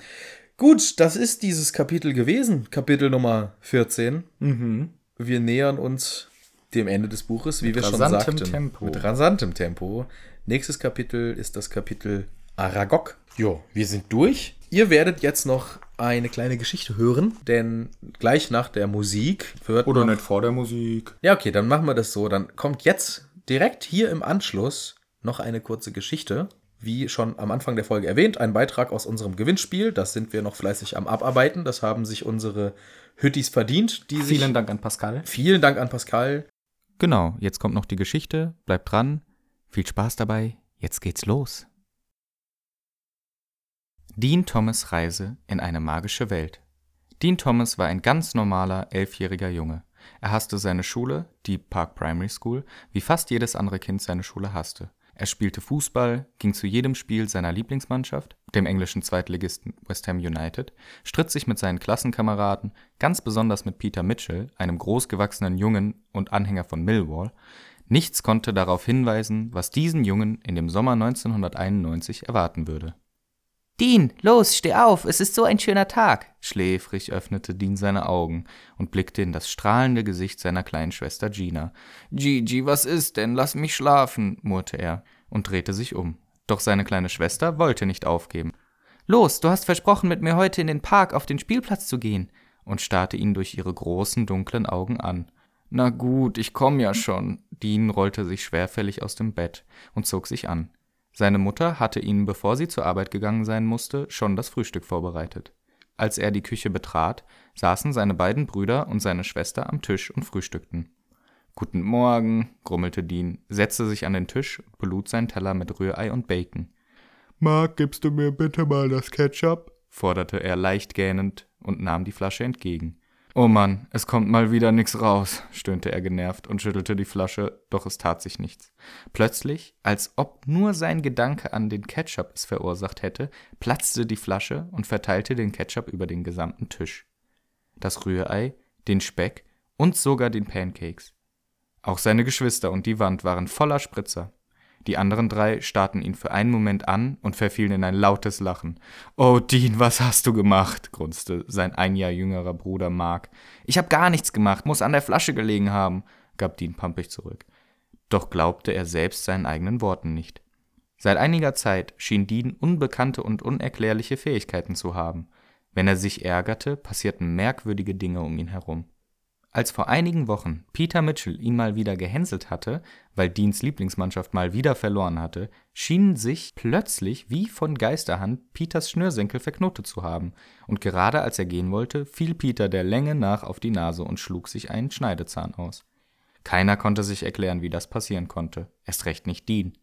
C: Gut, das ist dieses Kapitel gewesen. Kapitel Nummer 14.
E: Mhm.
C: Wir nähern uns dem Ende des Buches, wie wir schon
A: rasantem
C: sagten.
A: Tempo.
C: Mit rasantem Tempo. Nächstes Kapitel ist das Kapitel Aragog.
E: Jo, wir sind durch.
C: Ihr werdet jetzt noch eine kleine Geschichte hören, denn gleich nach der Musik wird.
A: Oder nicht vor der Musik.
C: Ja, okay, dann machen wir das so. Dann kommt jetzt direkt hier im Anschluss noch eine kurze Geschichte. Wie schon am Anfang der Folge erwähnt, ein Beitrag aus unserem Gewinnspiel. Das sind wir noch fleißig am Abarbeiten. Das haben sich unsere Hüttis verdient. Die sich
A: Vielen Dank an Pascal.
C: Vielen Dank an Pascal.
F: Genau, jetzt kommt noch die Geschichte, bleibt dran, viel Spaß dabei, jetzt geht's los. Dean Thomas Reise in eine magische Welt. Dean Thomas war ein ganz normaler elfjähriger Junge. Er hasste seine Schule, die Park Primary School, wie fast jedes andere Kind seine Schule hasste. Er spielte Fußball, ging zu jedem Spiel seiner Lieblingsmannschaft, dem englischen Zweitligisten West Ham United, stritt sich mit seinen Klassenkameraden, ganz besonders mit Peter Mitchell, einem großgewachsenen Jungen und Anhänger von Millwall. Nichts konnte darauf hinweisen, was diesen Jungen in dem Sommer 1991 erwarten würde.
A: Dean, los, steh auf, es ist so ein schöner Tag. Schläfrig öffnete Dean seine Augen und blickte in das strahlende Gesicht seiner kleinen Schwester Gina. Gigi, was ist denn? Lass mich schlafen, murrte er und drehte sich um. Doch seine kleine Schwester wollte nicht aufgeben. Los, du hast versprochen, mit mir heute in den Park auf den Spielplatz zu gehen, und starrte ihn durch ihre großen, dunklen Augen an. Na gut, ich komm ja schon. Dean rollte sich schwerfällig aus dem Bett und zog sich an. Seine Mutter hatte ihm, bevor sie zur Arbeit gegangen sein musste, schon das Frühstück vorbereitet. Als er die Küche betrat, saßen seine beiden Brüder und seine Schwester am Tisch und frühstückten. Guten Morgen, grummelte Dean, setzte sich an den Tisch und belud seinen Teller mit Rührei und Bacon.
G: Mark, gibst du mir bitte mal das Ketchup?
A: forderte er leicht gähnend und nahm die Flasche entgegen. Oh Mann, es kommt mal wieder nix raus, stöhnte er genervt und schüttelte die Flasche, doch es tat sich nichts. Plötzlich, als ob nur sein Gedanke an den Ketchup es verursacht hätte, platzte die Flasche und verteilte den Ketchup über den gesamten Tisch. Das Rührei, den Speck und sogar den Pancakes. Auch seine Geschwister und die Wand waren voller Spritzer. Die anderen drei starrten ihn für einen Moment an und verfielen in ein lautes Lachen. Oh, Dean, was hast du gemacht? grunzte sein ein Jahr jüngerer Bruder Mark. Ich hab gar nichts gemacht, muss an der Flasche gelegen haben, gab Dean pampig zurück. Doch glaubte er selbst seinen eigenen Worten nicht. Seit einiger Zeit schien Dean unbekannte und unerklärliche Fähigkeiten zu haben. Wenn er sich ärgerte, passierten merkwürdige Dinge um ihn herum. Als vor einigen Wochen Peter Mitchell ihn mal wieder gehänselt hatte, weil Deans Lieblingsmannschaft mal wieder verloren hatte, schienen sich plötzlich wie von Geisterhand Peters Schnürsenkel verknotet zu haben, und gerade als er gehen wollte, fiel Peter der Länge nach auf die Nase und schlug sich einen Schneidezahn aus. Keiner konnte sich erklären, wie das passieren konnte, erst recht nicht Dean.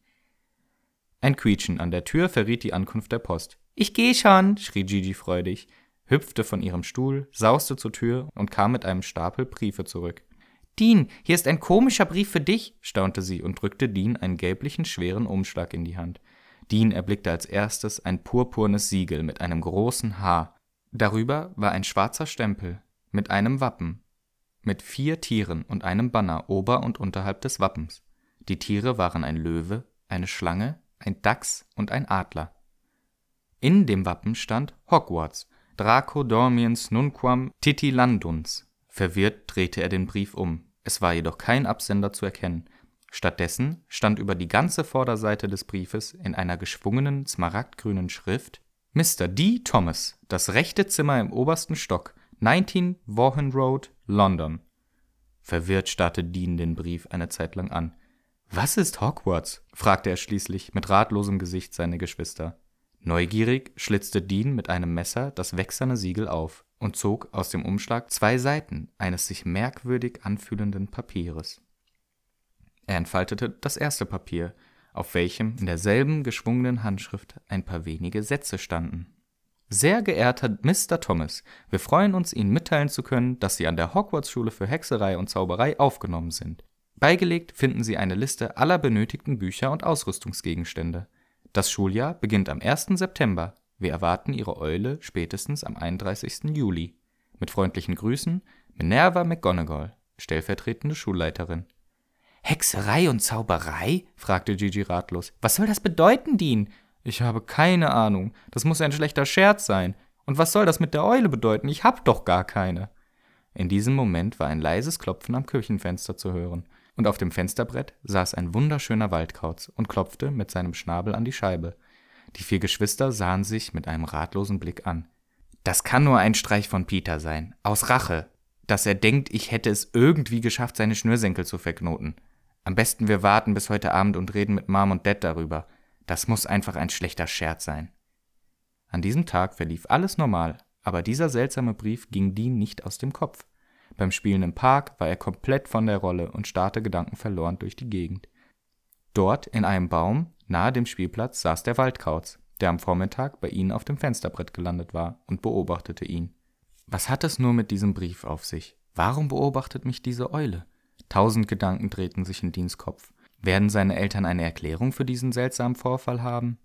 A: Ein Quietschen an der Tür verriet die Ankunft der Post. Ich geh schon, schrie Gigi freudig, hüpfte von ihrem Stuhl, sauste zur Tür und kam mit einem Stapel Briefe zurück. Dean, hier ist ein komischer Brief für dich, staunte sie und drückte Dean einen gelblichen, schweren Umschlag in die Hand. Dean erblickte als erstes ein purpurnes Siegel mit einem großen H. Darüber war ein schwarzer Stempel mit einem Wappen, mit vier Tieren und einem Banner ober und unterhalb des Wappens. Die Tiere waren ein Löwe, eine Schlange, ein Dachs und ein Adler. In dem Wappen stand Hogwarts, Draco dormiens nunquam titilanduns. Verwirrt drehte er den Brief um. Es war jedoch kein Absender zu erkennen. Stattdessen stand über die ganze Vorderseite des Briefes in einer geschwungenen, smaragdgrünen Schrift Mr. D. Thomas, das rechte Zimmer im obersten Stock, 19 Vaughan Road, London. Verwirrt starrte Dean den Brief eine Zeit lang an. Was ist Hogwarts? fragte er schließlich mit ratlosem Gesicht seine Geschwister. Neugierig schlitzte Dean mit einem Messer das wächserne Siegel auf und zog aus dem Umschlag zwei Seiten eines sich merkwürdig anfühlenden Papieres. Er entfaltete das erste Papier, auf welchem in derselben geschwungenen Handschrift ein paar wenige Sätze standen. Sehr geehrter Mr. Thomas, wir freuen uns, Ihnen mitteilen zu können, dass Sie an der Hogwarts-Schule für Hexerei und Zauberei aufgenommen sind. Beigelegt finden Sie eine Liste aller benötigten Bücher und Ausrüstungsgegenstände. Das Schuljahr beginnt am 1. September. Wir erwarten Ihre Eule spätestens am 31. Juli. Mit freundlichen Grüßen, Minerva McGonagall, stellvertretende Schulleiterin. Hexerei und Zauberei? fragte Gigi ratlos. Was soll das bedeuten, Dean? Ich habe keine Ahnung. Das muss ein schlechter Scherz sein. Und was soll das mit der Eule bedeuten? Ich hab doch gar keine. In diesem Moment war ein leises Klopfen am Küchenfenster zu hören, und auf dem Fensterbrett saß ein wunderschöner Waldkauz und klopfte mit seinem Schnabel an die Scheibe. Die vier Geschwister sahen sich mit einem ratlosen Blick an. Das kann nur ein Streich von Peter sein, aus Rache, dass er denkt, ich hätte es irgendwie geschafft, seine Schnürsenkel zu verknoten. Am besten wir warten bis heute Abend und reden mit Mom und Dad darüber. Das muss einfach ein schlechter Scherz sein. An diesem Tag verlief alles normal, aber dieser seltsame Brief ging Dean nicht aus dem Kopf. Beim Spielen im Park war er komplett von der Rolle und starrte gedankenverloren durch die Gegend. Dort, in einem Baum, nahe dem Spielplatz, saß der Waldkauz, der am Vormittag bei ihnen auf dem Fensterbrett gelandet war und beobachtete ihn. Was hat es nur mit diesem Brief auf sich? Warum beobachtet mich diese Eule? Tausend Gedanken drehten sich in Deans Kopf. Werden seine Eltern eine Erklärung für diesen seltsamen Vorfall haben?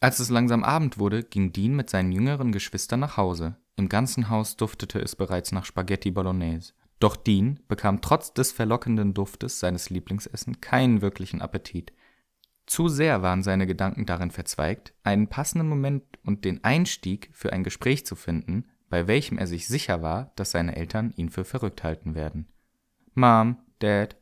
A: Als es langsam Abend wurde, ging Dean mit seinen jüngeren Geschwistern nach Hause. Im ganzen Haus duftete es bereits nach Spaghetti Bolognese. Doch Dean bekam trotz des verlockenden Duftes seines Lieblingsessen keinen wirklichen Appetit. Zu sehr waren seine Gedanken darin verzweigt, einen passenden Moment und den Einstieg für ein Gespräch zu finden, bei welchem er sich sicher war, dass seine Eltern ihn für verrückt halten werden. Mom, Dad,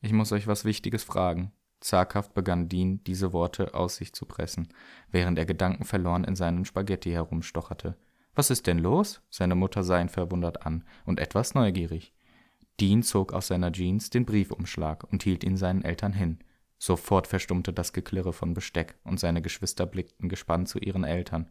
A: ich muss euch was Wichtiges fragen. Zaghaft begann Dean, diese Worte aus sich zu pressen, während er gedankenverloren in seinen Spaghetti herumstocherte. Was ist denn los? Seine Mutter sah ihn verwundert an und etwas neugierig. Dean zog aus seiner Jeans den Briefumschlag und hielt ihn seinen Eltern hin. Sofort verstummte das Geklirre von Besteck und seine Geschwister blickten gespannt zu ihren Eltern.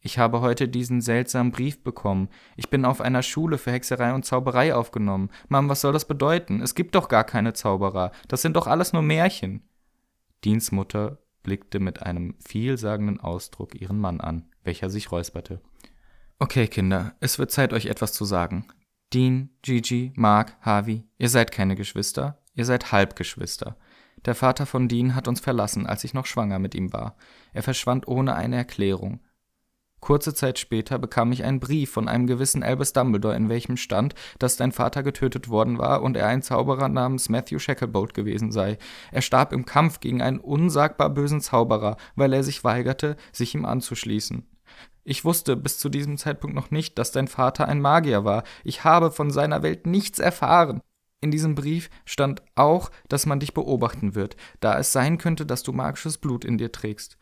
A: Ich habe heute diesen seltsamen Brief bekommen. Ich bin auf einer Schule für Hexerei und Zauberei aufgenommen. Mom, was soll das bedeuten? Es gibt doch gar keine Zauberer. Das sind doch alles nur Märchen. Deans Mutter blickte mit einem vielsagenden Ausdruck ihren Mann an, welcher sich räusperte. Okay, Kinder, es wird Zeit, euch etwas zu sagen. Dean, Gigi, Mark, Harvey, ihr seid keine Geschwister, ihr seid Halbgeschwister. Der Vater von Dean hat uns verlassen, als ich noch schwanger mit ihm war. Er verschwand ohne eine Erklärung. Kurze Zeit später bekam ich einen Brief von einem gewissen Albus Dumbledore, in welchem stand, dass dein Vater getötet worden war und er ein Zauberer namens Matthew Shacklebolt gewesen sei. Er starb im Kampf gegen einen unsagbar bösen Zauberer, weil er sich weigerte, sich ihm anzuschließen. Ich wusste bis zu diesem Zeitpunkt noch nicht, dass dein Vater ein Magier war. Ich habe von seiner Welt nichts erfahren. In diesem Brief stand auch, dass man dich beobachten wird, da es sein könnte, dass du magisches Blut in dir trägst.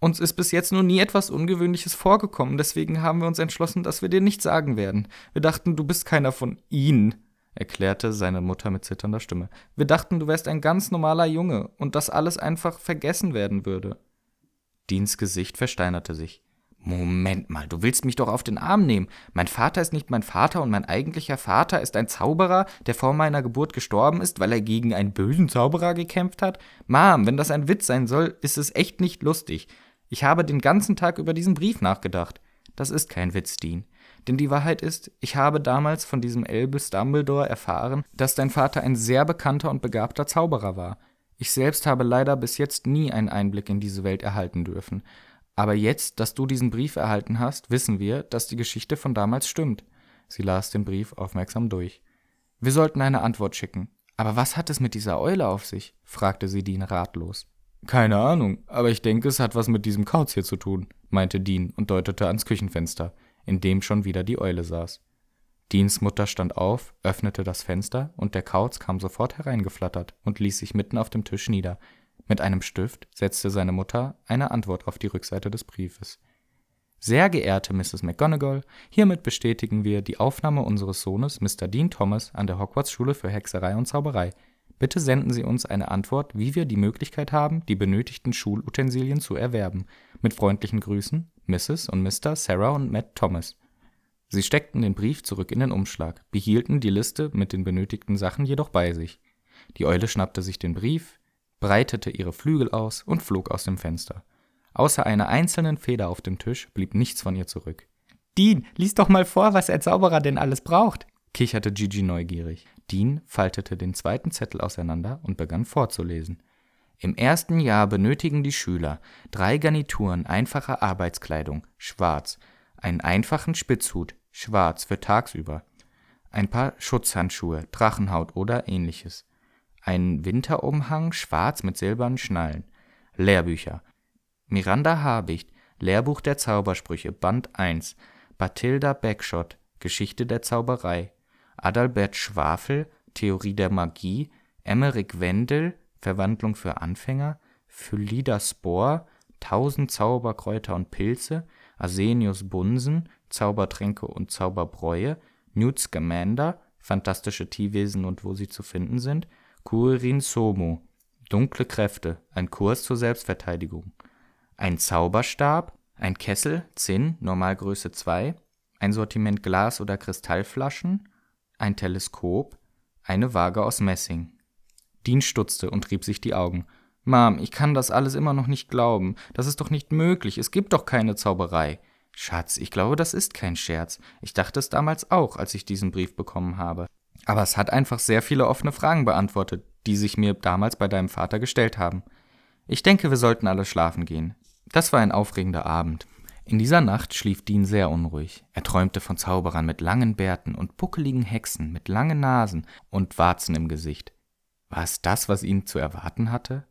A: Uns ist bis jetzt noch nie etwas Ungewöhnliches vorgekommen, deswegen haben wir uns entschlossen, dass wir dir nichts sagen werden. Wir dachten, du bist keiner von ihnen, erklärte seine Mutter mit zitternder Stimme. Wir dachten, du wärst ein ganz normaler Junge und dass alles einfach vergessen werden würde. Deans Gesicht versteinerte sich. Moment mal, du willst mich doch auf den Arm nehmen. Mein Vater ist nicht mein Vater und mein eigentlicher Vater ist ein Zauberer, der vor meiner Geburt gestorben ist, weil er gegen einen bösen Zauberer gekämpft hat. Mom, wenn das ein Witz sein soll, ist es echt nicht lustig. Ich habe den ganzen Tag über diesen Brief nachgedacht. Das ist kein Witz, Dean. Denn die Wahrheit ist, ich habe damals von diesem Elbus Dumbledore erfahren, dass dein Vater ein sehr bekannter und begabter Zauberer war. Ich selbst habe leider bis jetzt nie einen Einblick in diese Welt erhalten dürfen. Aber jetzt, dass du diesen Brief erhalten hast, wissen wir, dass die Geschichte von damals stimmt. Sie las den Brief aufmerksam durch. Wir sollten eine Antwort schicken. Aber was hat es mit dieser Eule auf sich? fragte sie Dean ratlos. Keine Ahnung, aber ich denke, es hat was mit diesem Kauz hier zu tun, meinte Dean und deutete ans Küchenfenster, in dem schon wieder die Eule saß. Deans Mutter stand auf, öffnete das Fenster und der Kauz kam sofort hereingeflattert und ließ sich mitten auf dem Tisch nieder, mit einem Stift setzte seine Mutter eine Antwort auf die Rückseite des Briefes. Sehr geehrte Mrs. McGonagall, hiermit bestätigen wir die Aufnahme unseres Sohnes Mr. Dean Thomas an der Hogwarts-Schule für Hexerei und Zauberei. Bitte senden Sie uns eine Antwort, wie wir die Möglichkeit haben, die benötigten Schulutensilien zu erwerben. Mit freundlichen Grüßen, Mrs. und Mr. Sarah und Matt Thomas. Sie steckten den Brief zurück in den Umschlag, behielten die Liste mit den benötigten Sachen jedoch bei sich. Die Eule schnappte sich den Brief, breitete ihre Flügel aus und flog aus dem Fenster. Außer einer einzelnen Feder auf dem Tisch blieb nichts von ihr zurück. Dean, lies doch mal vor, was ein Zauberer denn alles braucht, kicherte Gigi neugierig. Dean faltete den zweiten Zettel auseinander und begann vorzulesen. Im ersten Jahr benötigen die Schüler drei Garnituren einfacher Arbeitskleidung, schwarz, einen einfachen Spitzhut, schwarz für tagsüber, ein paar Schutzhandschuhe, Drachenhaut oder ähnliches, einen Winterumhang schwarz mit silbernen Schnallen. Lehrbücher. Miranda Habicht, Lehrbuch der Zaubersprüche, Band 1. Bathilda Beckschott, Geschichte der Zauberei. Adalbert Schwafel, Theorie der Magie. Emmerich Wendel, Verwandlung für Anfänger. Phylida Spohr, Tausend Zauberkräuter und Pilze. Arsenius Bunsen, Zaubertränke und Zauberbräue. Newt Scamander, fantastische Tierwesen und wo sie zu finden sind. Kurin Somo, dunkle Kräfte, ein Kurs zur Selbstverteidigung. Ein Zauberstab, ein Kessel, Zinn, Normalgröße 2, ein Sortiment Glas- oder Kristallflaschen, ein Teleskop, eine Waage aus Messing. Dean stutzte und rieb sich die Augen. Mom, ich kann das alles immer noch nicht glauben. Das ist doch nicht möglich. Es gibt doch keine Zauberei. Schatz, ich glaube, das ist kein Scherz. Ich dachte es damals auch, als ich diesen Brief bekommen habe. Aber es hat einfach sehr viele offene Fragen beantwortet, die sich mir damals bei deinem Vater gestellt haben. Ich denke, wir sollten alle schlafen gehen. Das war ein aufregender Abend. In dieser Nacht schlief Dean sehr unruhig. Er träumte von Zauberern mit langen Bärten und buckeligen Hexen mit langen Nasen und Warzen im Gesicht. War es das, was ihn zu erwarten hatte?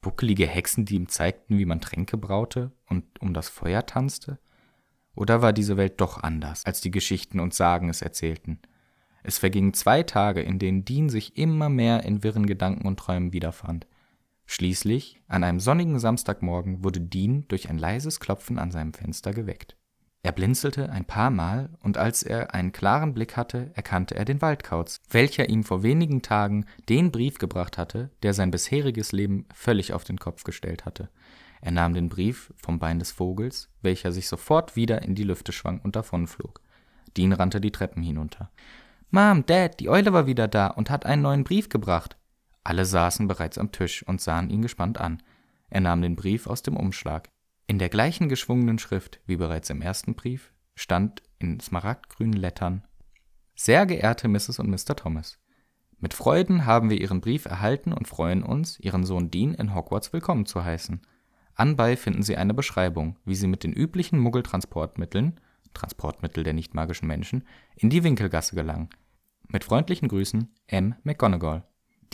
A: buckelige Hexen, die ihm zeigten, wie man Tränke braute und um das Feuer tanzte? Oder war diese Welt doch anders, als die Geschichten und Sagen es erzählten? Es vergingen zwei Tage, in denen Dean sich immer mehr in wirren Gedanken und Träumen wiederfand. Schließlich, an einem sonnigen Samstagmorgen, wurde Dean durch ein leises Klopfen an seinem Fenster geweckt. Er blinzelte ein paar Mal und als er einen klaren Blick hatte, erkannte er den Waldkauz, welcher ihm vor wenigen Tagen den Brief gebracht hatte, der sein bisheriges Leben völlig auf den Kopf gestellt hatte. Er nahm den Brief vom Bein des Vogels, welcher sich sofort wieder in die Lüfte schwang und davonflog. Dean rannte die Treppen hinunter. Mom, Dad, die Eule war wieder da und hat einen neuen Brief gebracht. Alle saßen bereits am Tisch und sahen ihn gespannt an. Er nahm den Brief aus dem Umschlag. In der gleichen geschwungenen Schrift wie bereits im ersten Brief stand in smaragdgrünen Lettern Sehr geehrte Mrs. und Mr. Thomas, mit Freuden haben wir Ihren Brief erhalten und freuen uns, Ihren Sohn Dean in Hogwarts willkommen zu heißen. Anbei finden Sie eine Beschreibung, wie Sie mit den üblichen Muggeltransportmitteln, Transportmittel der nicht magischen Menschen, in die Winkelgasse gelangen. Mit freundlichen Grüßen, M. McGonagall.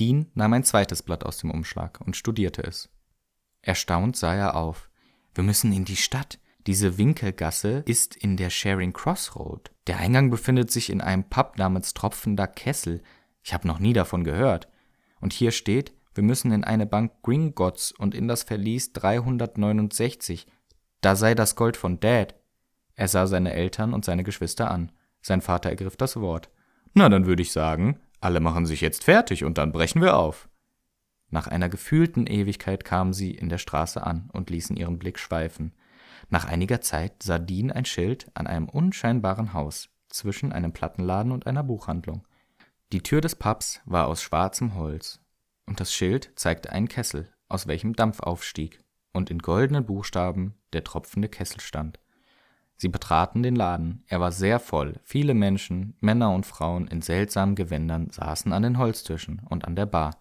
A: Dean nahm ein zweites Blatt aus dem Umschlag und studierte es. Erstaunt sah er auf. Wir müssen in die Stadt. Diese Winkelgasse ist in der Charing Cross Road. Der Eingang befindet sich in einem Pub namens Tropfender Kessel. Ich habe noch nie davon gehört. Und hier steht, wir müssen in eine Bank Gringotts und in das Verlies 369. Da sei das Gold von Dad. Er sah seine Eltern und seine Geschwister an. Sein Vater ergriff das Wort. Na, dann würde ich sagen, alle machen sich jetzt fertig und dann brechen wir auf. Nach einer gefühlten Ewigkeit kamen sie in der Straße an und ließen ihren Blick schweifen. Nach einiger Zeit sah Dean ein Schild an einem unscheinbaren Haus zwischen einem Plattenladen und einer Buchhandlung. Die Tür des Pubs war aus schwarzem Holz und das Schild zeigte einen Kessel, aus welchem Dampf aufstieg und in goldenen Buchstaben der tropfende Kessel stand. Sie betraten den Laden. Er war sehr voll. Viele Menschen, Männer und Frauen in seltsamen Gewändern saßen an den Holztischen und an der Bar.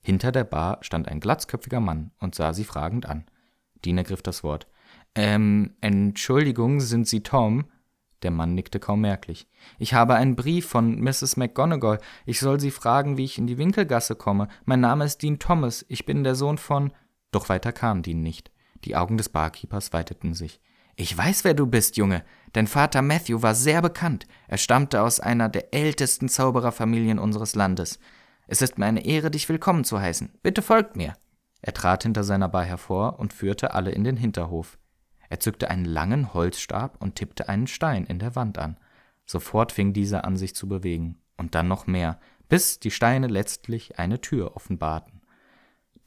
A: Hinter der Bar stand ein glatzköpfiger Mann und sah sie fragend an. Dean ergriff das Wort. Ähm, Entschuldigung, sind Sie Tom? Der Mann nickte kaum merklich. Ich habe einen Brief von Mrs. McGonagall. Ich soll Sie fragen, wie ich in die Winkelgasse komme. Mein Name ist Dean Thomas. Ich bin der Sohn von. Doch weiter kam Dean nicht. Die Augen des Barkeepers weiteten sich. Ich weiß, wer du bist, Junge. Dein Vater Matthew war sehr bekannt. Er stammte aus einer der ältesten Zaubererfamilien unseres Landes. Es ist mir eine Ehre, dich willkommen zu heißen. Bitte folgt mir. Er trat hinter seiner Bar hervor und führte alle in den Hinterhof. Er zückte einen langen Holzstab und tippte einen Stein in der Wand an. Sofort fing dieser an, sich zu bewegen, und dann noch mehr, bis die Steine letztlich eine Tür offenbarten.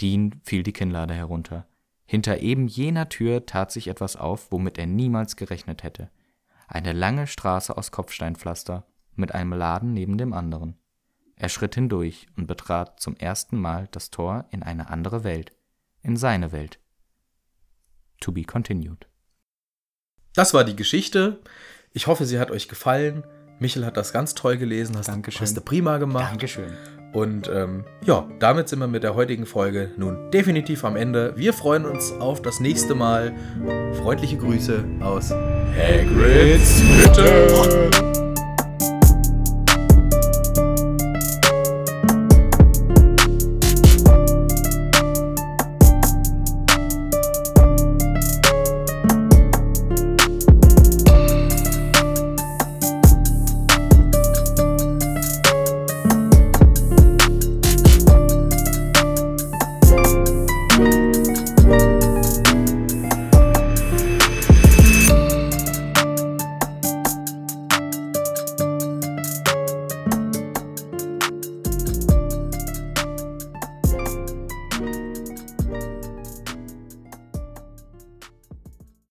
A: Dean fiel die Kinnlade herunter. Hinter eben jener Tür tat sich etwas auf, womit er niemals gerechnet hätte. Eine lange Straße aus Kopfsteinpflaster mit einem Laden neben dem anderen. Er schritt hindurch und betrat zum ersten Mal das Tor in eine andere Welt, in seine Welt. To be continued.
C: Das war die Geschichte. Ich hoffe, sie hat euch gefallen. Michel hat das ganz toll gelesen, hast,
H: Dankeschön.
C: hast du prima gemacht.
H: Dankeschön.
C: Und ähm, ja, damit sind wir mit der heutigen Folge nun definitiv am Ende. Wir freuen uns auf das nächste Mal. Freundliche Grüße aus
I: Hagrid's Hütte.